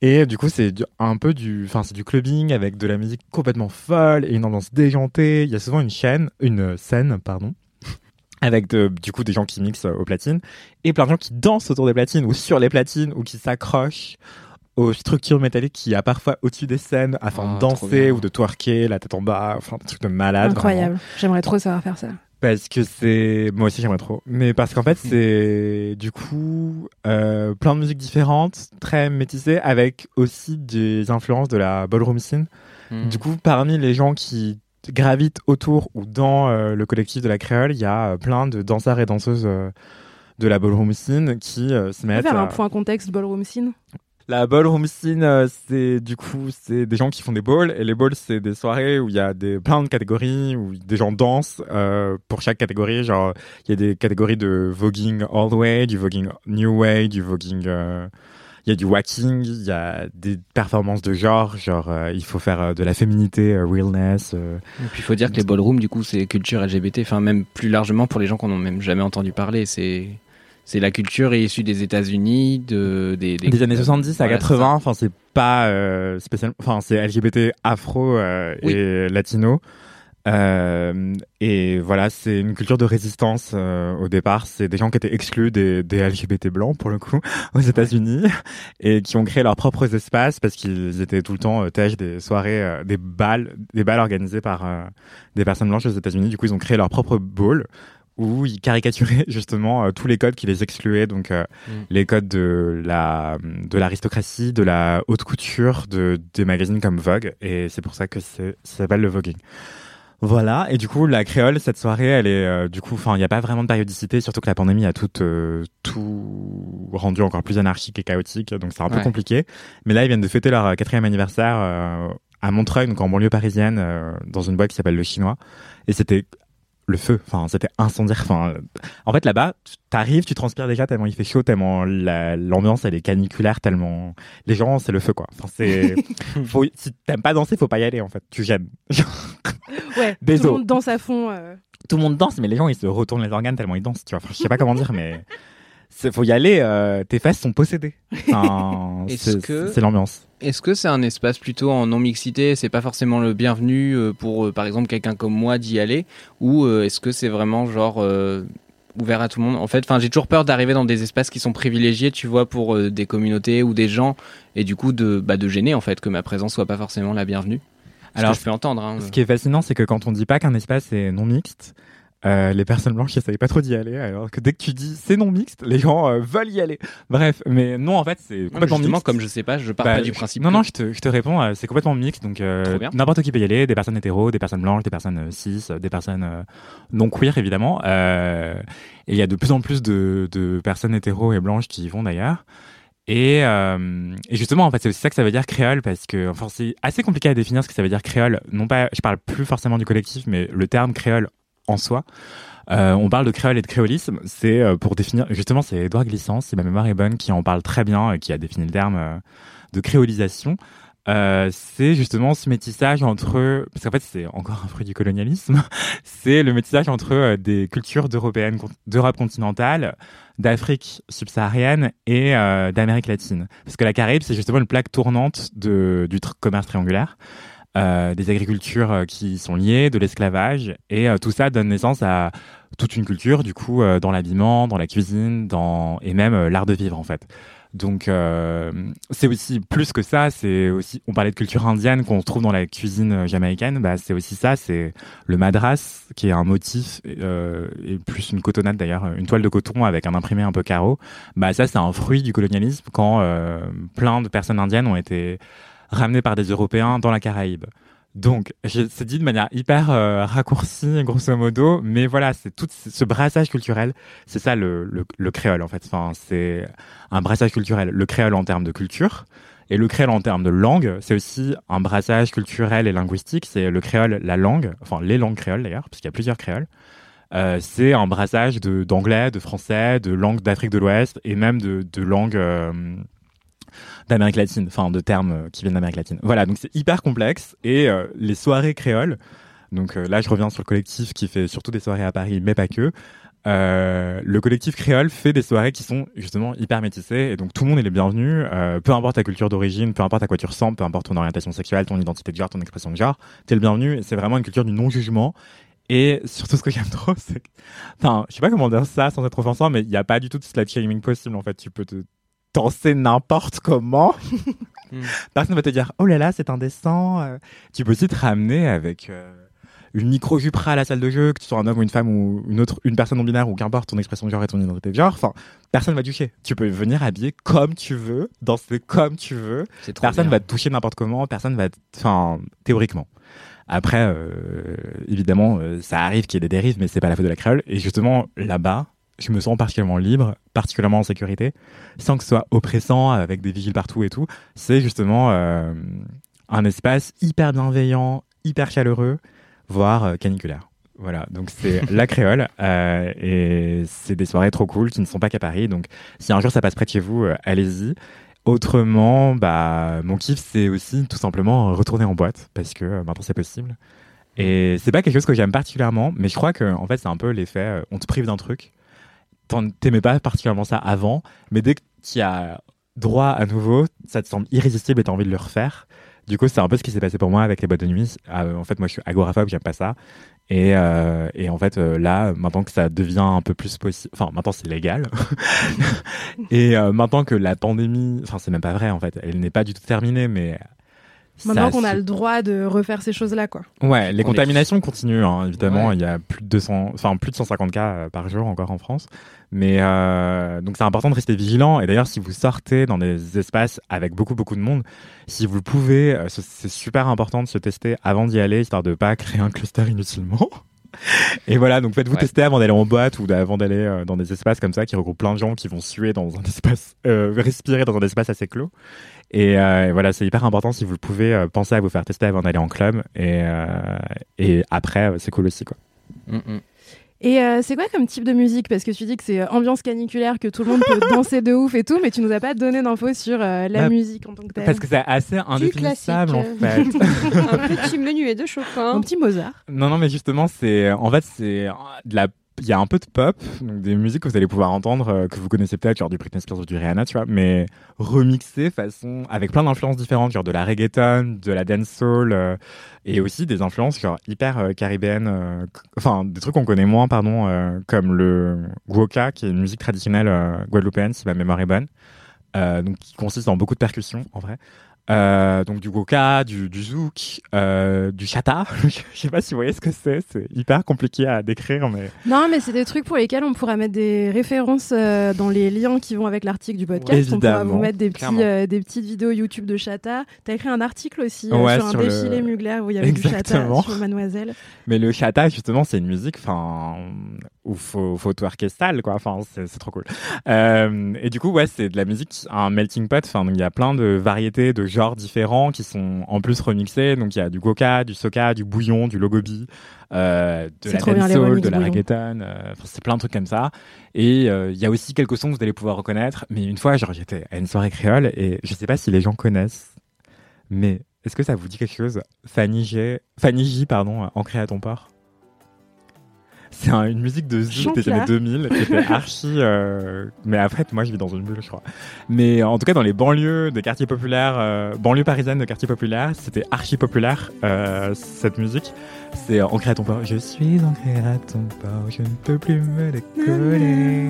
Speaker 5: Et du coup, c'est du- un peu du, enfin, c'est du clubbing avec de la musique complètement folle et une ambiance déjantée. Il y a souvent une chaîne, une scène, pardon, *laughs* avec de- du coup des gens qui mixent euh, aux platines et plein de gens qui dansent autour des platines ou sur les platines ou qui s'accrochent aux structures métalliques qu'il y a parfois au-dessus des scènes afin
Speaker 6: Ah,
Speaker 5: de
Speaker 6: trop
Speaker 5: danser
Speaker 6: bien.
Speaker 5: ou de twerker, la tête en bas, enfin des trucs de malade. Ah, vraiment.
Speaker 7: Incroyable, j'aimerais trop savoir faire ça.
Speaker 5: Parce que c'est. Moi aussi, j'aimerais trop. Mais parce qu'en fait, c'est du coup euh, plein de musiques différentes, très métissées, avec aussi des influences de la ballroom scene.
Speaker 6: Mm.
Speaker 5: Du coup, parmi les gens qui gravitent autour ou dans euh, le collectif de la créole, il y a euh, plein de danseurs et danseuses euh, de la ballroom scene qui euh, se
Speaker 7: On peut
Speaker 5: mettent.
Speaker 7: faire un
Speaker 5: à-
Speaker 7: point contexte ballroom scene
Speaker 5: la ballroom scene, euh, c'est du coup, c'est des gens qui font des balls et les balls, c'est des soirées où il y a des plein de catégories où des gens dansent euh, pour chaque catégorie. Genre, il y a des catégories de voguing all the way, du voguing new way, du voguing. euh, Il y a du whacking, il y a des performances de genre, genre euh, il faut faire euh, de la féminité, euh, realness. euh,
Speaker 6: Et puis il faut dire que les ballrooms, du coup, c'est culture LGBT, enfin même plus largement pour les gens qu'on n'a même jamais entendu parler. C'est c'est la culture issue des États-Unis, de des, euh,
Speaker 5: des années 70 à
Speaker 6: Voilà,
Speaker 5: 80, enfin c'est pas euh, spécialement, enfin c'est LGBT afro euh,
Speaker 6: Oui.
Speaker 5: et latino. Euh, et voilà, c'est une culture de résistance euh, au départ. C'est des gens qui étaient exclus des, des LGBT blancs pour le coup *laughs* aux États-Unis et qui ont créé leurs propres espaces parce qu'ils étaient tout le temps euh, tèches des soirées, euh, des balles, des balles organisées par euh, des personnes blanches aux États-Unis. Du coup, ils ont créé leur propre ball où ils caricaturaient *laughs* justement euh, tous les codes qui les excluaient. Donc, euh,
Speaker 6: Mm.
Speaker 5: les codes de la de l'aristocratie, de la haute couture, de des magazines comme Vogue. Et c'est pour ça que c'est ça s'appelle le voguing. Voilà, et du coup, la créole, cette soirée, elle est euh, du coup, enfin, il n'y a pas vraiment de périodicité, surtout que la pandémie a tout, euh, tout rendu encore plus anarchique et chaotique, donc c'est un peu
Speaker 6: Ouais.
Speaker 5: compliqué. Mais là, ils viennent de fêter leur euh, quatrième anniversaire euh, à Montreuil, donc en banlieue parisienne, euh, dans une boîte qui s'appelle Le Chinois, et c'était le feu, enfin, c'était incendiaire. Enfin, euh, en fait, là-bas, tu- t'arrives, tu transpires déjà tellement il fait chaud, tellement la- l'ambiance, elle est caniculaire, tellement les gens, c'est le feu, quoi. Enfin,
Speaker 6: *laughs*
Speaker 5: c'est, faut, si t'aimes pas danser, faut pas y aller, en fait. Tu gênes.
Speaker 7: Ouais,
Speaker 5: Des
Speaker 7: tout le
Speaker 5: os.
Speaker 7: monde danse à fond. euh.
Speaker 5: tout le monde danse, mais les gens ils se retournent les organes tellement ils dansent, tu vois. Enfin, je sais pas comment dire, mais c'est- faut y aller. euh, tes fesses sont possédées. Enfin,
Speaker 6: *laughs* Est-ce
Speaker 5: c'est
Speaker 6: que-
Speaker 5: c'est l'ambiance.
Speaker 6: Est-ce que c'est un espace plutôt en non mixité C'est pas forcément le bienvenu euh, pour, euh, par exemple, quelqu'un comme moi d'y aller, ou euh, est-ce que c'est vraiment genre euh, ouvert à tout le monde. En fait, enfin, j'ai toujours peur d'arriver dans des espaces qui sont privilégiés, tu vois, pour euh, des communautés ou des gens, et du coup de, bah, de gêner en fait que ma présence soit pas forcément la bienvenue. Alors,
Speaker 5: Alors,
Speaker 6: je peux entendre. hein.
Speaker 5: Ce qui est fascinant, c'est que quand on dit pas qu'un espace est non mixte, euh, les personnes blanches n'essayent pas trop d'y aller, alors que dès que tu dis c'est non mixte, les gens euh, veulent y aller. Bref, mais non, en fait, c'est
Speaker 6: Non, mais
Speaker 5: complètement
Speaker 6: justement,
Speaker 5: mixte.
Speaker 6: comme je sais pas, je pars
Speaker 5: Bah,
Speaker 6: pas du
Speaker 5: je-
Speaker 6: principe.
Speaker 5: Non,
Speaker 6: que-
Speaker 5: non, je te, je te réponds, euh, c'est complètement mixte. Donc, euh,
Speaker 6: Trop bien.
Speaker 5: n'importe qui peut y aller, des personnes hétéros, des personnes blanches, des personnes euh, cis, euh, des personnes euh, non queer, évidemment. Euh, et il y a de plus en plus de, de personnes hétéros et blanches qui y vont d'ailleurs. Et, euh, et justement, en fait, c'est aussi ça que ça veut dire créole, parce que enfin, c'est assez compliqué à définir ce que ça veut dire créole. Non pas, je parle plus forcément du collectif, mais le terme créole en soi. Euh, on parle de créole et de créolisme, c'est euh, pour définir, justement, c'est Édouard Glissant, si ma mémoire est bonne, qui en parle très bien, et qui a défini le terme euh, de créolisation. Euh, c'est justement ce métissage entre, parce qu'en fait c'est encore un fruit du colonialisme, *laughs* c'est le métissage entre euh, des cultures d'européennes, d'Europe continentale, d'Afrique subsaharienne et euh, d'Amérique latine. Parce que la Caraïbe, c'est justement une plaque tournante de, du tr- commerce triangulaire, euh, des agricultures euh, qui y sont liées, de l'esclavage, et euh, tout ça donne naissance à toute une culture, du coup, euh, dans l'habillement, dans la cuisine, dans... et même euh, l'art de vivre, en fait. Donc, euh, c'est aussi plus que ça. C'est aussi, on parlait de culture indienne qu'on trouve dans la cuisine euh, jamaïcaine. Bah, c'est aussi ça. C'est le madras, qui est un motif euh, et plus une cotonnade d'ailleurs, une toile de coton avec un imprimé un peu carreau. Bah, ça, c'est un fruit du colonialisme quand euh, plein de personnes indiennes ont été ramenées par des Européens dans la Caraïbe. Donc, je- c'est dit de manière hyper euh, raccourcie, grosso modo, mais voilà, c'est tout ce ce brassage culturel, c'est ça le, le- le créole en fait. Enfin, c'est un brassage culturel. Le créole en termes de culture et le créole en termes de langue, c'est aussi un brassage culturel et linguistique. C'est le créole, la langue, enfin les langues créoles d'ailleurs, parce qu'il y a plusieurs créoles. Euh, c'est un brassage de- d'anglais, de, français, de langues d'Afrique de l'Ouest et même de, de langues euh, d'Amérique latine, enfin de termes euh, qui viennent d'Amérique latine. Voilà, donc c'est hyper complexe et euh, les soirées créoles, donc euh, là je reviens sur le collectif qui fait surtout des soirées à Paris, mais pas que. Euh, le collectif créole fait des soirées qui sont justement hyper métissées et donc tout le monde est les bienvenus, euh, peu importe ta culture d'origine, peu importe à quoi tu ressembles, peu importe ton orientation sexuelle, ton identité de genre, ton expression de genre, t'es le bienvenu. et C'est vraiment une culture du non-jugement. Et surtout, ce que j'aime trop, c'est que. Enfin, je sais pas comment dire ça sans être offensant, mais il n'y a pas du tout de slut shaming possible en fait. Tu peux te danser n'importe comment. Personne va te dire oh là là, c'est indécent. Euh, Tu peux aussi te ramener avec euh, une micro jupra à la salle de jeu, que tu sois un homme ou une femme ou une autre, une personne non binaire ou qu'importe ton expression de genre et ton identité de genre. Enfin, personne va te toucher. Tu peux venir habillé comme tu veux, danser comme tu veux.
Speaker 6: C'est trop
Speaker 5: Personne
Speaker 6: bien.
Speaker 5: va te toucher n'importe comment. Personne va, t- enfin, théoriquement. Après, euh, évidemment, euh, ça arrive qu'il y ait des dérives, mais c'est pas la faute de la créole. Et justement, là-bas, je me sens particulièrement libre, particulièrement en sécurité, sans que ce soit oppressant, avec des vigiles partout et tout. C'est justement euh, un espace hyper bienveillant, hyper chaleureux, voire euh, caniculaire. Voilà, donc c'est
Speaker 6: *laughs*
Speaker 5: la créole euh, et c'est des soirées trop cool qui ne sont pas qu'à Paris. Donc si un jour ça passe près de chez vous, euh, allez-y. Autrement, bah, mon kiff, c'est aussi tout simplement retourner en boîte parce que euh, maintenant c'est possible. Et c'est pas quelque chose que j'aime particulièrement, mais je crois que en fait c'est un peu l'effet euh, on te prive d'un truc. T'en- T'aimais pas particulièrement ça avant, mais dès que tu as droit à nouveau, ça te semble irrésistible et t'as envie de le refaire. Du coup, c'est un peu ce qui s'est passé pour moi avec les boîtes de nuit. Euh, en fait, moi, je suis agoraphobe, j'aime pas ça. Et, euh, et en fait, euh, là, maintenant que ça devient un peu plus possible, enfin, maintenant c'est légal. *laughs* et euh, maintenant que la pandémie, enfin, c'est même pas vrai, en fait, elle n'est pas du tout terminée, mais.
Speaker 7: Maintenant
Speaker 5: ça
Speaker 7: qu'on a
Speaker 5: se-
Speaker 7: le droit de refaire ces choses-là, quoi.
Speaker 5: Ouais, les
Speaker 6: On est-
Speaker 5: contaminations continuent, hein, évidemment.
Speaker 6: Ouais.
Speaker 5: Il y a plus de 200, enfin plus de 150 cas euh, par jour encore en France. Mais euh, donc c'est important de rester vigilant. Et d'ailleurs, si vous sortez dans des espaces avec beaucoup beaucoup de monde, si vous le pouvez, euh, ce- c'est super important de se tester avant d'y aller, histoire de pas *laughs* créer un cluster inutilement. *laughs* Et voilà, donc faites-vous
Speaker 6: Ouais.
Speaker 5: tester avant d'aller en boîte ou avant d'aller euh, dans des espaces comme ça qui regroupent plein de gens qui vont suer dans un *laughs* espace, euh, respirer dans un espace assez clos. Et, euh, et voilà, c'est hyper important si vous le pouvez, euh, pensez à vous faire tester avant d'aller en club. Et, euh, et après, euh, c'est cool aussi. Quoi.
Speaker 6: Mm, mm.
Speaker 7: Et euh, c'est quoi comme type de musique Parce que tu dis que c'est euh, ambiance caniculaire, que tout le monde
Speaker 5: *laughs*
Speaker 7: peut danser de ouf et tout, mais tu nous as pas donné d'infos sur euh, la
Speaker 5: Bah,
Speaker 7: musique en tant que telle.
Speaker 5: Parce que c'est assez indéfinissable en
Speaker 10: *laughs*
Speaker 5: fait. *laughs*
Speaker 10: Un petit menuet de Chopin.
Speaker 8: Hein
Speaker 7: Un petit Mozart.
Speaker 5: non, non, mais justement, c'est en fait, c'est euh, de la il y a un peu de pop, donc des musiques que vous allez pouvoir entendre, euh, que vous connaissez peut-être, genre du Britney Spears ou du Rihanna, tu vois, mais remixées façon, avec plein d'influences différentes, genre de la reggaeton, de la dancehall, euh, et aussi des influences genre hyper euh, caribéennes, euh, c- enfin des trucs qu'on connaît moins, pardon, euh, comme le guoka, qui est une musique traditionnelle euh, guadeloupéenne, si ma mémoire est bonne, euh, donc qui consiste en beaucoup de percussions, en vrai. Euh, donc du goka, du, du zouk, euh, du chata. *laughs* Je sais pas si vous voyez ce que c'est. C'est hyper compliqué à décrire, mais
Speaker 7: Non, mais c'est des trucs pour lesquels on pourra mettre des références euh, dans les liens qui vont avec l'article du podcast. on pourra
Speaker 5: Évidemment,
Speaker 7: vous mettre des, petits,
Speaker 6: clairement.
Speaker 7: euh, des petites vidéos YouTube de Chata. T'as écrit un article aussi euh,
Speaker 5: Ouais,
Speaker 7: sur,
Speaker 5: sur
Speaker 7: un
Speaker 5: le-
Speaker 7: défilé Mugler où il y avait
Speaker 5: Exactement.
Speaker 7: du Chata sur Mademoiselle.
Speaker 5: mais le chata justement c'est une musique, enfin où faut faut tout orchestral quoi. Enfin c'est c'est trop cool. Euh, et du coup ouais c'est de la musique un melting pot. Enfin donc, il y a plein de variétés de genres différents qui sont en plus remixés. Donc il y a du goka, du soca, du bouillon, du logobi, euh, de
Speaker 7: C'est
Speaker 5: la
Speaker 7: trop bien, les
Speaker 5: dancehall,
Speaker 7: remixes
Speaker 5: de la
Speaker 7: bouillon.
Speaker 5: reggaeton. euh, enfin, c'est plein de trucs comme ça. Et euh, il y a aussi quelques sons que vous allez pouvoir reconnaître. Mais une fois, genre, j'étais à une soirée créole et je sais pas si les gens connaissent, mais est-ce que ça vous dit quelque chose Fanny G, Fanny J, pardon, euh, Ancré à ton port C'est un- une musique de Zou des
Speaker 7: Jean-Pierre.
Speaker 5: années 2000
Speaker 4: *laughs*
Speaker 5: qui était archi. euh, mais après, moi, je vis dans une bulle, je crois. Mais en tout cas, dans les banlieues des quartiers populaires, euh, banlieues parisiennes de quartiers populaires, c'était archi populaire euh, cette musique. C'est euh, ancré à ton port. Je suis ancré à ton port, je ne peux plus me décoller.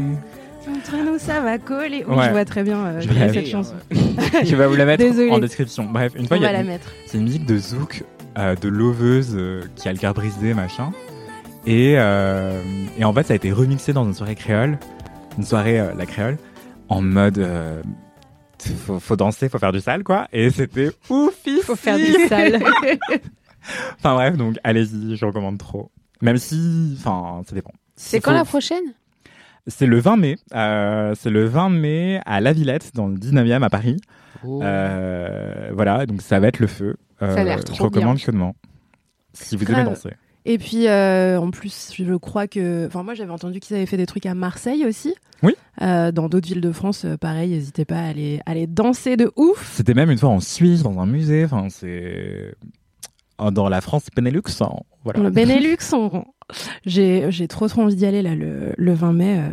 Speaker 7: Entre nous, ça va coller. Oui,
Speaker 5: Ouais.
Speaker 7: je vois très bien euh,
Speaker 5: Je vais la
Speaker 7: cette
Speaker 5: lire,
Speaker 7: chanson.
Speaker 5: je vais
Speaker 4: *laughs*
Speaker 5: vous la mettre
Speaker 7: Désolée.
Speaker 5: en description. Bref, une fois,
Speaker 4: On
Speaker 5: il y
Speaker 4: va
Speaker 5: a
Speaker 4: la
Speaker 5: une-
Speaker 4: mettre.
Speaker 5: c'est une musique de zouk, euh, de loveuse euh, qui a le cœur brisé, machin. Et, euh, et en fait, ça a été remixé dans une soirée créole, une soirée euh, la créole, en mode euh, faut, faut danser, faut faire du sale, quoi. Et c'était ouf.
Speaker 10: Faut faire du
Speaker 7: *laughs*
Speaker 10: sale.
Speaker 5: Enfin bref, donc allez-y, je recommande trop. Même si, enfin, ça dépend.
Speaker 10: C'est quand la prochaine
Speaker 5: C'est le 20 mai. euh, c'est le 20 mai à La Villette, dans le 19e à Paris. Euh, voilà, donc ça va être le feu.
Speaker 10: Ça a l'air
Speaker 5: Euh,
Speaker 10: trop
Speaker 5: Je recommande chaudement. Si vous aimez
Speaker 7: Grave.
Speaker 5: danser.
Speaker 7: Et puis, euh, en plus, je crois que. Enfin, moi, j'avais entendu qu'ils avaient fait des trucs à Marseille aussi.
Speaker 5: Oui.
Speaker 7: Euh, dans d'autres villes de France, euh, pareil, n'hésitez pas à aller, à aller danser de ouf.
Speaker 5: C'était même une fois en Suisse, dans un musée. Enfin, c'est. Ah, Dans la France, c'est Benelux. hein. Voilà.
Speaker 7: Le Benelux, on- j'ai j'ai trop trop envie d'y aller là le, le 20 mai. euh,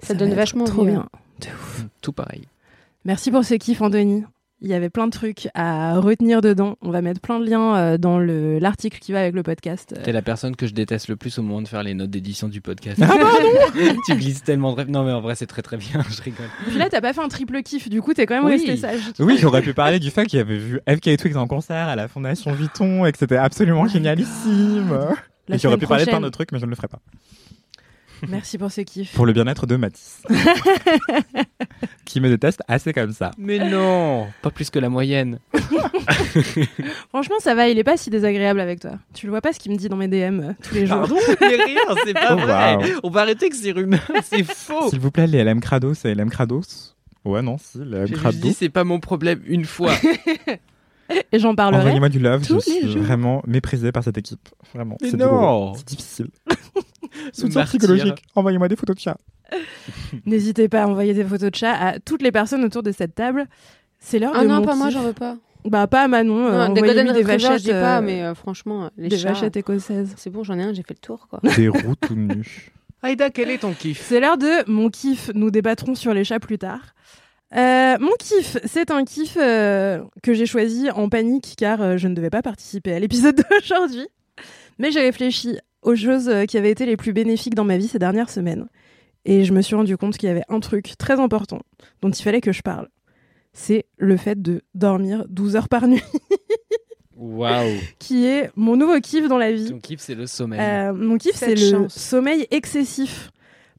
Speaker 10: Ça donne
Speaker 7: va être
Speaker 10: vachement
Speaker 7: trop
Speaker 10: envie, hein.
Speaker 7: bien.
Speaker 6: Tout pareil.
Speaker 7: Merci pour ce kiff, Anthony. Il y avait plein de trucs à retenir dedans. On va mettre plein de liens euh, dans le- l'article qui va avec le podcast.
Speaker 5: Euh.
Speaker 6: T'es la personne que je déteste le plus au moment de faire les notes d'édition du podcast.
Speaker 5: Ah,
Speaker 6: *laughs* tu glisses tellement de rêves. Non, mais en vrai, c'est très très bien. *laughs* Je rigole.
Speaker 7: Puis là, t'as pas fait un triple kiff, du coup, t'es quand même
Speaker 6: Oui.
Speaker 7: resté sage.
Speaker 5: Oui, j'aurais pu parler du fait qu'il avait vu FK Twigs en concert à la Fondation Vuitton et que c'était absolument génialissime.
Speaker 7: La
Speaker 5: et j'aurais
Speaker 7: semaine
Speaker 5: pu parler de plein
Speaker 7: prochaine.
Speaker 5: de trucs, mais je ne le ferai pas.
Speaker 7: Merci pour ce kiff.
Speaker 5: Pour le bien-être de Matisse. qui me déteste assez comme ça.
Speaker 6: Mais non, pas plus que la moyenne.
Speaker 7: Franchement, ça va, il est pas si désagréable avec toi. Tu le vois pas ce qu'il me dit dans mes DM euh, tous les
Speaker 5: Ah.
Speaker 7: jours.
Speaker 6: mais rien, c'est pas
Speaker 5: Oh,
Speaker 6: vrai.
Speaker 5: wow.
Speaker 6: On va arrêter que ces rumeurs, c'est faux.
Speaker 5: S'il vous plaît, les LM Krados et LM Krados. Ouais, non, si, les LM
Speaker 6: J'ai juste dit,
Speaker 5: Krados.
Speaker 6: c'est pas mon problème une *laughs* fois.
Speaker 7: Et j'en parlerai.
Speaker 5: Envoyez-moi du love,
Speaker 7: tous
Speaker 5: je
Speaker 7: les
Speaker 5: suis
Speaker 7: jours.
Speaker 5: vraiment méprisé par cette équipe. Vraiment,
Speaker 6: Mais
Speaker 5: c'est
Speaker 6: non.
Speaker 5: douloureux. C'est difficile.
Speaker 6: Le
Speaker 5: Soutien
Speaker 6: martyr.
Speaker 5: psychologique, envoyez-moi des photos de chat.
Speaker 7: N'hésitez pas à envoyer des photos de chat à toutes les personnes autour de cette table. C'est l'heure
Speaker 10: Ah
Speaker 7: de
Speaker 10: non,
Speaker 7: mon
Speaker 10: pas moi,
Speaker 7: kiff.
Speaker 10: j'en veux pas.
Speaker 7: Bah pas à Manon. euh,
Speaker 10: Non, des
Speaker 7: envoyez-lui
Speaker 10: Golden
Speaker 7: des
Speaker 10: Retriever,
Speaker 7: vachettes,
Speaker 10: je dis pas,
Speaker 7: euh,
Speaker 10: mais euh, franchement, les
Speaker 7: des
Speaker 10: chats.
Speaker 7: vachettes écossaises.
Speaker 10: C'est bon, j'en ai un, j'ai fait le
Speaker 7: *laughs*
Speaker 10: tour, quoi.
Speaker 5: Des roues tout nues.
Speaker 6: Aïda, quel est ton kiff
Speaker 7: C'est l'heure de mon kiff. Nous débattrons sur les chats plus tard. Euh, mon kiff, c'est un kiff euh, que j'ai choisi en panique car euh, je ne devais pas participer à l'épisode *laughs* d'aujourd'hui. Mais j'ai réfléchi aux choses euh, qui avaient été les plus bénéfiques dans ma vie ces dernières semaines. Et je me suis rendu compte qu'il y avait un truc très important dont il fallait que je parle. C'est le fait de dormir 12 heures par nuit, *laughs*
Speaker 6: Waouh.
Speaker 7: qui est mon nouveau kiff dans la vie.
Speaker 6: Ton kiff, c'est le sommeil.
Speaker 7: Euh, mon kiff, c'est
Speaker 10: Cette
Speaker 7: le
Speaker 10: chance.
Speaker 7: sommeil excessif.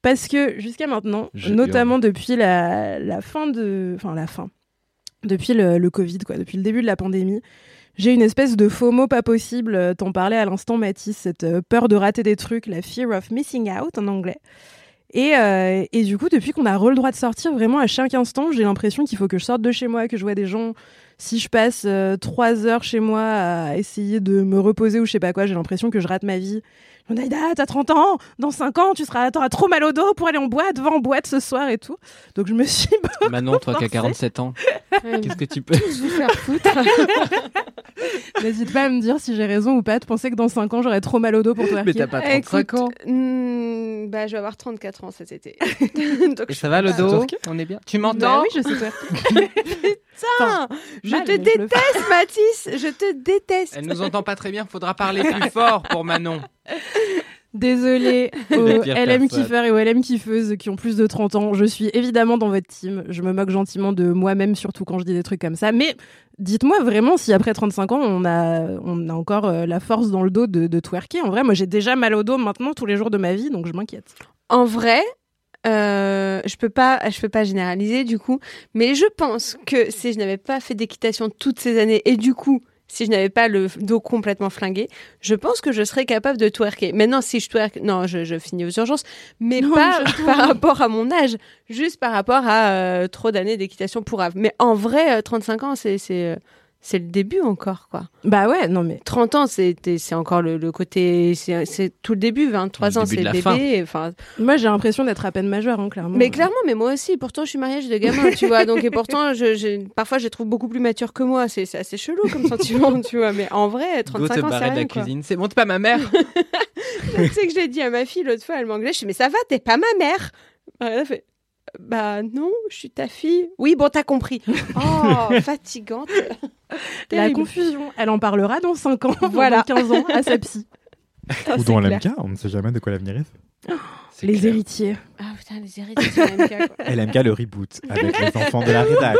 Speaker 7: Parce que jusqu'à maintenant,
Speaker 6: Je
Speaker 7: notamment depuis la, la fin de. Enfin, la fin. Depuis le, le Covid, quoi, depuis le début de la pandémie, j'ai une espèce de FOMO pas possible. euh, T'en parlais à l'instant, Mathis, cette euh, peur de rater des trucs, la fear of missing out en anglais. Et, euh, et du coup, depuis qu'on a re le droit de sortir, vraiment à chaque instant, j'ai l'impression qu'il faut que je sorte de chez moi, que je vois des gens. Si je passe euh, trois heures chez moi à essayer de me reposer ou je sais pas quoi, j'ai l'impression que je rate ma vie. Je me dis, Aïda, t'as 30 ans, dans 5 ans, tu seras, t'auras trop mal au dos pour aller en boîte, va en boîte ce soir et tout. Donc je me suis *laughs*
Speaker 6: Manon, toi qui as
Speaker 7: forcé.
Speaker 6: 47 ans,
Speaker 10: Ouais, *laughs*
Speaker 6: qu'est-ce que tu peux
Speaker 10: vous faire foutre.
Speaker 7: N'hésite pas à me dire si j'ai raison ou pas de penser que dans 5 ans, j'aurais trop mal au dos pour
Speaker 6: Mais
Speaker 7: twerker.
Speaker 6: t'as pas 35 ans.
Speaker 8: Hmm, bah, je vais avoir 34 ans
Speaker 10: *laughs*
Speaker 8: cet été. Donc,
Speaker 6: Et
Speaker 8: je
Speaker 6: ça va le
Speaker 8: pas-
Speaker 6: dos On est bien Tu
Speaker 7: Bah
Speaker 6: m'entends
Speaker 7: oui, je sais twerker. *laughs*
Speaker 8: Putain, je
Speaker 7: mal, mais je
Speaker 8: te
Speaker 7: le
Speaker 8: déteste, Mathis. Je te déteste.
Speaker 6: Elle nous entend pas très bien, faudra parler plus *laughs* fort pour Manon. *laughs*
Speaker 7: Désolée aux
Speaker 6: Les pires
Speaker 7: LM
Speaker 6: personnes.
Speaker 7: kiffeurs et aux LM kiffeuses qui ont plus de 30 ans. Je suis évidemment dans votre team. Je me moque gentiment de moi-même, surtout quand je dis des trucs comme ça. Mais dites-moi vraiment si après 35 ans, on a, on a encore euh, la force dans le dos de, de twerker. En vrai, moi, j'ai déjà mal au dos maintenant tous les jours de ma vie, donc je m'inquiète.
Speaker 8: En vrai, euh, je peux pas, je peux pas généraliser du coup, mais je pense que si je n'avais pas fait d'équitation toutes ces années et du coup, si je n'avais pas le dos complètement flingué, je pense que je serais capable de twerker. Maintenant, si je twerk, non, je, je finis aux urgences, mais
Speaker 7: Non,
Speaker 8: pas
Speaker 7: mais je-
Speaker 8: par rapport à mon âge, juste par rapport à euh, trop d'années d'équitation pour av- Mais en vrai, euh, 35 ans, c'est c'est euh, c'est le début encore quoi.
Speaker 7: Bah ouais, non mais.
Speaker 8: 30 ans, c'était- c'est encore le, le côté, c'est c'est tout le début. 23
Speaker 6: Le
Speaker 8: ans,
Speaker 6: début
Speaker 8: c'est
Speaker 6: de
Speaker 8: le
Speaker 6: la
Speaker 8: bébé. Enfin,
Speaker 7: Moi, j'ai l'impression d'être à peine majeure, hein, clairement.
Speaker 8: mais clairement, mais moi aussi. Pourtant, je suis mariée, j'ai deux gamins, tu vois. Donc, et pourtant, je, je- parfois, je les trouve beaucoup plus matures que moi. C'est c'est assez chelou
Speaker 10: *laughs*
Speaker 8: comme sentiment, tu vois. Mais en vrai,
Speaker 6: Go te
Speaker 8: 35 ans, c'est
Speaker 6: barrer de la
Speaker 8: rien, quoi.
Speaker 6: cuisine. C'est bon, t'es pas ma mère
Speaker 8: Tu sais que je l'ai dit à ma fille l'autre fois, elle m'engueulait. Je dis, mais ça va, t'es pas ma mère. Ah, Elle a fait, bah non, je suis ta fille. Oui, bon,
Speaker 10: *laughs*
Speaker 8: t'as compris. Oh, fatigante.
Speaker 7: La
Speaker 8: Terrible.
Speaker 7: confusion, elle en parlera dans 5 ans, *laughs* voilà.
Speaker 8: Voilà.
Speaker 7: 15 ans, à sa psy.
Speaker 8: Putain,
Speaker 5: Ou
Speaker 8: Oh, c'est
Speaker 5: dans
Speaker 8: clair.
Speaker 5: l'MK, on ne sait jamais de quoi l'avenir est.
Speaker 6: C'est
Speaker 7: Les
Speaker 6: clair.
Speaker 7: héritiers.
Speaker 8: Ah putain, les héritiers de LMK, quoi.
Speaker 5: LMK, le *laughs* reboot, avec les enfants de *laughs* la rédac.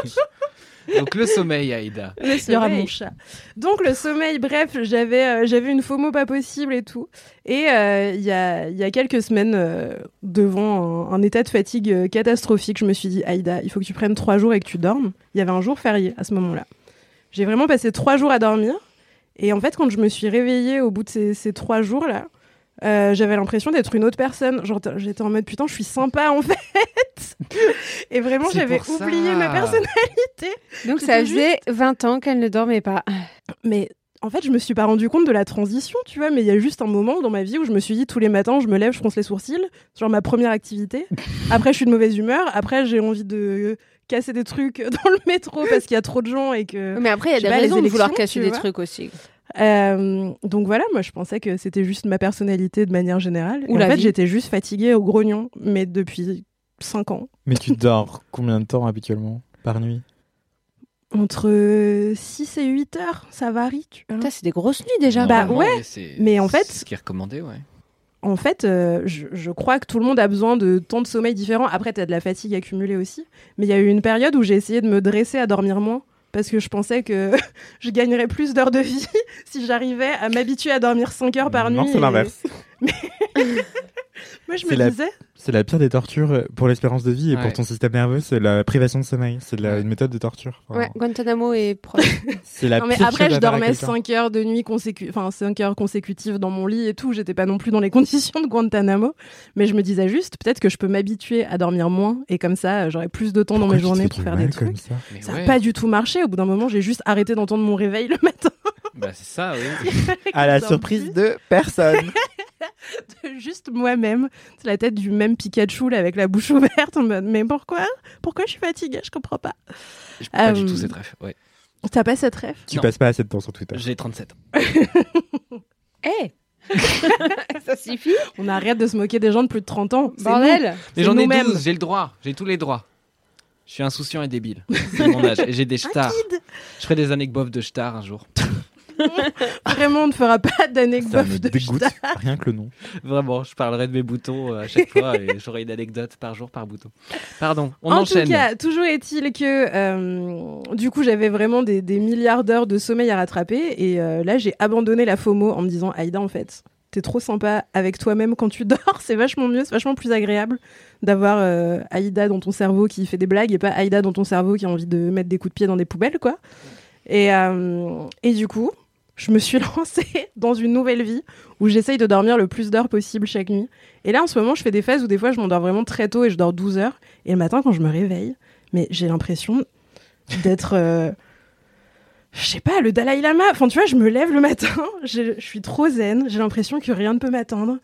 Speaker 6: Donc le sommeil, Aïda.
Speaker 7: Il y aura
Speaker 8: sommeil.
Speaker 7: mon chat. Donc le sommeil, bref, j'avais euh, j'avais une FOMO pas possible et tout. Et euh, il y, a, il y a quelques semaines, euh, devant un, un état de fatigue euh, catastrophique, je me suis dit, Aïda, il faut que tu prennes trois jours et que tu dormes. Il y avait un jour férié à ce moment-là. J'ai vraiment passé trois jours à dormir. Et en fait, quand je me suis réveillée au bout de ces, ces trois jours-là, euh, j'avais l'impression d'être une autre personne. Genre, t- J'étais en mode putain, je suis sympa en *laughs* fait. Et vraiment,
Speaker 6: C'est
Speaker 7: j'avais
Speaker 6: pour ça.
Speaker 7: oublié ma personne. C'était
Speaker 8: Donc, ça faisait 20 ans qu'elle ne dormait pas.
Speaker 7: Mais en fait, je me suis pas rendu compte de la transition, tu vois. Mais il y a juste un moment dans ma vie où je me suis dit tous les matins, je me lève, je fronce les sourcils, c'est genre ma première
Speaker 10: *laughs*
Speaker 7: activité. Après, je suis de mauvaise humeur. Après, j'ai envie de euh, casser des trucs *laughs* dans le métro parce qu'il y a trop de gens et que.
Speaker 10: Mais après, il y a
Speaker 7: Je sais
Speaker 10: des
Speaker 7: pas, les
Speaker 10: raisons de vouloir
Speaker 7: élections,
Speaker 10: cacher
Speaker 7: tu
Speaker 10: des
Speaker 7: vois.
Speaker 10: trucs aussi.
Speaker 7: Euh, donc voilà, moi, je pensais que c'était juste ma personnalité de manière générale.
Speaker 10: Ou
Speaker 7: Et en
Speaker 10: la
Speaker 7: fait,
Speaker 10: vie.
Speaker 7: j'étais juste fatiguée au grognon, mais depuis 5 ans.
Speaker 5: Mais tu dors combien de temps habituellement par nuit
Speaker 7: Entre 6 et 8 heures, ça varie. Tu vois.
Speaker 10: Putain, c'est des grosses nuits déjà.
Speaker 7: Bah,
Speaker 6: Normalement,
Speaker 7: ouais,
Speaker 6: c'est-
Speaker 7: mais en fait-
Speaker 6: C'est ce qui est recommandé, ouais.
Speaker 7: En fait, euh, je, je crois que tout le monde a besoin de temps de sommeil différents. Après, tu as de la fatigue accumulée aussi. Mais il y a eu une période où j'ai essayé de me dresser à dormir moins parce que je pensais que *laughs* je gagnerais plus d'heures de vie *laughs* si j'arrivais à m'habituer à dormir 5 heures par
Speaker 5: Non,
Speaker 7: nuit.
Speaker 5: c'est
Speaker 7: et-
Speaker 5: l'inverse.
Speaker 7: Moi, je
Speaker 5: C'est
Speaker 7: me
Speaker 5: la-
Speaker 7: disais,
Speaker 5: C'est la pire des tortures pour l'espérance de vie et
Speaker 6: Ouais.
Speaker 5: pour ton système nerveux, c'est la privation de sommeil. C'est la- une méthode de torture. Enfin,
Speaker 8: Ouais, Guantanamo est proche.
Speaker 5: C'est la
Speaker 7: Non, mais
Speaker 5: pire
Speaker 7: après,
Speaker 5: chose
Speaker 7: je
Speaker 5: à faire à
Speaker 7: dormais
Speaker 5: quelqu'un.
Speaker 7: 5 heures de nuit consécu... enfin, cinq heures consécutives dans mon lit et tout. J'étais pas non plus dans les *laughs* conditions de Guantanamo. Mais je me disais juste, peut-être que je peux m'habituer à dormir moins et comme ça, j'aurais plus de temps dans
Speaker 5: Pourquoi
Speaker 7: mes
Speaker 5: tu te
Speaker 7: journées
Speaker 5: fais
Speaker 7: pour
Speaker 5: du
Speaker 7: faire
Speaker 5: mal
Speaker 7: des trucs.
Speaker 5: comme ça
Speaker 6: Mais
Speaker 7: Ça n'a
Speaker 6: ouais,
Speaker 7: pas du tout marché. Au bout d'un moment, j'ai juste arrêté d'entendre mon réveil le
Speaker 5: *laughs*
Speaker 7: matin.
Speaker 6: bah, c'est ça, oui.
Speaker 5: À la
Speaker 7: Dans
Speaker 5: surprise de personne.
Speaker 7: juste moi-même. C'est la tête du même Pikachu là, avec la bouche *laughs* ouverte. en mode, Mais pourquoi Pourquoi je suis fatiguée Je comprends pas.
Speaker 6: Je peux pas
Speaker 7: Euh,
Speaker 6: du tout cette ref. Ouais.
Speaker 7: T'as pas cette ref
Speaker 5: *laughs* tu
Speaker 6: Non.
Speaker 5: passes pas assez de temps sur Twitter.
Speaker 6: J'ai 37 ans.
Speaker 8: Eh Ça suffit
Speaker 7: On arrête de se moquer des gens de plus de 30 ans. C'est nous.
Speaker 8: Bordel
Speaker 6: Mais j'en ai
Speaker 7: nous-mêmes.
Speaker 6: 12, j'ai le droit, j'ai tous les droits. Je suis insouciant et débile. C'est mon âge. Et
Speaker 7: *laughs*
Speaker 6: J'ai des stars. Je ferai des anecdotes de stars un jour.
Speaker 7: Vraiment, on ne fera pas
Speaker 5: Ça
Speaker 7: d'anecdote
Speaker 5: me
Speaker 7: de
Speaker 5: dégoûte,
Speaker 7: Star.
Speaker 5: rien que le nom.
Speaker 6: Vraiment, je parlerai de mes boutons euh,
Speaker 7: *laughs*
Speaker 6: à chaque fois et j'aurai une anecdote par jour par bouton. Pardon, on
Speaker 7: en
Speaker 6: enchaîne.
Speaker 7: tout cas, toujours est-il que euh, du coup, j'avais vraiment des, des milliards d'heures de sommeil à rattraper. Et euh, là, j'ai abandonné la FOMO en me disant, Aïda, en fait, t'es trop sympa avec toi-même quand tu *laughs* dors. C'est vachement mieux, c'est vachement plus agréable d'avoir euh, Aïda dans ton cerveau qui fait des blagues et pas Aïda dans ton cerveau qui a envie de mettre des coups de pied dans des poubelles, quoi. Et, euh, et du coup, je me suis *laughs* lancée dans une nouvelle vie où j'essaye de dormir le plus d'heures possible chaque nuit. Et là, en ce moment, je fais des phases où des fois, je m'endors vraiment très tôt et je dors 12 heures. Et le matin, quand je me réveille, mais j'ai l'impression d'être, euh, je sais pas, le Dalai Lama. Enfin, tu vois, je me lève le matin, *laughs* je, je suis trop zen, j'ai l'impression que rien ne peut m'atteindre.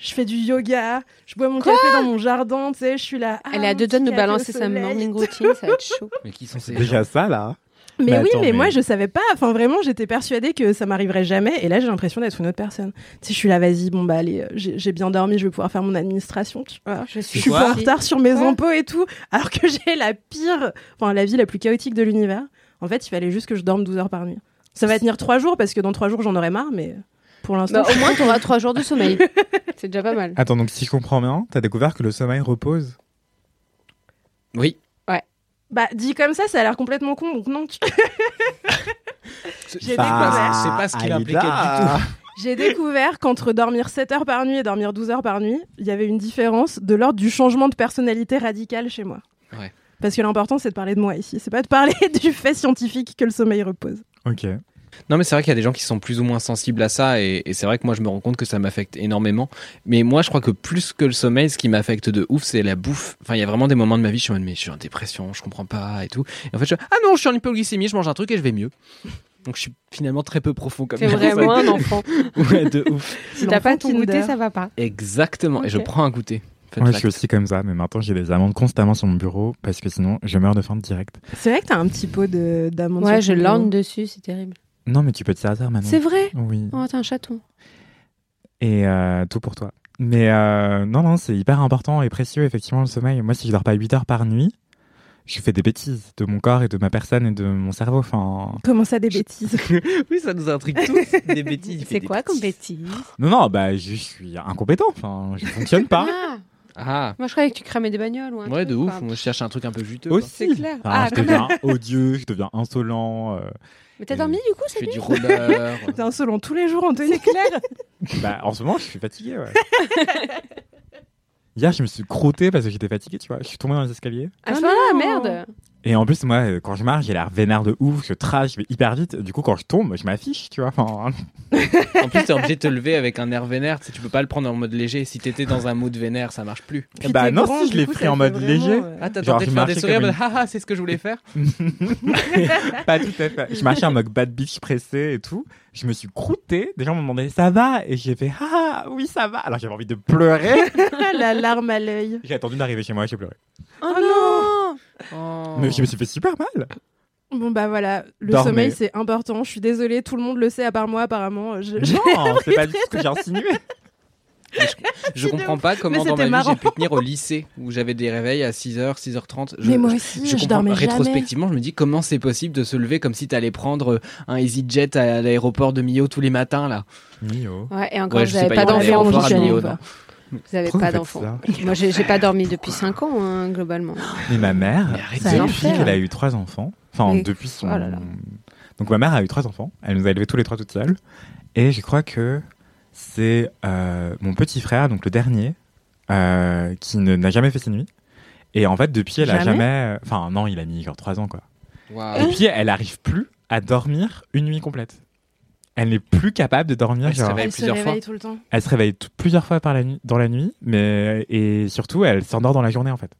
Speaker 7: Je fais du yoga, je bois mon café dans mon jardin, tu sais, je suis là. ah,
Speaker 8: Elle est à
Speaker 7: mon
Speaker 8: deux doigts
Speaker 7: petit
Speaker 8: de nous
Speaker 7: café au
Speaker 8: balancer sa
Speaker 7: soleil.
Speaker 8: morning routine, ça va être chaud.
Speaker 6: Mais qui sont ces gens
Speaker 5: Déjà ça là.
Speaker 7: Mais
Speaker 5: Bah,
Speaker 7: oui,
Speaker 5: attends,
Speaker 7: mais,
Speaker 5: mais-
Speaker 7: moi je savais pas. Enfin vraiment, j'étais persuadée que ça m'arriverait jamais. Et là, j'ai l'impression d'être une autre personne. Tu sais, je suis là, vas-y, bon bah allez, euh, j'ai j'ai bien dormi, je vais pouvoir faire mon administration. tu vois.
Speaker 10: Ah,
Speaker 7: Je
Speaker 10: Je suis
Speaker 7: suis pas en
Speaker 10: partie.
Speaker 7: retard sur mes
Speaker 10: Ouais.
Speaker 7: impôts et tout, alors que j'ai la pire, enfin la vie la plus chaotique de l'univers. En fait, il fallait juste que je dorme 12 heures par nuit. Ça va tenir trois jours parce que dans trois jours j'en aurai marre, mais pour l'instant.
Speaker 10: Bah, au moins, t'auras trois jours de sommeil. C'est déjà pas mal.
Speaker 5: Attends, donc si je comprends bien, t'as découvert que le sommeil repose
Speaker 6: Oui.
Speaker 7: Bah, dit comme ça, ça a l'air complètement con, donc
Speaker 10: *laughs*
Speaker 7: non. J'ai découvert.
Speaker 6: c'est pas ce qu'il
Speaker 5: Bah, Aïda.
Speaker 6: impliquait
Speaker 7: J'ai découvert qu'entre dormir 7 heures par nuit et dormir 12 heures par nuit, il y avait une différence de l'ordre du changement de personnalité radical chez moi.
Speaker 6: Ouais.
Speaker 7: Parce que l'important, c'est de parler de moi ici. C'est pas de parler *laughs* du fait scientifique que le sommeil repose.
Speaker 5: Ok.
Speaker 6: Non, mais c'est vrai qu'il y a des gens qui sont plus ou moins sensibles à ça, et, et c'est vrai que moi je me rends compte que ça m'affecte énormément. Mais moi je crois que plus que le sommeil, ce qui m'affecte de ouf, c'est la bouffe. Enfin, il y a vraiment des moments de ma vie, je suis en mode, mais je suis en dépression, je comprends pas et tout. Et en fait, je ah non, je suis en hypoglycémie, je mange un truc et je vais mieux. Donc je suis finalement très peu profond comme
Speaker 10: C'est
Speaker 6: personne.
Speaker 10: vraiment un enfant.
Speaker 6: *laughs* Ouais, de ouf.
Speaker 10: Si t'as pas
Speaker 7: L'enfant
Speaker 10: ton goûter,
Speaker 7: Kinder.
Speaker 10: ça va pas.
Speaker 6: Exactement. Et je
Speaker 10: Ok.
Speaker 6: prends un goûter. Fun
Speaker 5: Moi, je
Speaker 6: fact.
Speaker 5: suis aussi comme ça, mais maintenant j'ai des amandes constamment sur mon bureau parce que sinon je meurs de faim direct.
Speaker 7: C'est vrai que t'as un petit pot de- d'amande.
Speaker 10: Ouais, je
Speaker 7: sur ton
Speaker 10: lorne
Speaker 7: bureau.
Speaker 10: dessus, c'est terrible.
Speaker 5: Non, mais tu peux te servir maintenant.
Speaker 10: C'est vrai
Speaker 5: Oui.
Speaker 10: Oh, t'es un chaton.
Speaker 5: Et euh, tout pour toi. Mais euh, non, non, c'est hyper important et précieux, effectivement, le sommeil. Moi, si je dors pas 8 heures par nuit, je fais des bêtises de mon corps et de ma personne et de mon cerveau. Enfin,
Speaker 7: Comment ça, des bêtises
Speaker 6: Oui, ça nous intrigue tous. Des bêtises. il fait
Speaker 10: C'est
Speaker 6: des
Speaker 10: quoi comme
Speaker 6: bêtises.
Speaker 10: bêtise
Speaker 5: non, non, bah, je suis incompétent. Enfin, je fonctionne pas.
Speaker 10: Ah,
Speaker 6: Ah,
Speaker 10: moi je croyais que tu cramais des bagnoles ou un
Speaker 6: ouais,
Speaker 10: truc,
Speaker 6: de ouf.
Speaker 10: enfin,
Speaker 6: Moi je cherche un truc un peu juteux. quoi.
Speaker 5: Aussi.
Speaker 10: *laughs* C'est clair.
Speaker 5: Enfin,
Speaker 10: Ah,
Speaker 5: je deviens odieux, je deviens insolent. euh,
Speaker 10: Mais t'as dormi du coup
Speaker 6: Je
Speaker 10: cette
Speaker 6: fais
Speaker 10: nuit
Speaker 6: du roller.
Speaker 7: T'es insolent tous les jours, Anthony. clair.
Speaker 5: bah, en ce moment, je suis fatigué.
Speaker 10: *laughs*
Speaker 5: Ouais. Hier, je me suis crotté parce que j'étais fatigué, tu vois. Je suis tombé dans les escaliers.
Speaker 10: Ah,
Speaker 7: *laughs* Ah
Speaker 10: là,
Speaker 7: non.
Speaker 10: merde
Speaker 5: Et en plus, moi, euh, quand je marche, j'ai l'air vénère de ouf, je trash, je vais hyper vite. Du coup, quand je tombe, je m'affiche, tu vois. Enfin,
Speaker 6: En plus, t'es obligé de te lever avec un air vénère. Tu, sais, tu peux pas le prendre en mode léger. Si t'étais dans un mood vénère, ça marche plus.
Speaker 5: bah non, si, je l'ai pris en mode léger.
Speaker 7: euh,
Speaker 6: Ah, t'as
Speaker 5: Genre,
Speaker 6: tenté de
Speaker 5: je
Speaker 6: faire des
Speaker 5: marchais
Speaker 6: sourires,
Speaker 5: comme
Speaker 6: mais haha, c'est ce que je voulais faire.
Speaker 5: pas tout à fait. Je marchais en mode bad bitch pressé et tout. Je me suis croûté. Des gens m'ont demandé ça va Et j'ai fait ah oui, ça va. Alors j'avais envie de pleurer.
Speaker 7: La larme à l'œil. Ah
Speaker 5: J'ai attendu d'arriver chez moi et j'ai pleuré.
Speaker 10: Oh non
Speaker 6: Oh.
Speaker 5: Mais
Speaker 6: *laughs*
Speaker 5: je me suis fait super mal.
Speaker 7: Bon, bah voilà, le
Speaker 5: Dormez.
Speaker 7: sommeil, c'est important. Je suis désolée, tout le monde le sait, à part moi, apparemment. Je- je-
Speaker 5: Non, c'est pas du tout ce que j'ai insinué.
Speaker 6: Je comprends pas comment
Speaker 7: Mais
Speaker 6: dans ma
Speaker 7: c'était
Speaker 6: vie
Speaker 7: marrant.
Speaker 6: j'ai pu tenir au lycée où j'avais des réveils à 6h, 6h30. Je,
Speaker 7: Mais moi
Speaker 6: je-
Speaker 7: aussi,
Speaker 6: je
Speaker 7: je,
Speaker 6: comprends
Speaker 7: dormais jamais.
Speaker 6: rétrospectivement, je me dis comment c'est possible de se lever comme si t'allais prendre euh, un EasyJet à l'aéroport de Millau tous les matins là.
Speaker 5: Mio.
Speaker 10: Ouais, et encore,
Speaker 6: Ouais, je
Speaker 10: vous
Speaker 6: sais
Speaker 10: avez
Speaker 6: pas,
Speaker 10: pas
Speaker 6: il y a
Speaker 10: d'enfant,
Speaker 6: des
Speaker 10: vous
Speaker 6: enfants à
Speaker 10: j'y allais
Speaker 6: Millau,
Speaker 10: pas.
Speaker 6: non.
Speaker 10: Vous avez
Speaker 5: Pourquoi
Speaker 10: pas
Speaker 5: vous faites
Speaker 10: d'enfant. Moi j'ai j'ai pas
Speaker 6: *laughs*
Speaker 10: dormi depuis 5 ans, hein, globalement.
Speaker 5: Mais ma mère,
Speaker 6: Mais arrête,
Speaker 10: c'est
Speaker 5: depuis
Speaker 10: l'enfer.
Speaker 5: qu'elle a eu trois enfants, enfin
Speaker 10: Mais-
Speaker 5: depuis son.
Speaker 10: oh là là.
Speaker 5: Donc ma mère a eu trois enfants, elle nous a élevés tous les trois toutes seules. Et je crois que c'est euh, mon petit frère, donc le dernier, euh, qui ne- n'a jamais fait ses nuits. Et en fait, depuis, elle a
Speaker 7: Jamais
Speaker 5: jamais. Enfin, non, il a mis genre trois ans quoi. Et
Speaker 10: Hein
Speaker 6: Waouh.
Speaker 5: puis, elle n'arrive plus à dormir une nuit complète. Elle n'est plus capable de dormir.
Speaker 6: Elle se
Speaker 5: genre-
Speaker 6: réveille.
Speaker 7: Elle se
Speaker 6: plusieurs
Speaker 7: réveille
Speaker 6: fois.
Speaker 7: tout le temps.
Speaker 5: elle se réveille tout- plusieurs fois par la nuit, dans la nuit, mais et surtout, elle s'endort dans la journée en fait.